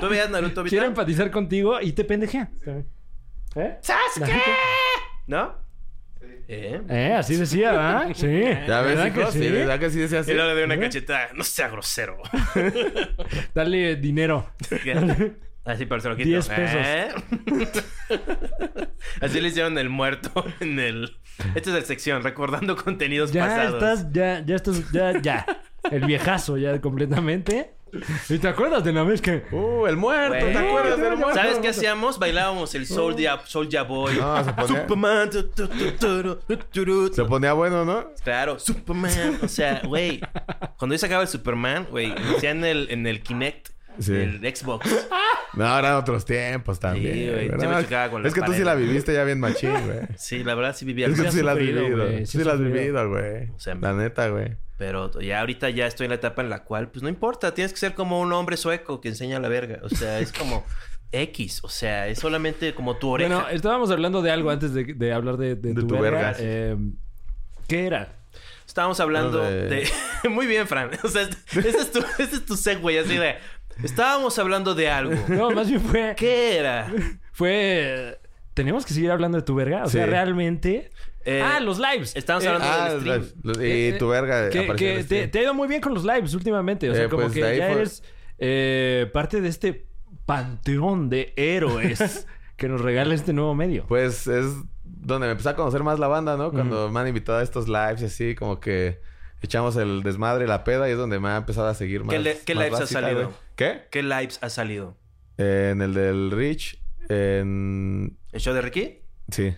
S9: ¿Tú veías Naruto, Vita?
S1: quiere empatizar contigo y te pendejea. ¿Eh?
S9: ¡Sasuke! ¿No?
S14: Sí.
S9: ¿Eh?
S1: Eh, así decía, ¿verdad? Sí.
S4: Ya ves,
S1: ¿Verdad que
S4: hijo? Sí,
S1: sí?
S4: ¿verdad que sí decía así?
S9: Y luego le doy una cachetada. No sea grosero.
S1: Dale dinero.
S9: Así, pero se lo quito.
S1: 10 pesos.
S9: ¿Eh? Así le hicieron el muerto en el... Esta es la sección, recordando contenidos
S1: Ya
S9: pasados.
S1: estás, ya, ya estás, ya, ya. El viejazo ya completamente. ¿Y te acuerdas de la vez que...
S4: Uh, el muerto,
S9: Güey.
S4: ¿te acuerdas del muerto?
S9: ¿Sabes qué hacíamos? Bailábamos el Soulja Soulja Boy.
S4: No, Ah, se ponía-
S9: Superman. tu, tu, tu, tu, tu, tu, tu.
S4: Se ponía bueno, ¿no?
S9: Claro, Superman. O sea, güey. Cuando yo sacaba el Superman, güey, lo hacía en el, en el Kinect.
S4: Sí.
S9: El Xbox.
S4: No, eran otros tiempos también.
S9: Sí, güey,
S4: ¿verdad?
S9: yo me chocaba con
S4: es
S9: las
S4: que tú sí
S9: paredes.
S4: la viviste ya bien machín, güey.
S9: Sí, la verdad sí vivía.
S4: Es que tú sí la has
S1: sufrido,
S4: vivido.
S1: güey, Eh, sí
S4: Sí la has
S1: has sufrido.
S4: vivido, güey.
S9: O sea,
S4: La neta, güey.
S9: Pero ya ahorita ya estoy en la etapa en la cual, pues no importa, tienes que ser como un hombre sueco que enseña la verga. O sea, es como X. O sea, es solamente como tu oreja.
S1: Bueno, estábamos hablando de algo antes de, de hablar de, de
S4: De
S1: tu,
S4: tu
S1: verga.
S4: verga.
S1: Eh, ¿Qué era?
S9: Estábamos hablando
S4: Bueno,
S9: de...
S4: de-
S9: Muy bien, Fran. O sea, este este es tu, este es tu segue, así de... Estábamos hablando de algo.
S1: No, más bien fue...
S9: ¿Qué era?
S1: Fue... ¿Tenemos que seguir hablando de tu verga? O sea,
S4: Sí.
S1: realmente...
S9: Eh,
S1: ah, los lives.
S9: Estamos
S1: Eh,
S9: hablando
S4: Ah,
S9: del stream.
S4: la-
S1: Eh,
S4: y
S1: eh,
S4: tu verga
S1: que,
S4: apareció en
S1: que
S4: el
S1: te,
S4: stream.
S1: te ha ido muy bien con los lives últimamente. O sea,
S4: Eh,
S1: como
S4: pues,
S1: que
S4: de ahí
S1: ya
S4: fue-
S1: eres eh, parte de este panteón de héroes que nos regala este nuevo medio.
S4: Pues es donde me empecé a conocer más la banda, ¿no? Cuando me han invitado a estos lives y así, como que echamos el desmadre y la peda y es donde me ha empezado a seguir más.
S9: ¿Qué le- qué
S4: más
S9: lives has
S4: racita,
S9: salido?
S4: güey. ¿Qué?
S9: ¿Qué lives ha salido?
S4: Eh, en el del Rich, en.
S9: ¿El show de Ricky?
S4: Sí.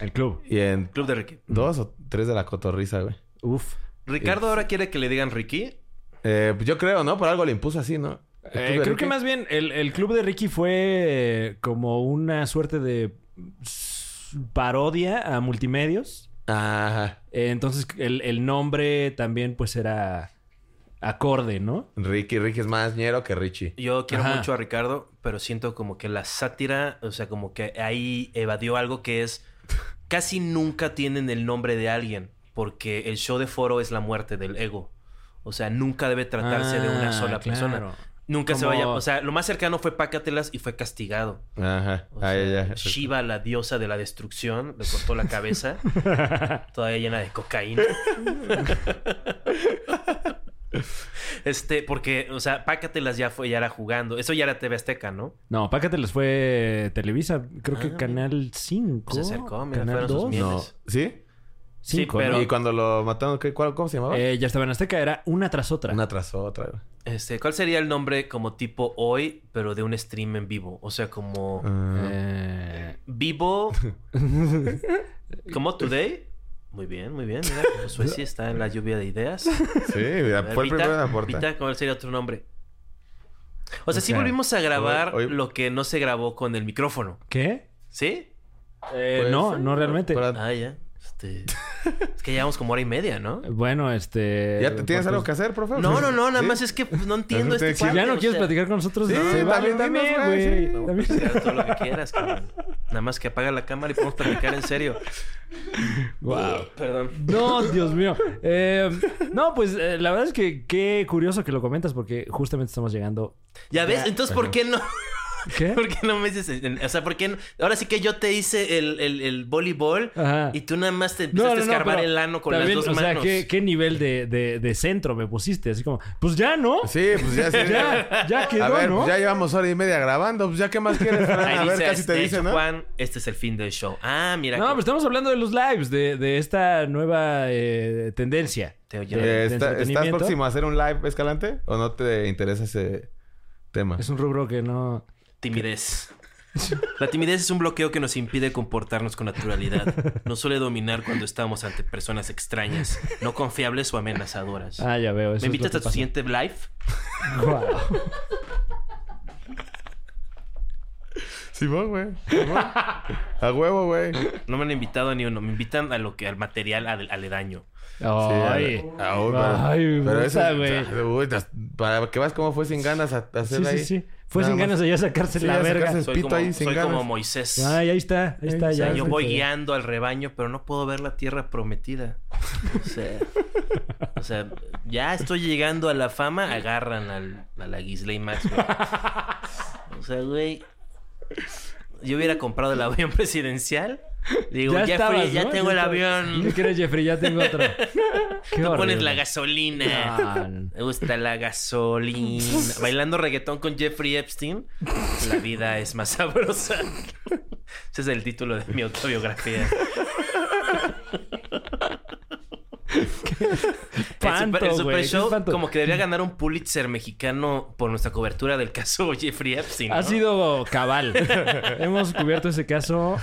S1: El club.
S4: Y en
S9: Club de Ricky.
S4: dos o tres de la cotorriza, güey.
S1: Uf.
S9: Ricardo ahora quiere que le digan Ricky.
S4: Eh, pues yo creo, ¿no? Por algo le impuso así, ¿no? El
S1: Eh,
S4: Club de
S1: creo que
S4: Ricky.
S1: más bien el, el club de Ricky fue eh, como una suerte de s- parodia a multimedios.
S4: Ajá.
S1: Eh, entonces el, el nombre también pues era acorde, ¿no?
S4: Ricky, Ricky es más ñero que Richie.
S9: Yo quiero
S4: Ajá.
S9: mucho a Ricardo, pero siento como que la sátira, o sea, como que ahí evadió algo que es casi nunca tienen el nombre de alguien, porque el show de foro es la muerte del ego. O sea, nunca debe tratarse de una
S1: Ah,
S9: sola
S1: claro.
S9: persona. Nunca se
S1: Como-
S9: vaya. O sea, lo más cercano fue Pácatelas y fue castigado.
S4: Ajá.
S9: O
S4: Ahí,
S9: sea,
S4: ya.
S9: Shiva, la diosa de la destrucción, le cortó la cabeza, todavía llena de cocaína. este, porque, o sea, Pácatelas ya fue, ya era jugando. Eso ya era TV Azteca, ¿no?
S1: No, Pácate les fue Televisa, creo que Canal 5.
S9: Ah. Se acercó, mira,
S1: Canal
S9: fueron sus
S1: 2.
S4: No. ¿Sí?
S1: Cinco, ¿no?
S4: ¿Y cuando lo mataron? ¿qué- cuál- ¿Cómo se llamaba?
S1: Eh, ya estaba en Azteca, era una tras otra.
S4: Una tras otra. güey.
S9: Este, ¿cuál sería el nombre como tipo hoy, pero de un stream en vivo? O sea, como
S4: Ah.
S1: Eh,
S9: vivo. ¿Cómo today? Muy bien, muy bien. Mira, como Suecia está en la lluvia de ideas. Sí,
S4: mira, fue el primero en aportar.
S9: ¿cuál sería tu nombre? O sea, sí
S1: O sea,
S9: volvimos a grabar
S1: hoy-
S9: lo que no se grabó con el micrófono.
S1: ¿Qué?
S9: ¿Sí?
S1: Eh,
S4: Pues
S1: no, no realmente.
S9: Ah, ya. Este, es que llevamos como hora y media, ¿no?
S1: Bueno, este.
S4: ¿Ya te tienes
S1: pues,
S4: algo que hacer, profe?
S9: No, no, no, nada
S4: ¿Sí?
S9: más es que no entiendo
S4: Entonces,
S9: este
S4: si ya
S9: cuadro.
S1: ¿Ya no quieres platicar con nosotros?
S4: Sí,
S1: Se vale,
S4: también
S1: también,
S4: dinos, güey,
S1: güey.
S4: sí.
S1: También.
S9: Hacer todo lo que quieras, cabrón. Nada más que apaga la cámara y podemos platicar en serio.
S1: Wow.
S9: Perdón.
S1: No, Dios mío. Eh, no, pues eh, la verdad es que qué curioso que lo comentas porque justamente estamos llegando.
S9: ¿Ya ves?
S1: Ya.
S9: Entonces, ¿por qué no?
S1: ¿Qué?
S9: ¿Por qué no me dices? O sea, ¿por qué no? Ahora sí que yo te hice el, el, el voleibol
S1: Ajá.
S9: y tú nada más te empezaste a escarbar
S1: pero
S9: el ano con
S1: también,
S9: las dos
S1: O sea,
S9: manos.
S1: ¿qué, qué nivel de, de- de centro me pusiste? Así como, pues ya, ¿no?
S4: Sí, pues ya sí.
S1: ya, ya quedó,
S4: A ver,
S1: ¿no?
S4: pues ya llevamos hora y media grabando. Pues ya, ¿qué más quieres? Fran?
S9: Ahí
S4: A ver,
S9: dice,
S4: casi te
S9: de
S4: dice,
S9: hecho,
S4: ¿no?
S9: Juan, este es el fin del show. Ah, mira.
S1: No, pues, pero estamos hablando de los lives, de, de esta nueva eh, tendencia.
S9: Te oye.
S4: Eh,
S1: de
S4: está- ¿Estás
S1: entretenimiento.
S4: próximo a hacer un live, Escalante? ¿O no te interesa ese tema?
S1: Es un rubro que no.
S9: Timidez. La timidez es un bloqueo que nos impide comportarnos con naturalidad. Nos suele dominar cuando estamos ante personas extrañas, no confiables o amenazadoras.
S1: Ah, ya veo. eso
S9: ¿Me
S1: es lo
S9: invitas
S1: que
S9: a tu
S1: pasa.
S9: siguiente live?
S1: Guau.
S4: Simón, güey. Simón. A huevo, güey.
S9: No me han invitado a ni uno. Me invitan a lo que, al material al- aledaño.
S1: Ay.
S4: Sí, a- a- uy,
S1: Ay,
S4: pero- pero
S1: puta,
S4: eso-
S1: güey.
S4: uy, tas- Para que veas cómo fue sin ganas a, a hacer
S1: Sí, sí,
S4: ahí.
S1: sí. Fue
S4: Nada
S1: sin
S4: más.
S1: ganas de ya sacarse
S4: Sí,
S1: la
S4: ya
S1: verga.
S4: sacarse el
S9: Soy,
S4: pito
S9: como,
S4: ahí sin
S9: soy
S4: ganas.
S9: como Moisés.
S1: Ay, ahí está, ahí está.
S9: O sea,
S1: ya,
S9: yo
S1: se
S9: voy
S1: quedó.
S9: guiando al rebaño, pero no puedo ver la tierra prometida. O sea, o sea, ya estoy llegando a la fama, agarran al, a la Gisley Maxwell. O sea, güey, yo hubiera comprado el avión presidencial. Digo,
S1: Ya
S9: ya,
S1: estabas,
S9: ya
S1: ¿no?
S9: tengo el
S1: estabas.
S9: avión.
S1: Ni crees, Jeffrey, ya tengo otro. Qué
S9: Tú pones
S1: horrible.
S9: la gasolina.
S1: Ah, no.
S9: Me gusta la gasolina. Bailando reggaetón con Jeffrey Epstein. La vida es más sabrosa. Ese es el título de mi autobiografía. el
S1: Espanto,
S9: Super, el Super
S1: güey, qué
S9: Show
S1: espanto.
S9: como que debería ganar un Pulitzer mexicano por nuestra cobertura del caso Jeffrey Epstein. ¿no?
S1: Ha sido cabal. Hemos cubierto ese caso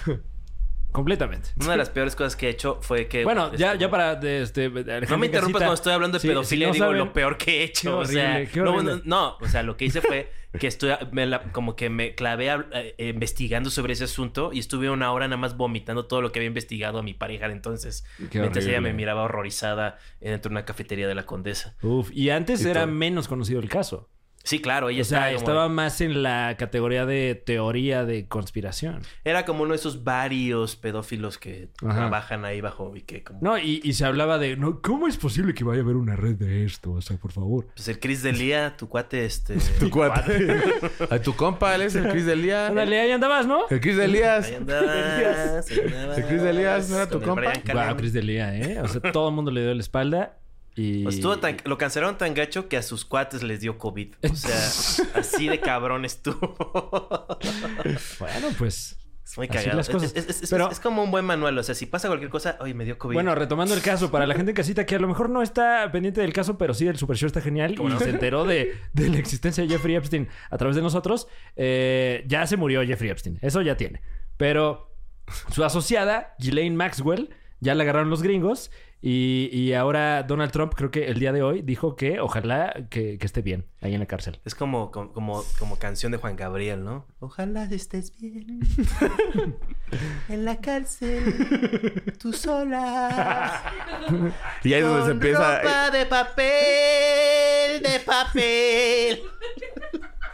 S1: completamente.
S9: Una de las peores cosas que he hecho fue que...
S1: Bueno, ya,
S9: este,
S1: ya para de, este, de la gente
S9: No me
S1: en casita,
S9: interrumpas cuando estoy hablando de
S1: si-
S9: pedofilia,
S1: si no
S9: digo
S1: saben-
S9: lo peor que he hecho.
S1: Qué horrible,
S9: o sea,
S1: qué
S9: no,
S1: horrible.
S9: no, no, o sea, lo que hice fue que estoy me la- como que me clavé a- eh, investigando sobre ese asunto y estuve una hora nada más vomitando todo lo que había investigado a mi pareja de entonces,
S1: Qué
S9: mientras ella me
S1: horrible.
S9: miraba horrorizada dentro de una cafetería de la condesa.
S1: Uf, y antes
S4: Y
S1: era
S4: todo.
S1: menos conocido el caso.
S9: Sí, claro, ella
S1: o sea,
S9: estaba, como-
S1: estaba más en la categoría de teoría de conspiración.
S9: era como uno de esos varios pedófilos que
S1: Ajá.
S9: trabajan ahí bajo y que como
S1: No, y, y se hablaba de, no, ¿cómo es posible que vaya a haber una red de esto? O sea, por favor.
S9: pues el Chris Delia, tu cuate este
S4: Tu cuate. a tu compa, él es el Cris de Elías.
S1: Ándale, ahí andabas, ¿no?
S4: El Cris de Elías.
S9: Ahí andabas, ahí andabas,
S4: El Cris de Elías, ¿no era tu
S9: con el
S4: compa?
S9: Brian Callen.
S1: Wow, Cris Delia, ¿eh? O sea, todo el mundo le dio la espalda y...
S9: Pues estuvo tan- lo cancelaron tan gacho que a sus cuates les dio COVID. O sea, así de cabrón estuvo.
S1: Bueno, pues...
S9: es muy
S1: Así
S9: cagado.
S1: las cosas.
S9: Es, es- es-
S1: Pero-
S9: es como un buen manual. O sea, si pasa cualquier cosa, oye, me dio COVID.
S1: Bueno, retomando el caso, para la gente en casita que a lo mejor no está pendiente del caso, pero sí el Super Show está genial y se enteró de, de la existencia de Jeffrey Epstein a través de nosotros, eh, ya se murió Jeffrey Epstein. Eso ya tiene. Pero su asociada, Ghislaine Maxwell, ya la agarraron los gringos Y, y ahora Donald Trump, creo que el día de hoy, dijo que ojalá que, que esté bien ahí en la cárcel.
S9: Es como, como, como, como canción de Juan Gabriel, ¿no? Ojalá estés bien.
S15: En la cárcel, tú sola.
S7: Y ahí es donde se
S15: Con
S7: empieza.
S15: ropa de papel, de papel.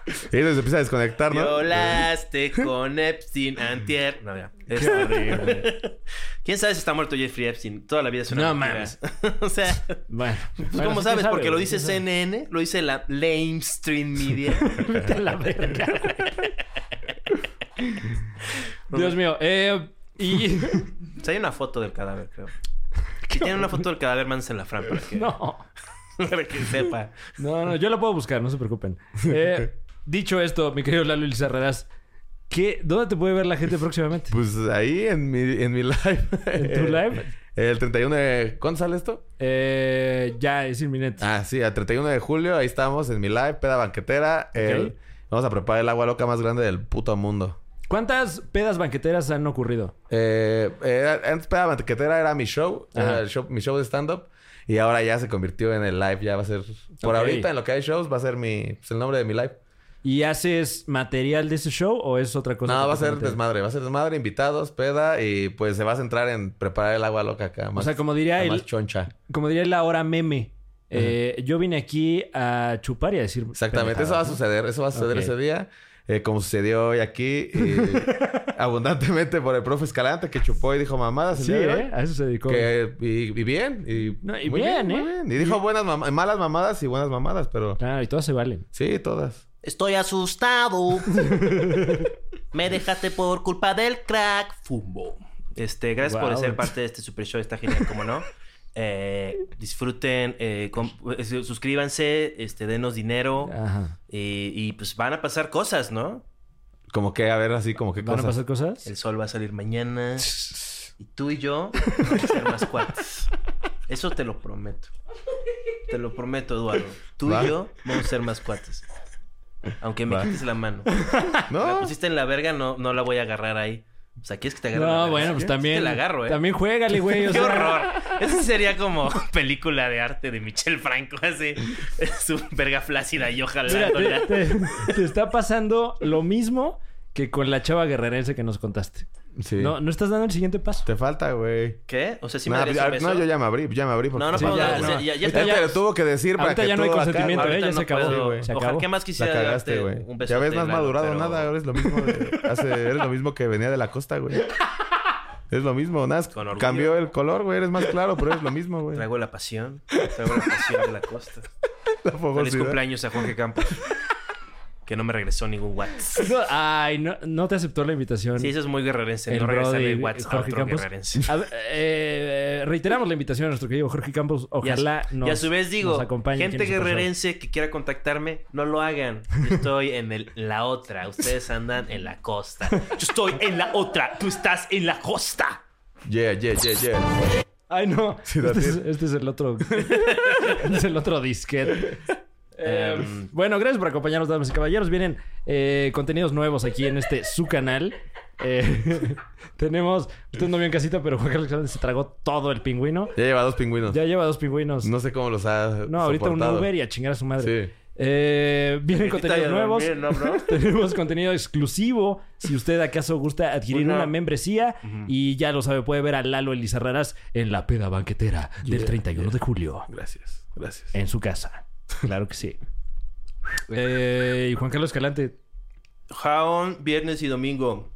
S7: y ahí es donde se empieza a desconectar, ¿no?
S9: Violaste con Epstein antier. No, ya. Es horrible. ¿Quién sabe si está muerto Jeffrey Epstein? Toda la vida es una
S1: No
S9: mentira.
S1: mames.
S9: o sea,
S1: Bueno.
S9: pues,
S1: bueno,
S9: ¿cómo
S1: sí,
S9: sabes?
S1: ¿quién
S9: Porque
S1: sabe,
S9: lo
S1: güey?
S9: dice
S1: ¿Quién sabe?
S9: CNN, lo dice la lamestream media.
S1: Vete a la verga, güey. Dios mío. Eh, y...
S9: O sea, hay una foto del cadáver, creo. Si tienen una foto del cadáver, mándensela a Fran para que,
S1: No.
S9: para que sepa.
S1: No, no, yo lo puedo buscar, no se preocupen. Eh, dicho esto, mi querido Lalo Elizarradas, ¿qué, ¿dónde te puede ver la gente próximamente?
S7: Pues ahí en mi, en mi live. Eh,
S1: ¿En tu live?
S7: El 31 de... ¿Cuándo sale esto?
S1: Eh, ya, es inminente.
S7: Ah, sí, el 31 de julio. Ahí estamos en mi live, peda banquetera.
S4: eh,
S7: El- Vamos a preparar el agua loca más grande del puto mundo.
S1: ¿Cuántas pedas banqueteras han ocurrido?
S7: Eh, era- antes peda banquetera era mi show. era
S1: Ajá.
S7: el show- mi show de stand-up. Y ahora ya se convirtió en el live. Ya va a ser... Por
S1: Ok.
S7: ahorita, en lo que hay shows, va a ser mi... pues, el nombre de mi live.
S1: ¿Y haces material de ese show o es otra cosa?
S7: No, va a ser
S1: completamente?
S7: desmadre. Va a ser desmadre, invitados, peda. Y pues se va a centrar en preparar el agua loca acá.
S1: O sea, como diría
S7: el...
S1: el-
S7: Más choncha.
S1: Como diría la hora meme. eh, yo vine aquí a chupar y a decir.
S7: Exactamente, eso va a
S1: pendejadas, ¿no?
S7: suceder, eso va a suceder
S1: Ok.
S7: ese día, eh, como sucedió hoy aquí, eh, abundantemente por el profe Escalante que chupó y dijo mamadas. el
S1: Sí,
S7: día de hoy.
S1: ¿eh? A eso se dedicó.
S7: Que- y, y bien, y,
S1: No, y
S7: muy
S1: bien, ¿eh?
S7: muy bien. Y dijo buenas mam- malas mamadas y buenas mamadas, pero
S1: Claro, y todas se valen.
S7: sí, todas.
S16: Estoy asustado. Me dejaste por culpa del crack. Fumbo. Este, gracias por
S9: Wow.
S16: ser
S9: parte de este super show, está genial, como no. Eh, disfruten, eh, com- eh, suscríbanse, este, denos dinero.
S1: Ajá.
S9: Y, y, pues van a pasar cosas, ¿no?
S7: Como que, a ver, así como que
S1: ¿Van a
S7: cosas.
S1: pasar cosas?
S9: El sol va a salir mañana. Y tú y yo vamos a ser más cuates. Eso te lo prometo. Te lo prometo, Eduardo. Tú
S7: Va.
S9: y yo vamos a ser más cuates. Aunque me
S7: Va.
S9: quites la mano. La pusiste en la verga, no, no la voy a agarrar ahí. O sea, ¿quieres que te agarre la
S1: No,
S9: verga?
S1: bueno,
S9: Sí,
S1: pues
S9: sí
S1: también.
S9: Te la agarro, ¿eh?
S1: También juégale, güey. o
S9: ¡Qué
S1: sea.
S9: horror! Esa sería como película de arte de Michel Franco, así. Su verga flácida y
S1: Mira,
S9: ojalá.
S1: te, te- te está pasando lo mismo que con la chava guerrerense que nos contaste.
S7: Sí.
S1: No, no estás dando el siguiente paso.
S7: Te falta, güey.
S9: ¿Qué? O sea, si me
S7: Nah,
S9: darías
S7: a-
S9: un beso.
S7: no, yo ya me abrí, ya me abrí. porque-
S9: No, no
S7: Sí,
S9: puedo
S7: ya,
S9: dar- o sea, ya- ya
S7: Él
S9: está-
S7: te lo tuvo que decir para
S1: Ahorita
S7: que
S1: ya no hay
S7: tú acá-
S1: consentimiento,
S7: Ahorita
S1: ¿eh? Ya
S7: no
S1: se acabó.
S7: puedo.
S1: güey. Se
S9: Ojalá,
S1: acabó.
S9: ¿qué más quisiera
S7: la cagaste,
S9: darte
S7: güey.
S9: un beso?
S7: Ya ves, no has madurado nada. Eres lo mismo. de- hace, eres lo mismo que venía de la costa, güey. Es lo mismo, nada. más
S9: Con orgullo.
S7: Cambió el color, güey. Eres más claro, pero es lo mismo, güey.
S9: Traigo la pasión. Traigo la pasión de la costa.
S7: La
S9: Feliz
S7: fogosidad.
S9: cumpleaños a Jorge Campos. Que no me regresó ningún WhatsApp.
S1: No, ay, no, no te aceptó la invitación.
S9: Sí, eso es muy guerrerense.
S1: el
S9: no regresarle
S1: Brody,
S9: WhatsApp a
S1: Jorge
S9: otro
S1: Campos.
S9: guerrerense.
S1: A ver, eh, eh, reiteramos la invitación a nuestro querido Jorge Campos.
S9: Y a-
S1: Ojalá
S9: y
S1: nos
S9: a su vez digo,
S1: nos acompañe aquí
S9: gente
S1: en su persona.
S9: guerrerense que quiera contactarme, no lo hagan. Yo estoy en el- la otra. Ustedes andan en la costa. Yo estoy en la otra. Tú estás en la costa.
S7: Yeah, yeah, yeah, yeah.
S1: Ay, no.
S7: Sí,
S1: este, es,
S7: Daniel.
S1: este es el otro. este es el otro disquete. Eh,
S9: Em.
S1: bueno, gracias por acompañarnos, damas y caballeros. Vienen eh, contenidos nuevos aquí en este su canal. Eh, tenemos. Usted no vio en casita, pero Juan Carlos Hernández se tragó todo el pingüino.
S7: Ya lleva dos pingüinos.
S1: Ya lleva dos pingüinos. No,
S7: No sé cómo los ha.
S1: ahorita un
S7: soportado.
S1: Uber y a chingar a su madre.
S7: Sí.
S1: Eh, vienen
S9: Ahorita ya
S1: contenidos nuevos.
S9: dormí, ¿no, bro?
S1: Tenemos contenido exclusivo. Si usted acaso gusta adquirir
S9: Una-
S1: una membresía, y ya lo sabe, puede ver a Lalo Elizarraras en la peda banquetera del
S7: Yeah,
S1: 31 de julio
S7: Gracias, gracias.
S1: en su casa. Claro que sí. Eh, y Juan Carlos Escalante,
S9: Jaón, viernes y domingo.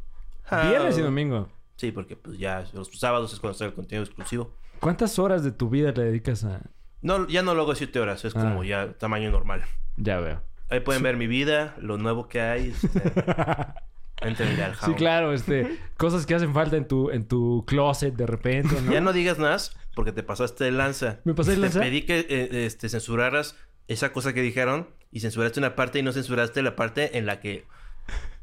S7: Ah.
S9: Jaón.
S1: viernes y domingo.
S9: Sí, porque pues ya los sábados es cuando sale el contenido exclusivo.
S1: ¿Cuántas horas de tu vida le dedicas a.?
S9: No, ya no lo hago siete horas, es como
S1: Ah.
S9: ya tamaño normal.
S1: Ya veo.
S9: Ahí pueden ver mi vida, lo nuevo que hay. este, Entren ya al
S4: Ah,
S1: Sí,
S9: Jaón.
S1: claro, este, cosas que hacen falta en tu, en tu closet de repente. ¿no?
S9: Ya no digas nada porque te pasaste de lanza.
S1: ¿Me pasé de lanza?
S9: Te pedí que eh, este, censuraras esa cosa que dijeron y censuraste una parte y no censuraste la parte en la que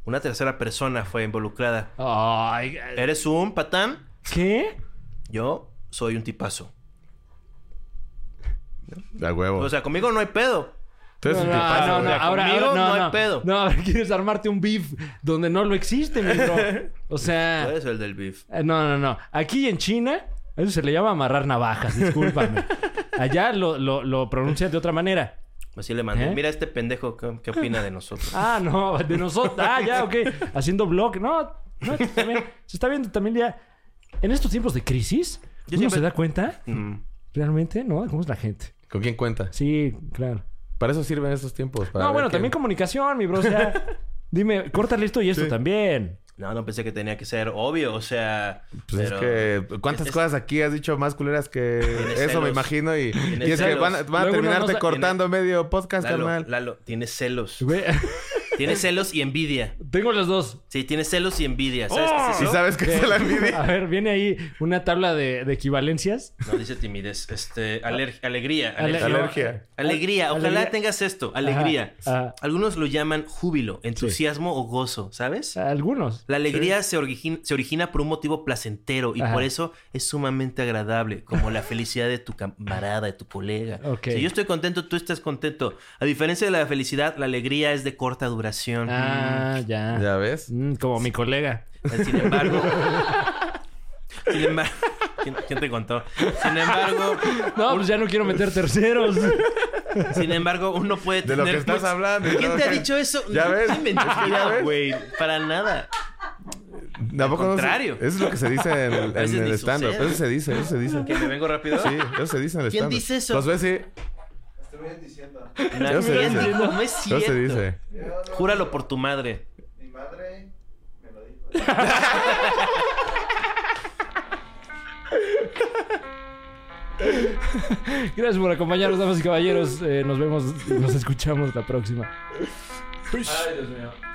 S9: una tercera persona fue involucrada.
S1: Ay,
S9: Eres un patán,
S1: ¿Qué?
S9: yo soy un tipazo.
S7: A huevo.
S9: O sea, conmigo no hay pedo.
S7: Tú eres un
S1: no,
S7: tipazo,
S1: no,
S7: güey.
S1: no, ahora,
S9: conmigo
S1: ahora- no,
S9: no hay
S1: no.
S9: pedo.
S1: No, ahora quieres armarte un beef donde no lo existe, mi bro. O
S9: Tú
S1: sea,
S9: eres el del beef.
S1: eh, no, no, no. Aquí en China Eso se le llama amarrar navajas, discúlpame. Allá lo, lo, lo pronuncian de otra manera.
S9: Así le mandé.
S1: ¿Eh?
S9: Mira este pendejo, ¿qué, qué opina de nosotros?
S1: Ah, no, de nosotros. Ah, ya, ok. Haciendo blog. No, no, está bien. se está viendo también ya. En estos tiempos de crisis, uno
S9: Yo siempre-
S1: se da cuenta
S9: Mm.
S1: realmente, ¿no? ¿Cómo es la gente?
S4: ¿Con quién cuenta?
S1: Sí, claro.
S4: Para eso sirven estos tiempos. Para
S1: No,
S4: ver
S1: bueno,
S4: qué-
S1: también comunicación, mi bro. O sea, dime, córtale esto y esto también.
S9: No, no pensé que tenía que ser obvio, o sea...
S4: Pues
S9: pero-
S4: es que cuántas
S9: es-
S4: cosas aquí has dicho más culeras que
S9: Tienes
S4: eso me
S9: celos.
S4: imagino y,
S9: Tienes
S4: y es que
S9: celos.
S4: van, a- van a
S9: Luego uno
S4: terminarte
S9: no sa-
S4: cortando medio podcast,
S9: Lalo,
S4: carnal.
S9: Lalo, tienes celos. Tienes celos y envidia.
S1: Tengo los dos.
S9: Sí, tienes celos y envidia. ¿Sabes qué es
S1: ¿Y
S9: eso?
S1: A ver, viene ahí una tabla de, de equivalencias.
S9: No, dice timidez. Este, aler- alegría.
S1: Ale- Alergia.
S9: Alegría. Ojalá
S1: Alegría.
S9: tengas esto. Alegría.
S1: Ajá.
S9: Algunos lo llaman júbilo, entusiasmo o gozo, ¿sabes?
S1: Algunos.
S9: La alegría se, origin- se origina por un motivo placentero y
S1: Ajá.
S9: por eso es sumamente agradable, como la felicidad de tu camarada, de tu colega.
S1: Ok.
S9: Si yo estoy contento, tú estás contento. A diferencia de la felicidad, la alegría es de corta duración.
S1: Ah, ya. Mm,
S4: ¿Ya ves?
S1: como mi colega.
S9: Eh, Sin embargo. sin embargo. ¿Quién, quién te contó? Sin embargo.
S1: No, pues ya no quiero meter terceros.
S9: Sin embargo, uno puede
S4: De
S9: tener.
S4: lo que estás
S9: muchos-
S4: hablando,
S9: ¿Quién
S4: ¿no?
S9: te ha dicho eso?
S4: ¿Ya
S9: No,
S4: ves?
S9: es mentira,
S4: Es que ya ves.
S9: güey. Para nada.
S4: Tampoco no se-
S9: contrario.
S4: eso es lo que se dice en el,
S9: A veces
S4: en el
S9: ni
S4: stand-up.
S9: sucede.
S4: Eso se dice, eso se dice.
S9: ¿Que me vengo rápido?
S4: Sí, eso se dice en el stand-up.
S9: ¿Quién dice eso?
S4: Los ves, sí.
S7: Estuvieron diciendo.
S9: No,
S4: Eso se
S9: ¿quién
S4: dice.
S9: dijo? No es
S4: Eso
S9: cierto.
S4: se dice.
S9: Júralo por tu madre.
S7: Mi madre me lo dijo.
S1: Gracias por acompañarnos, damas y caballeros. Eh, nos vemos, nos escuchamos la próxima.
S17: Ay, Dios mío.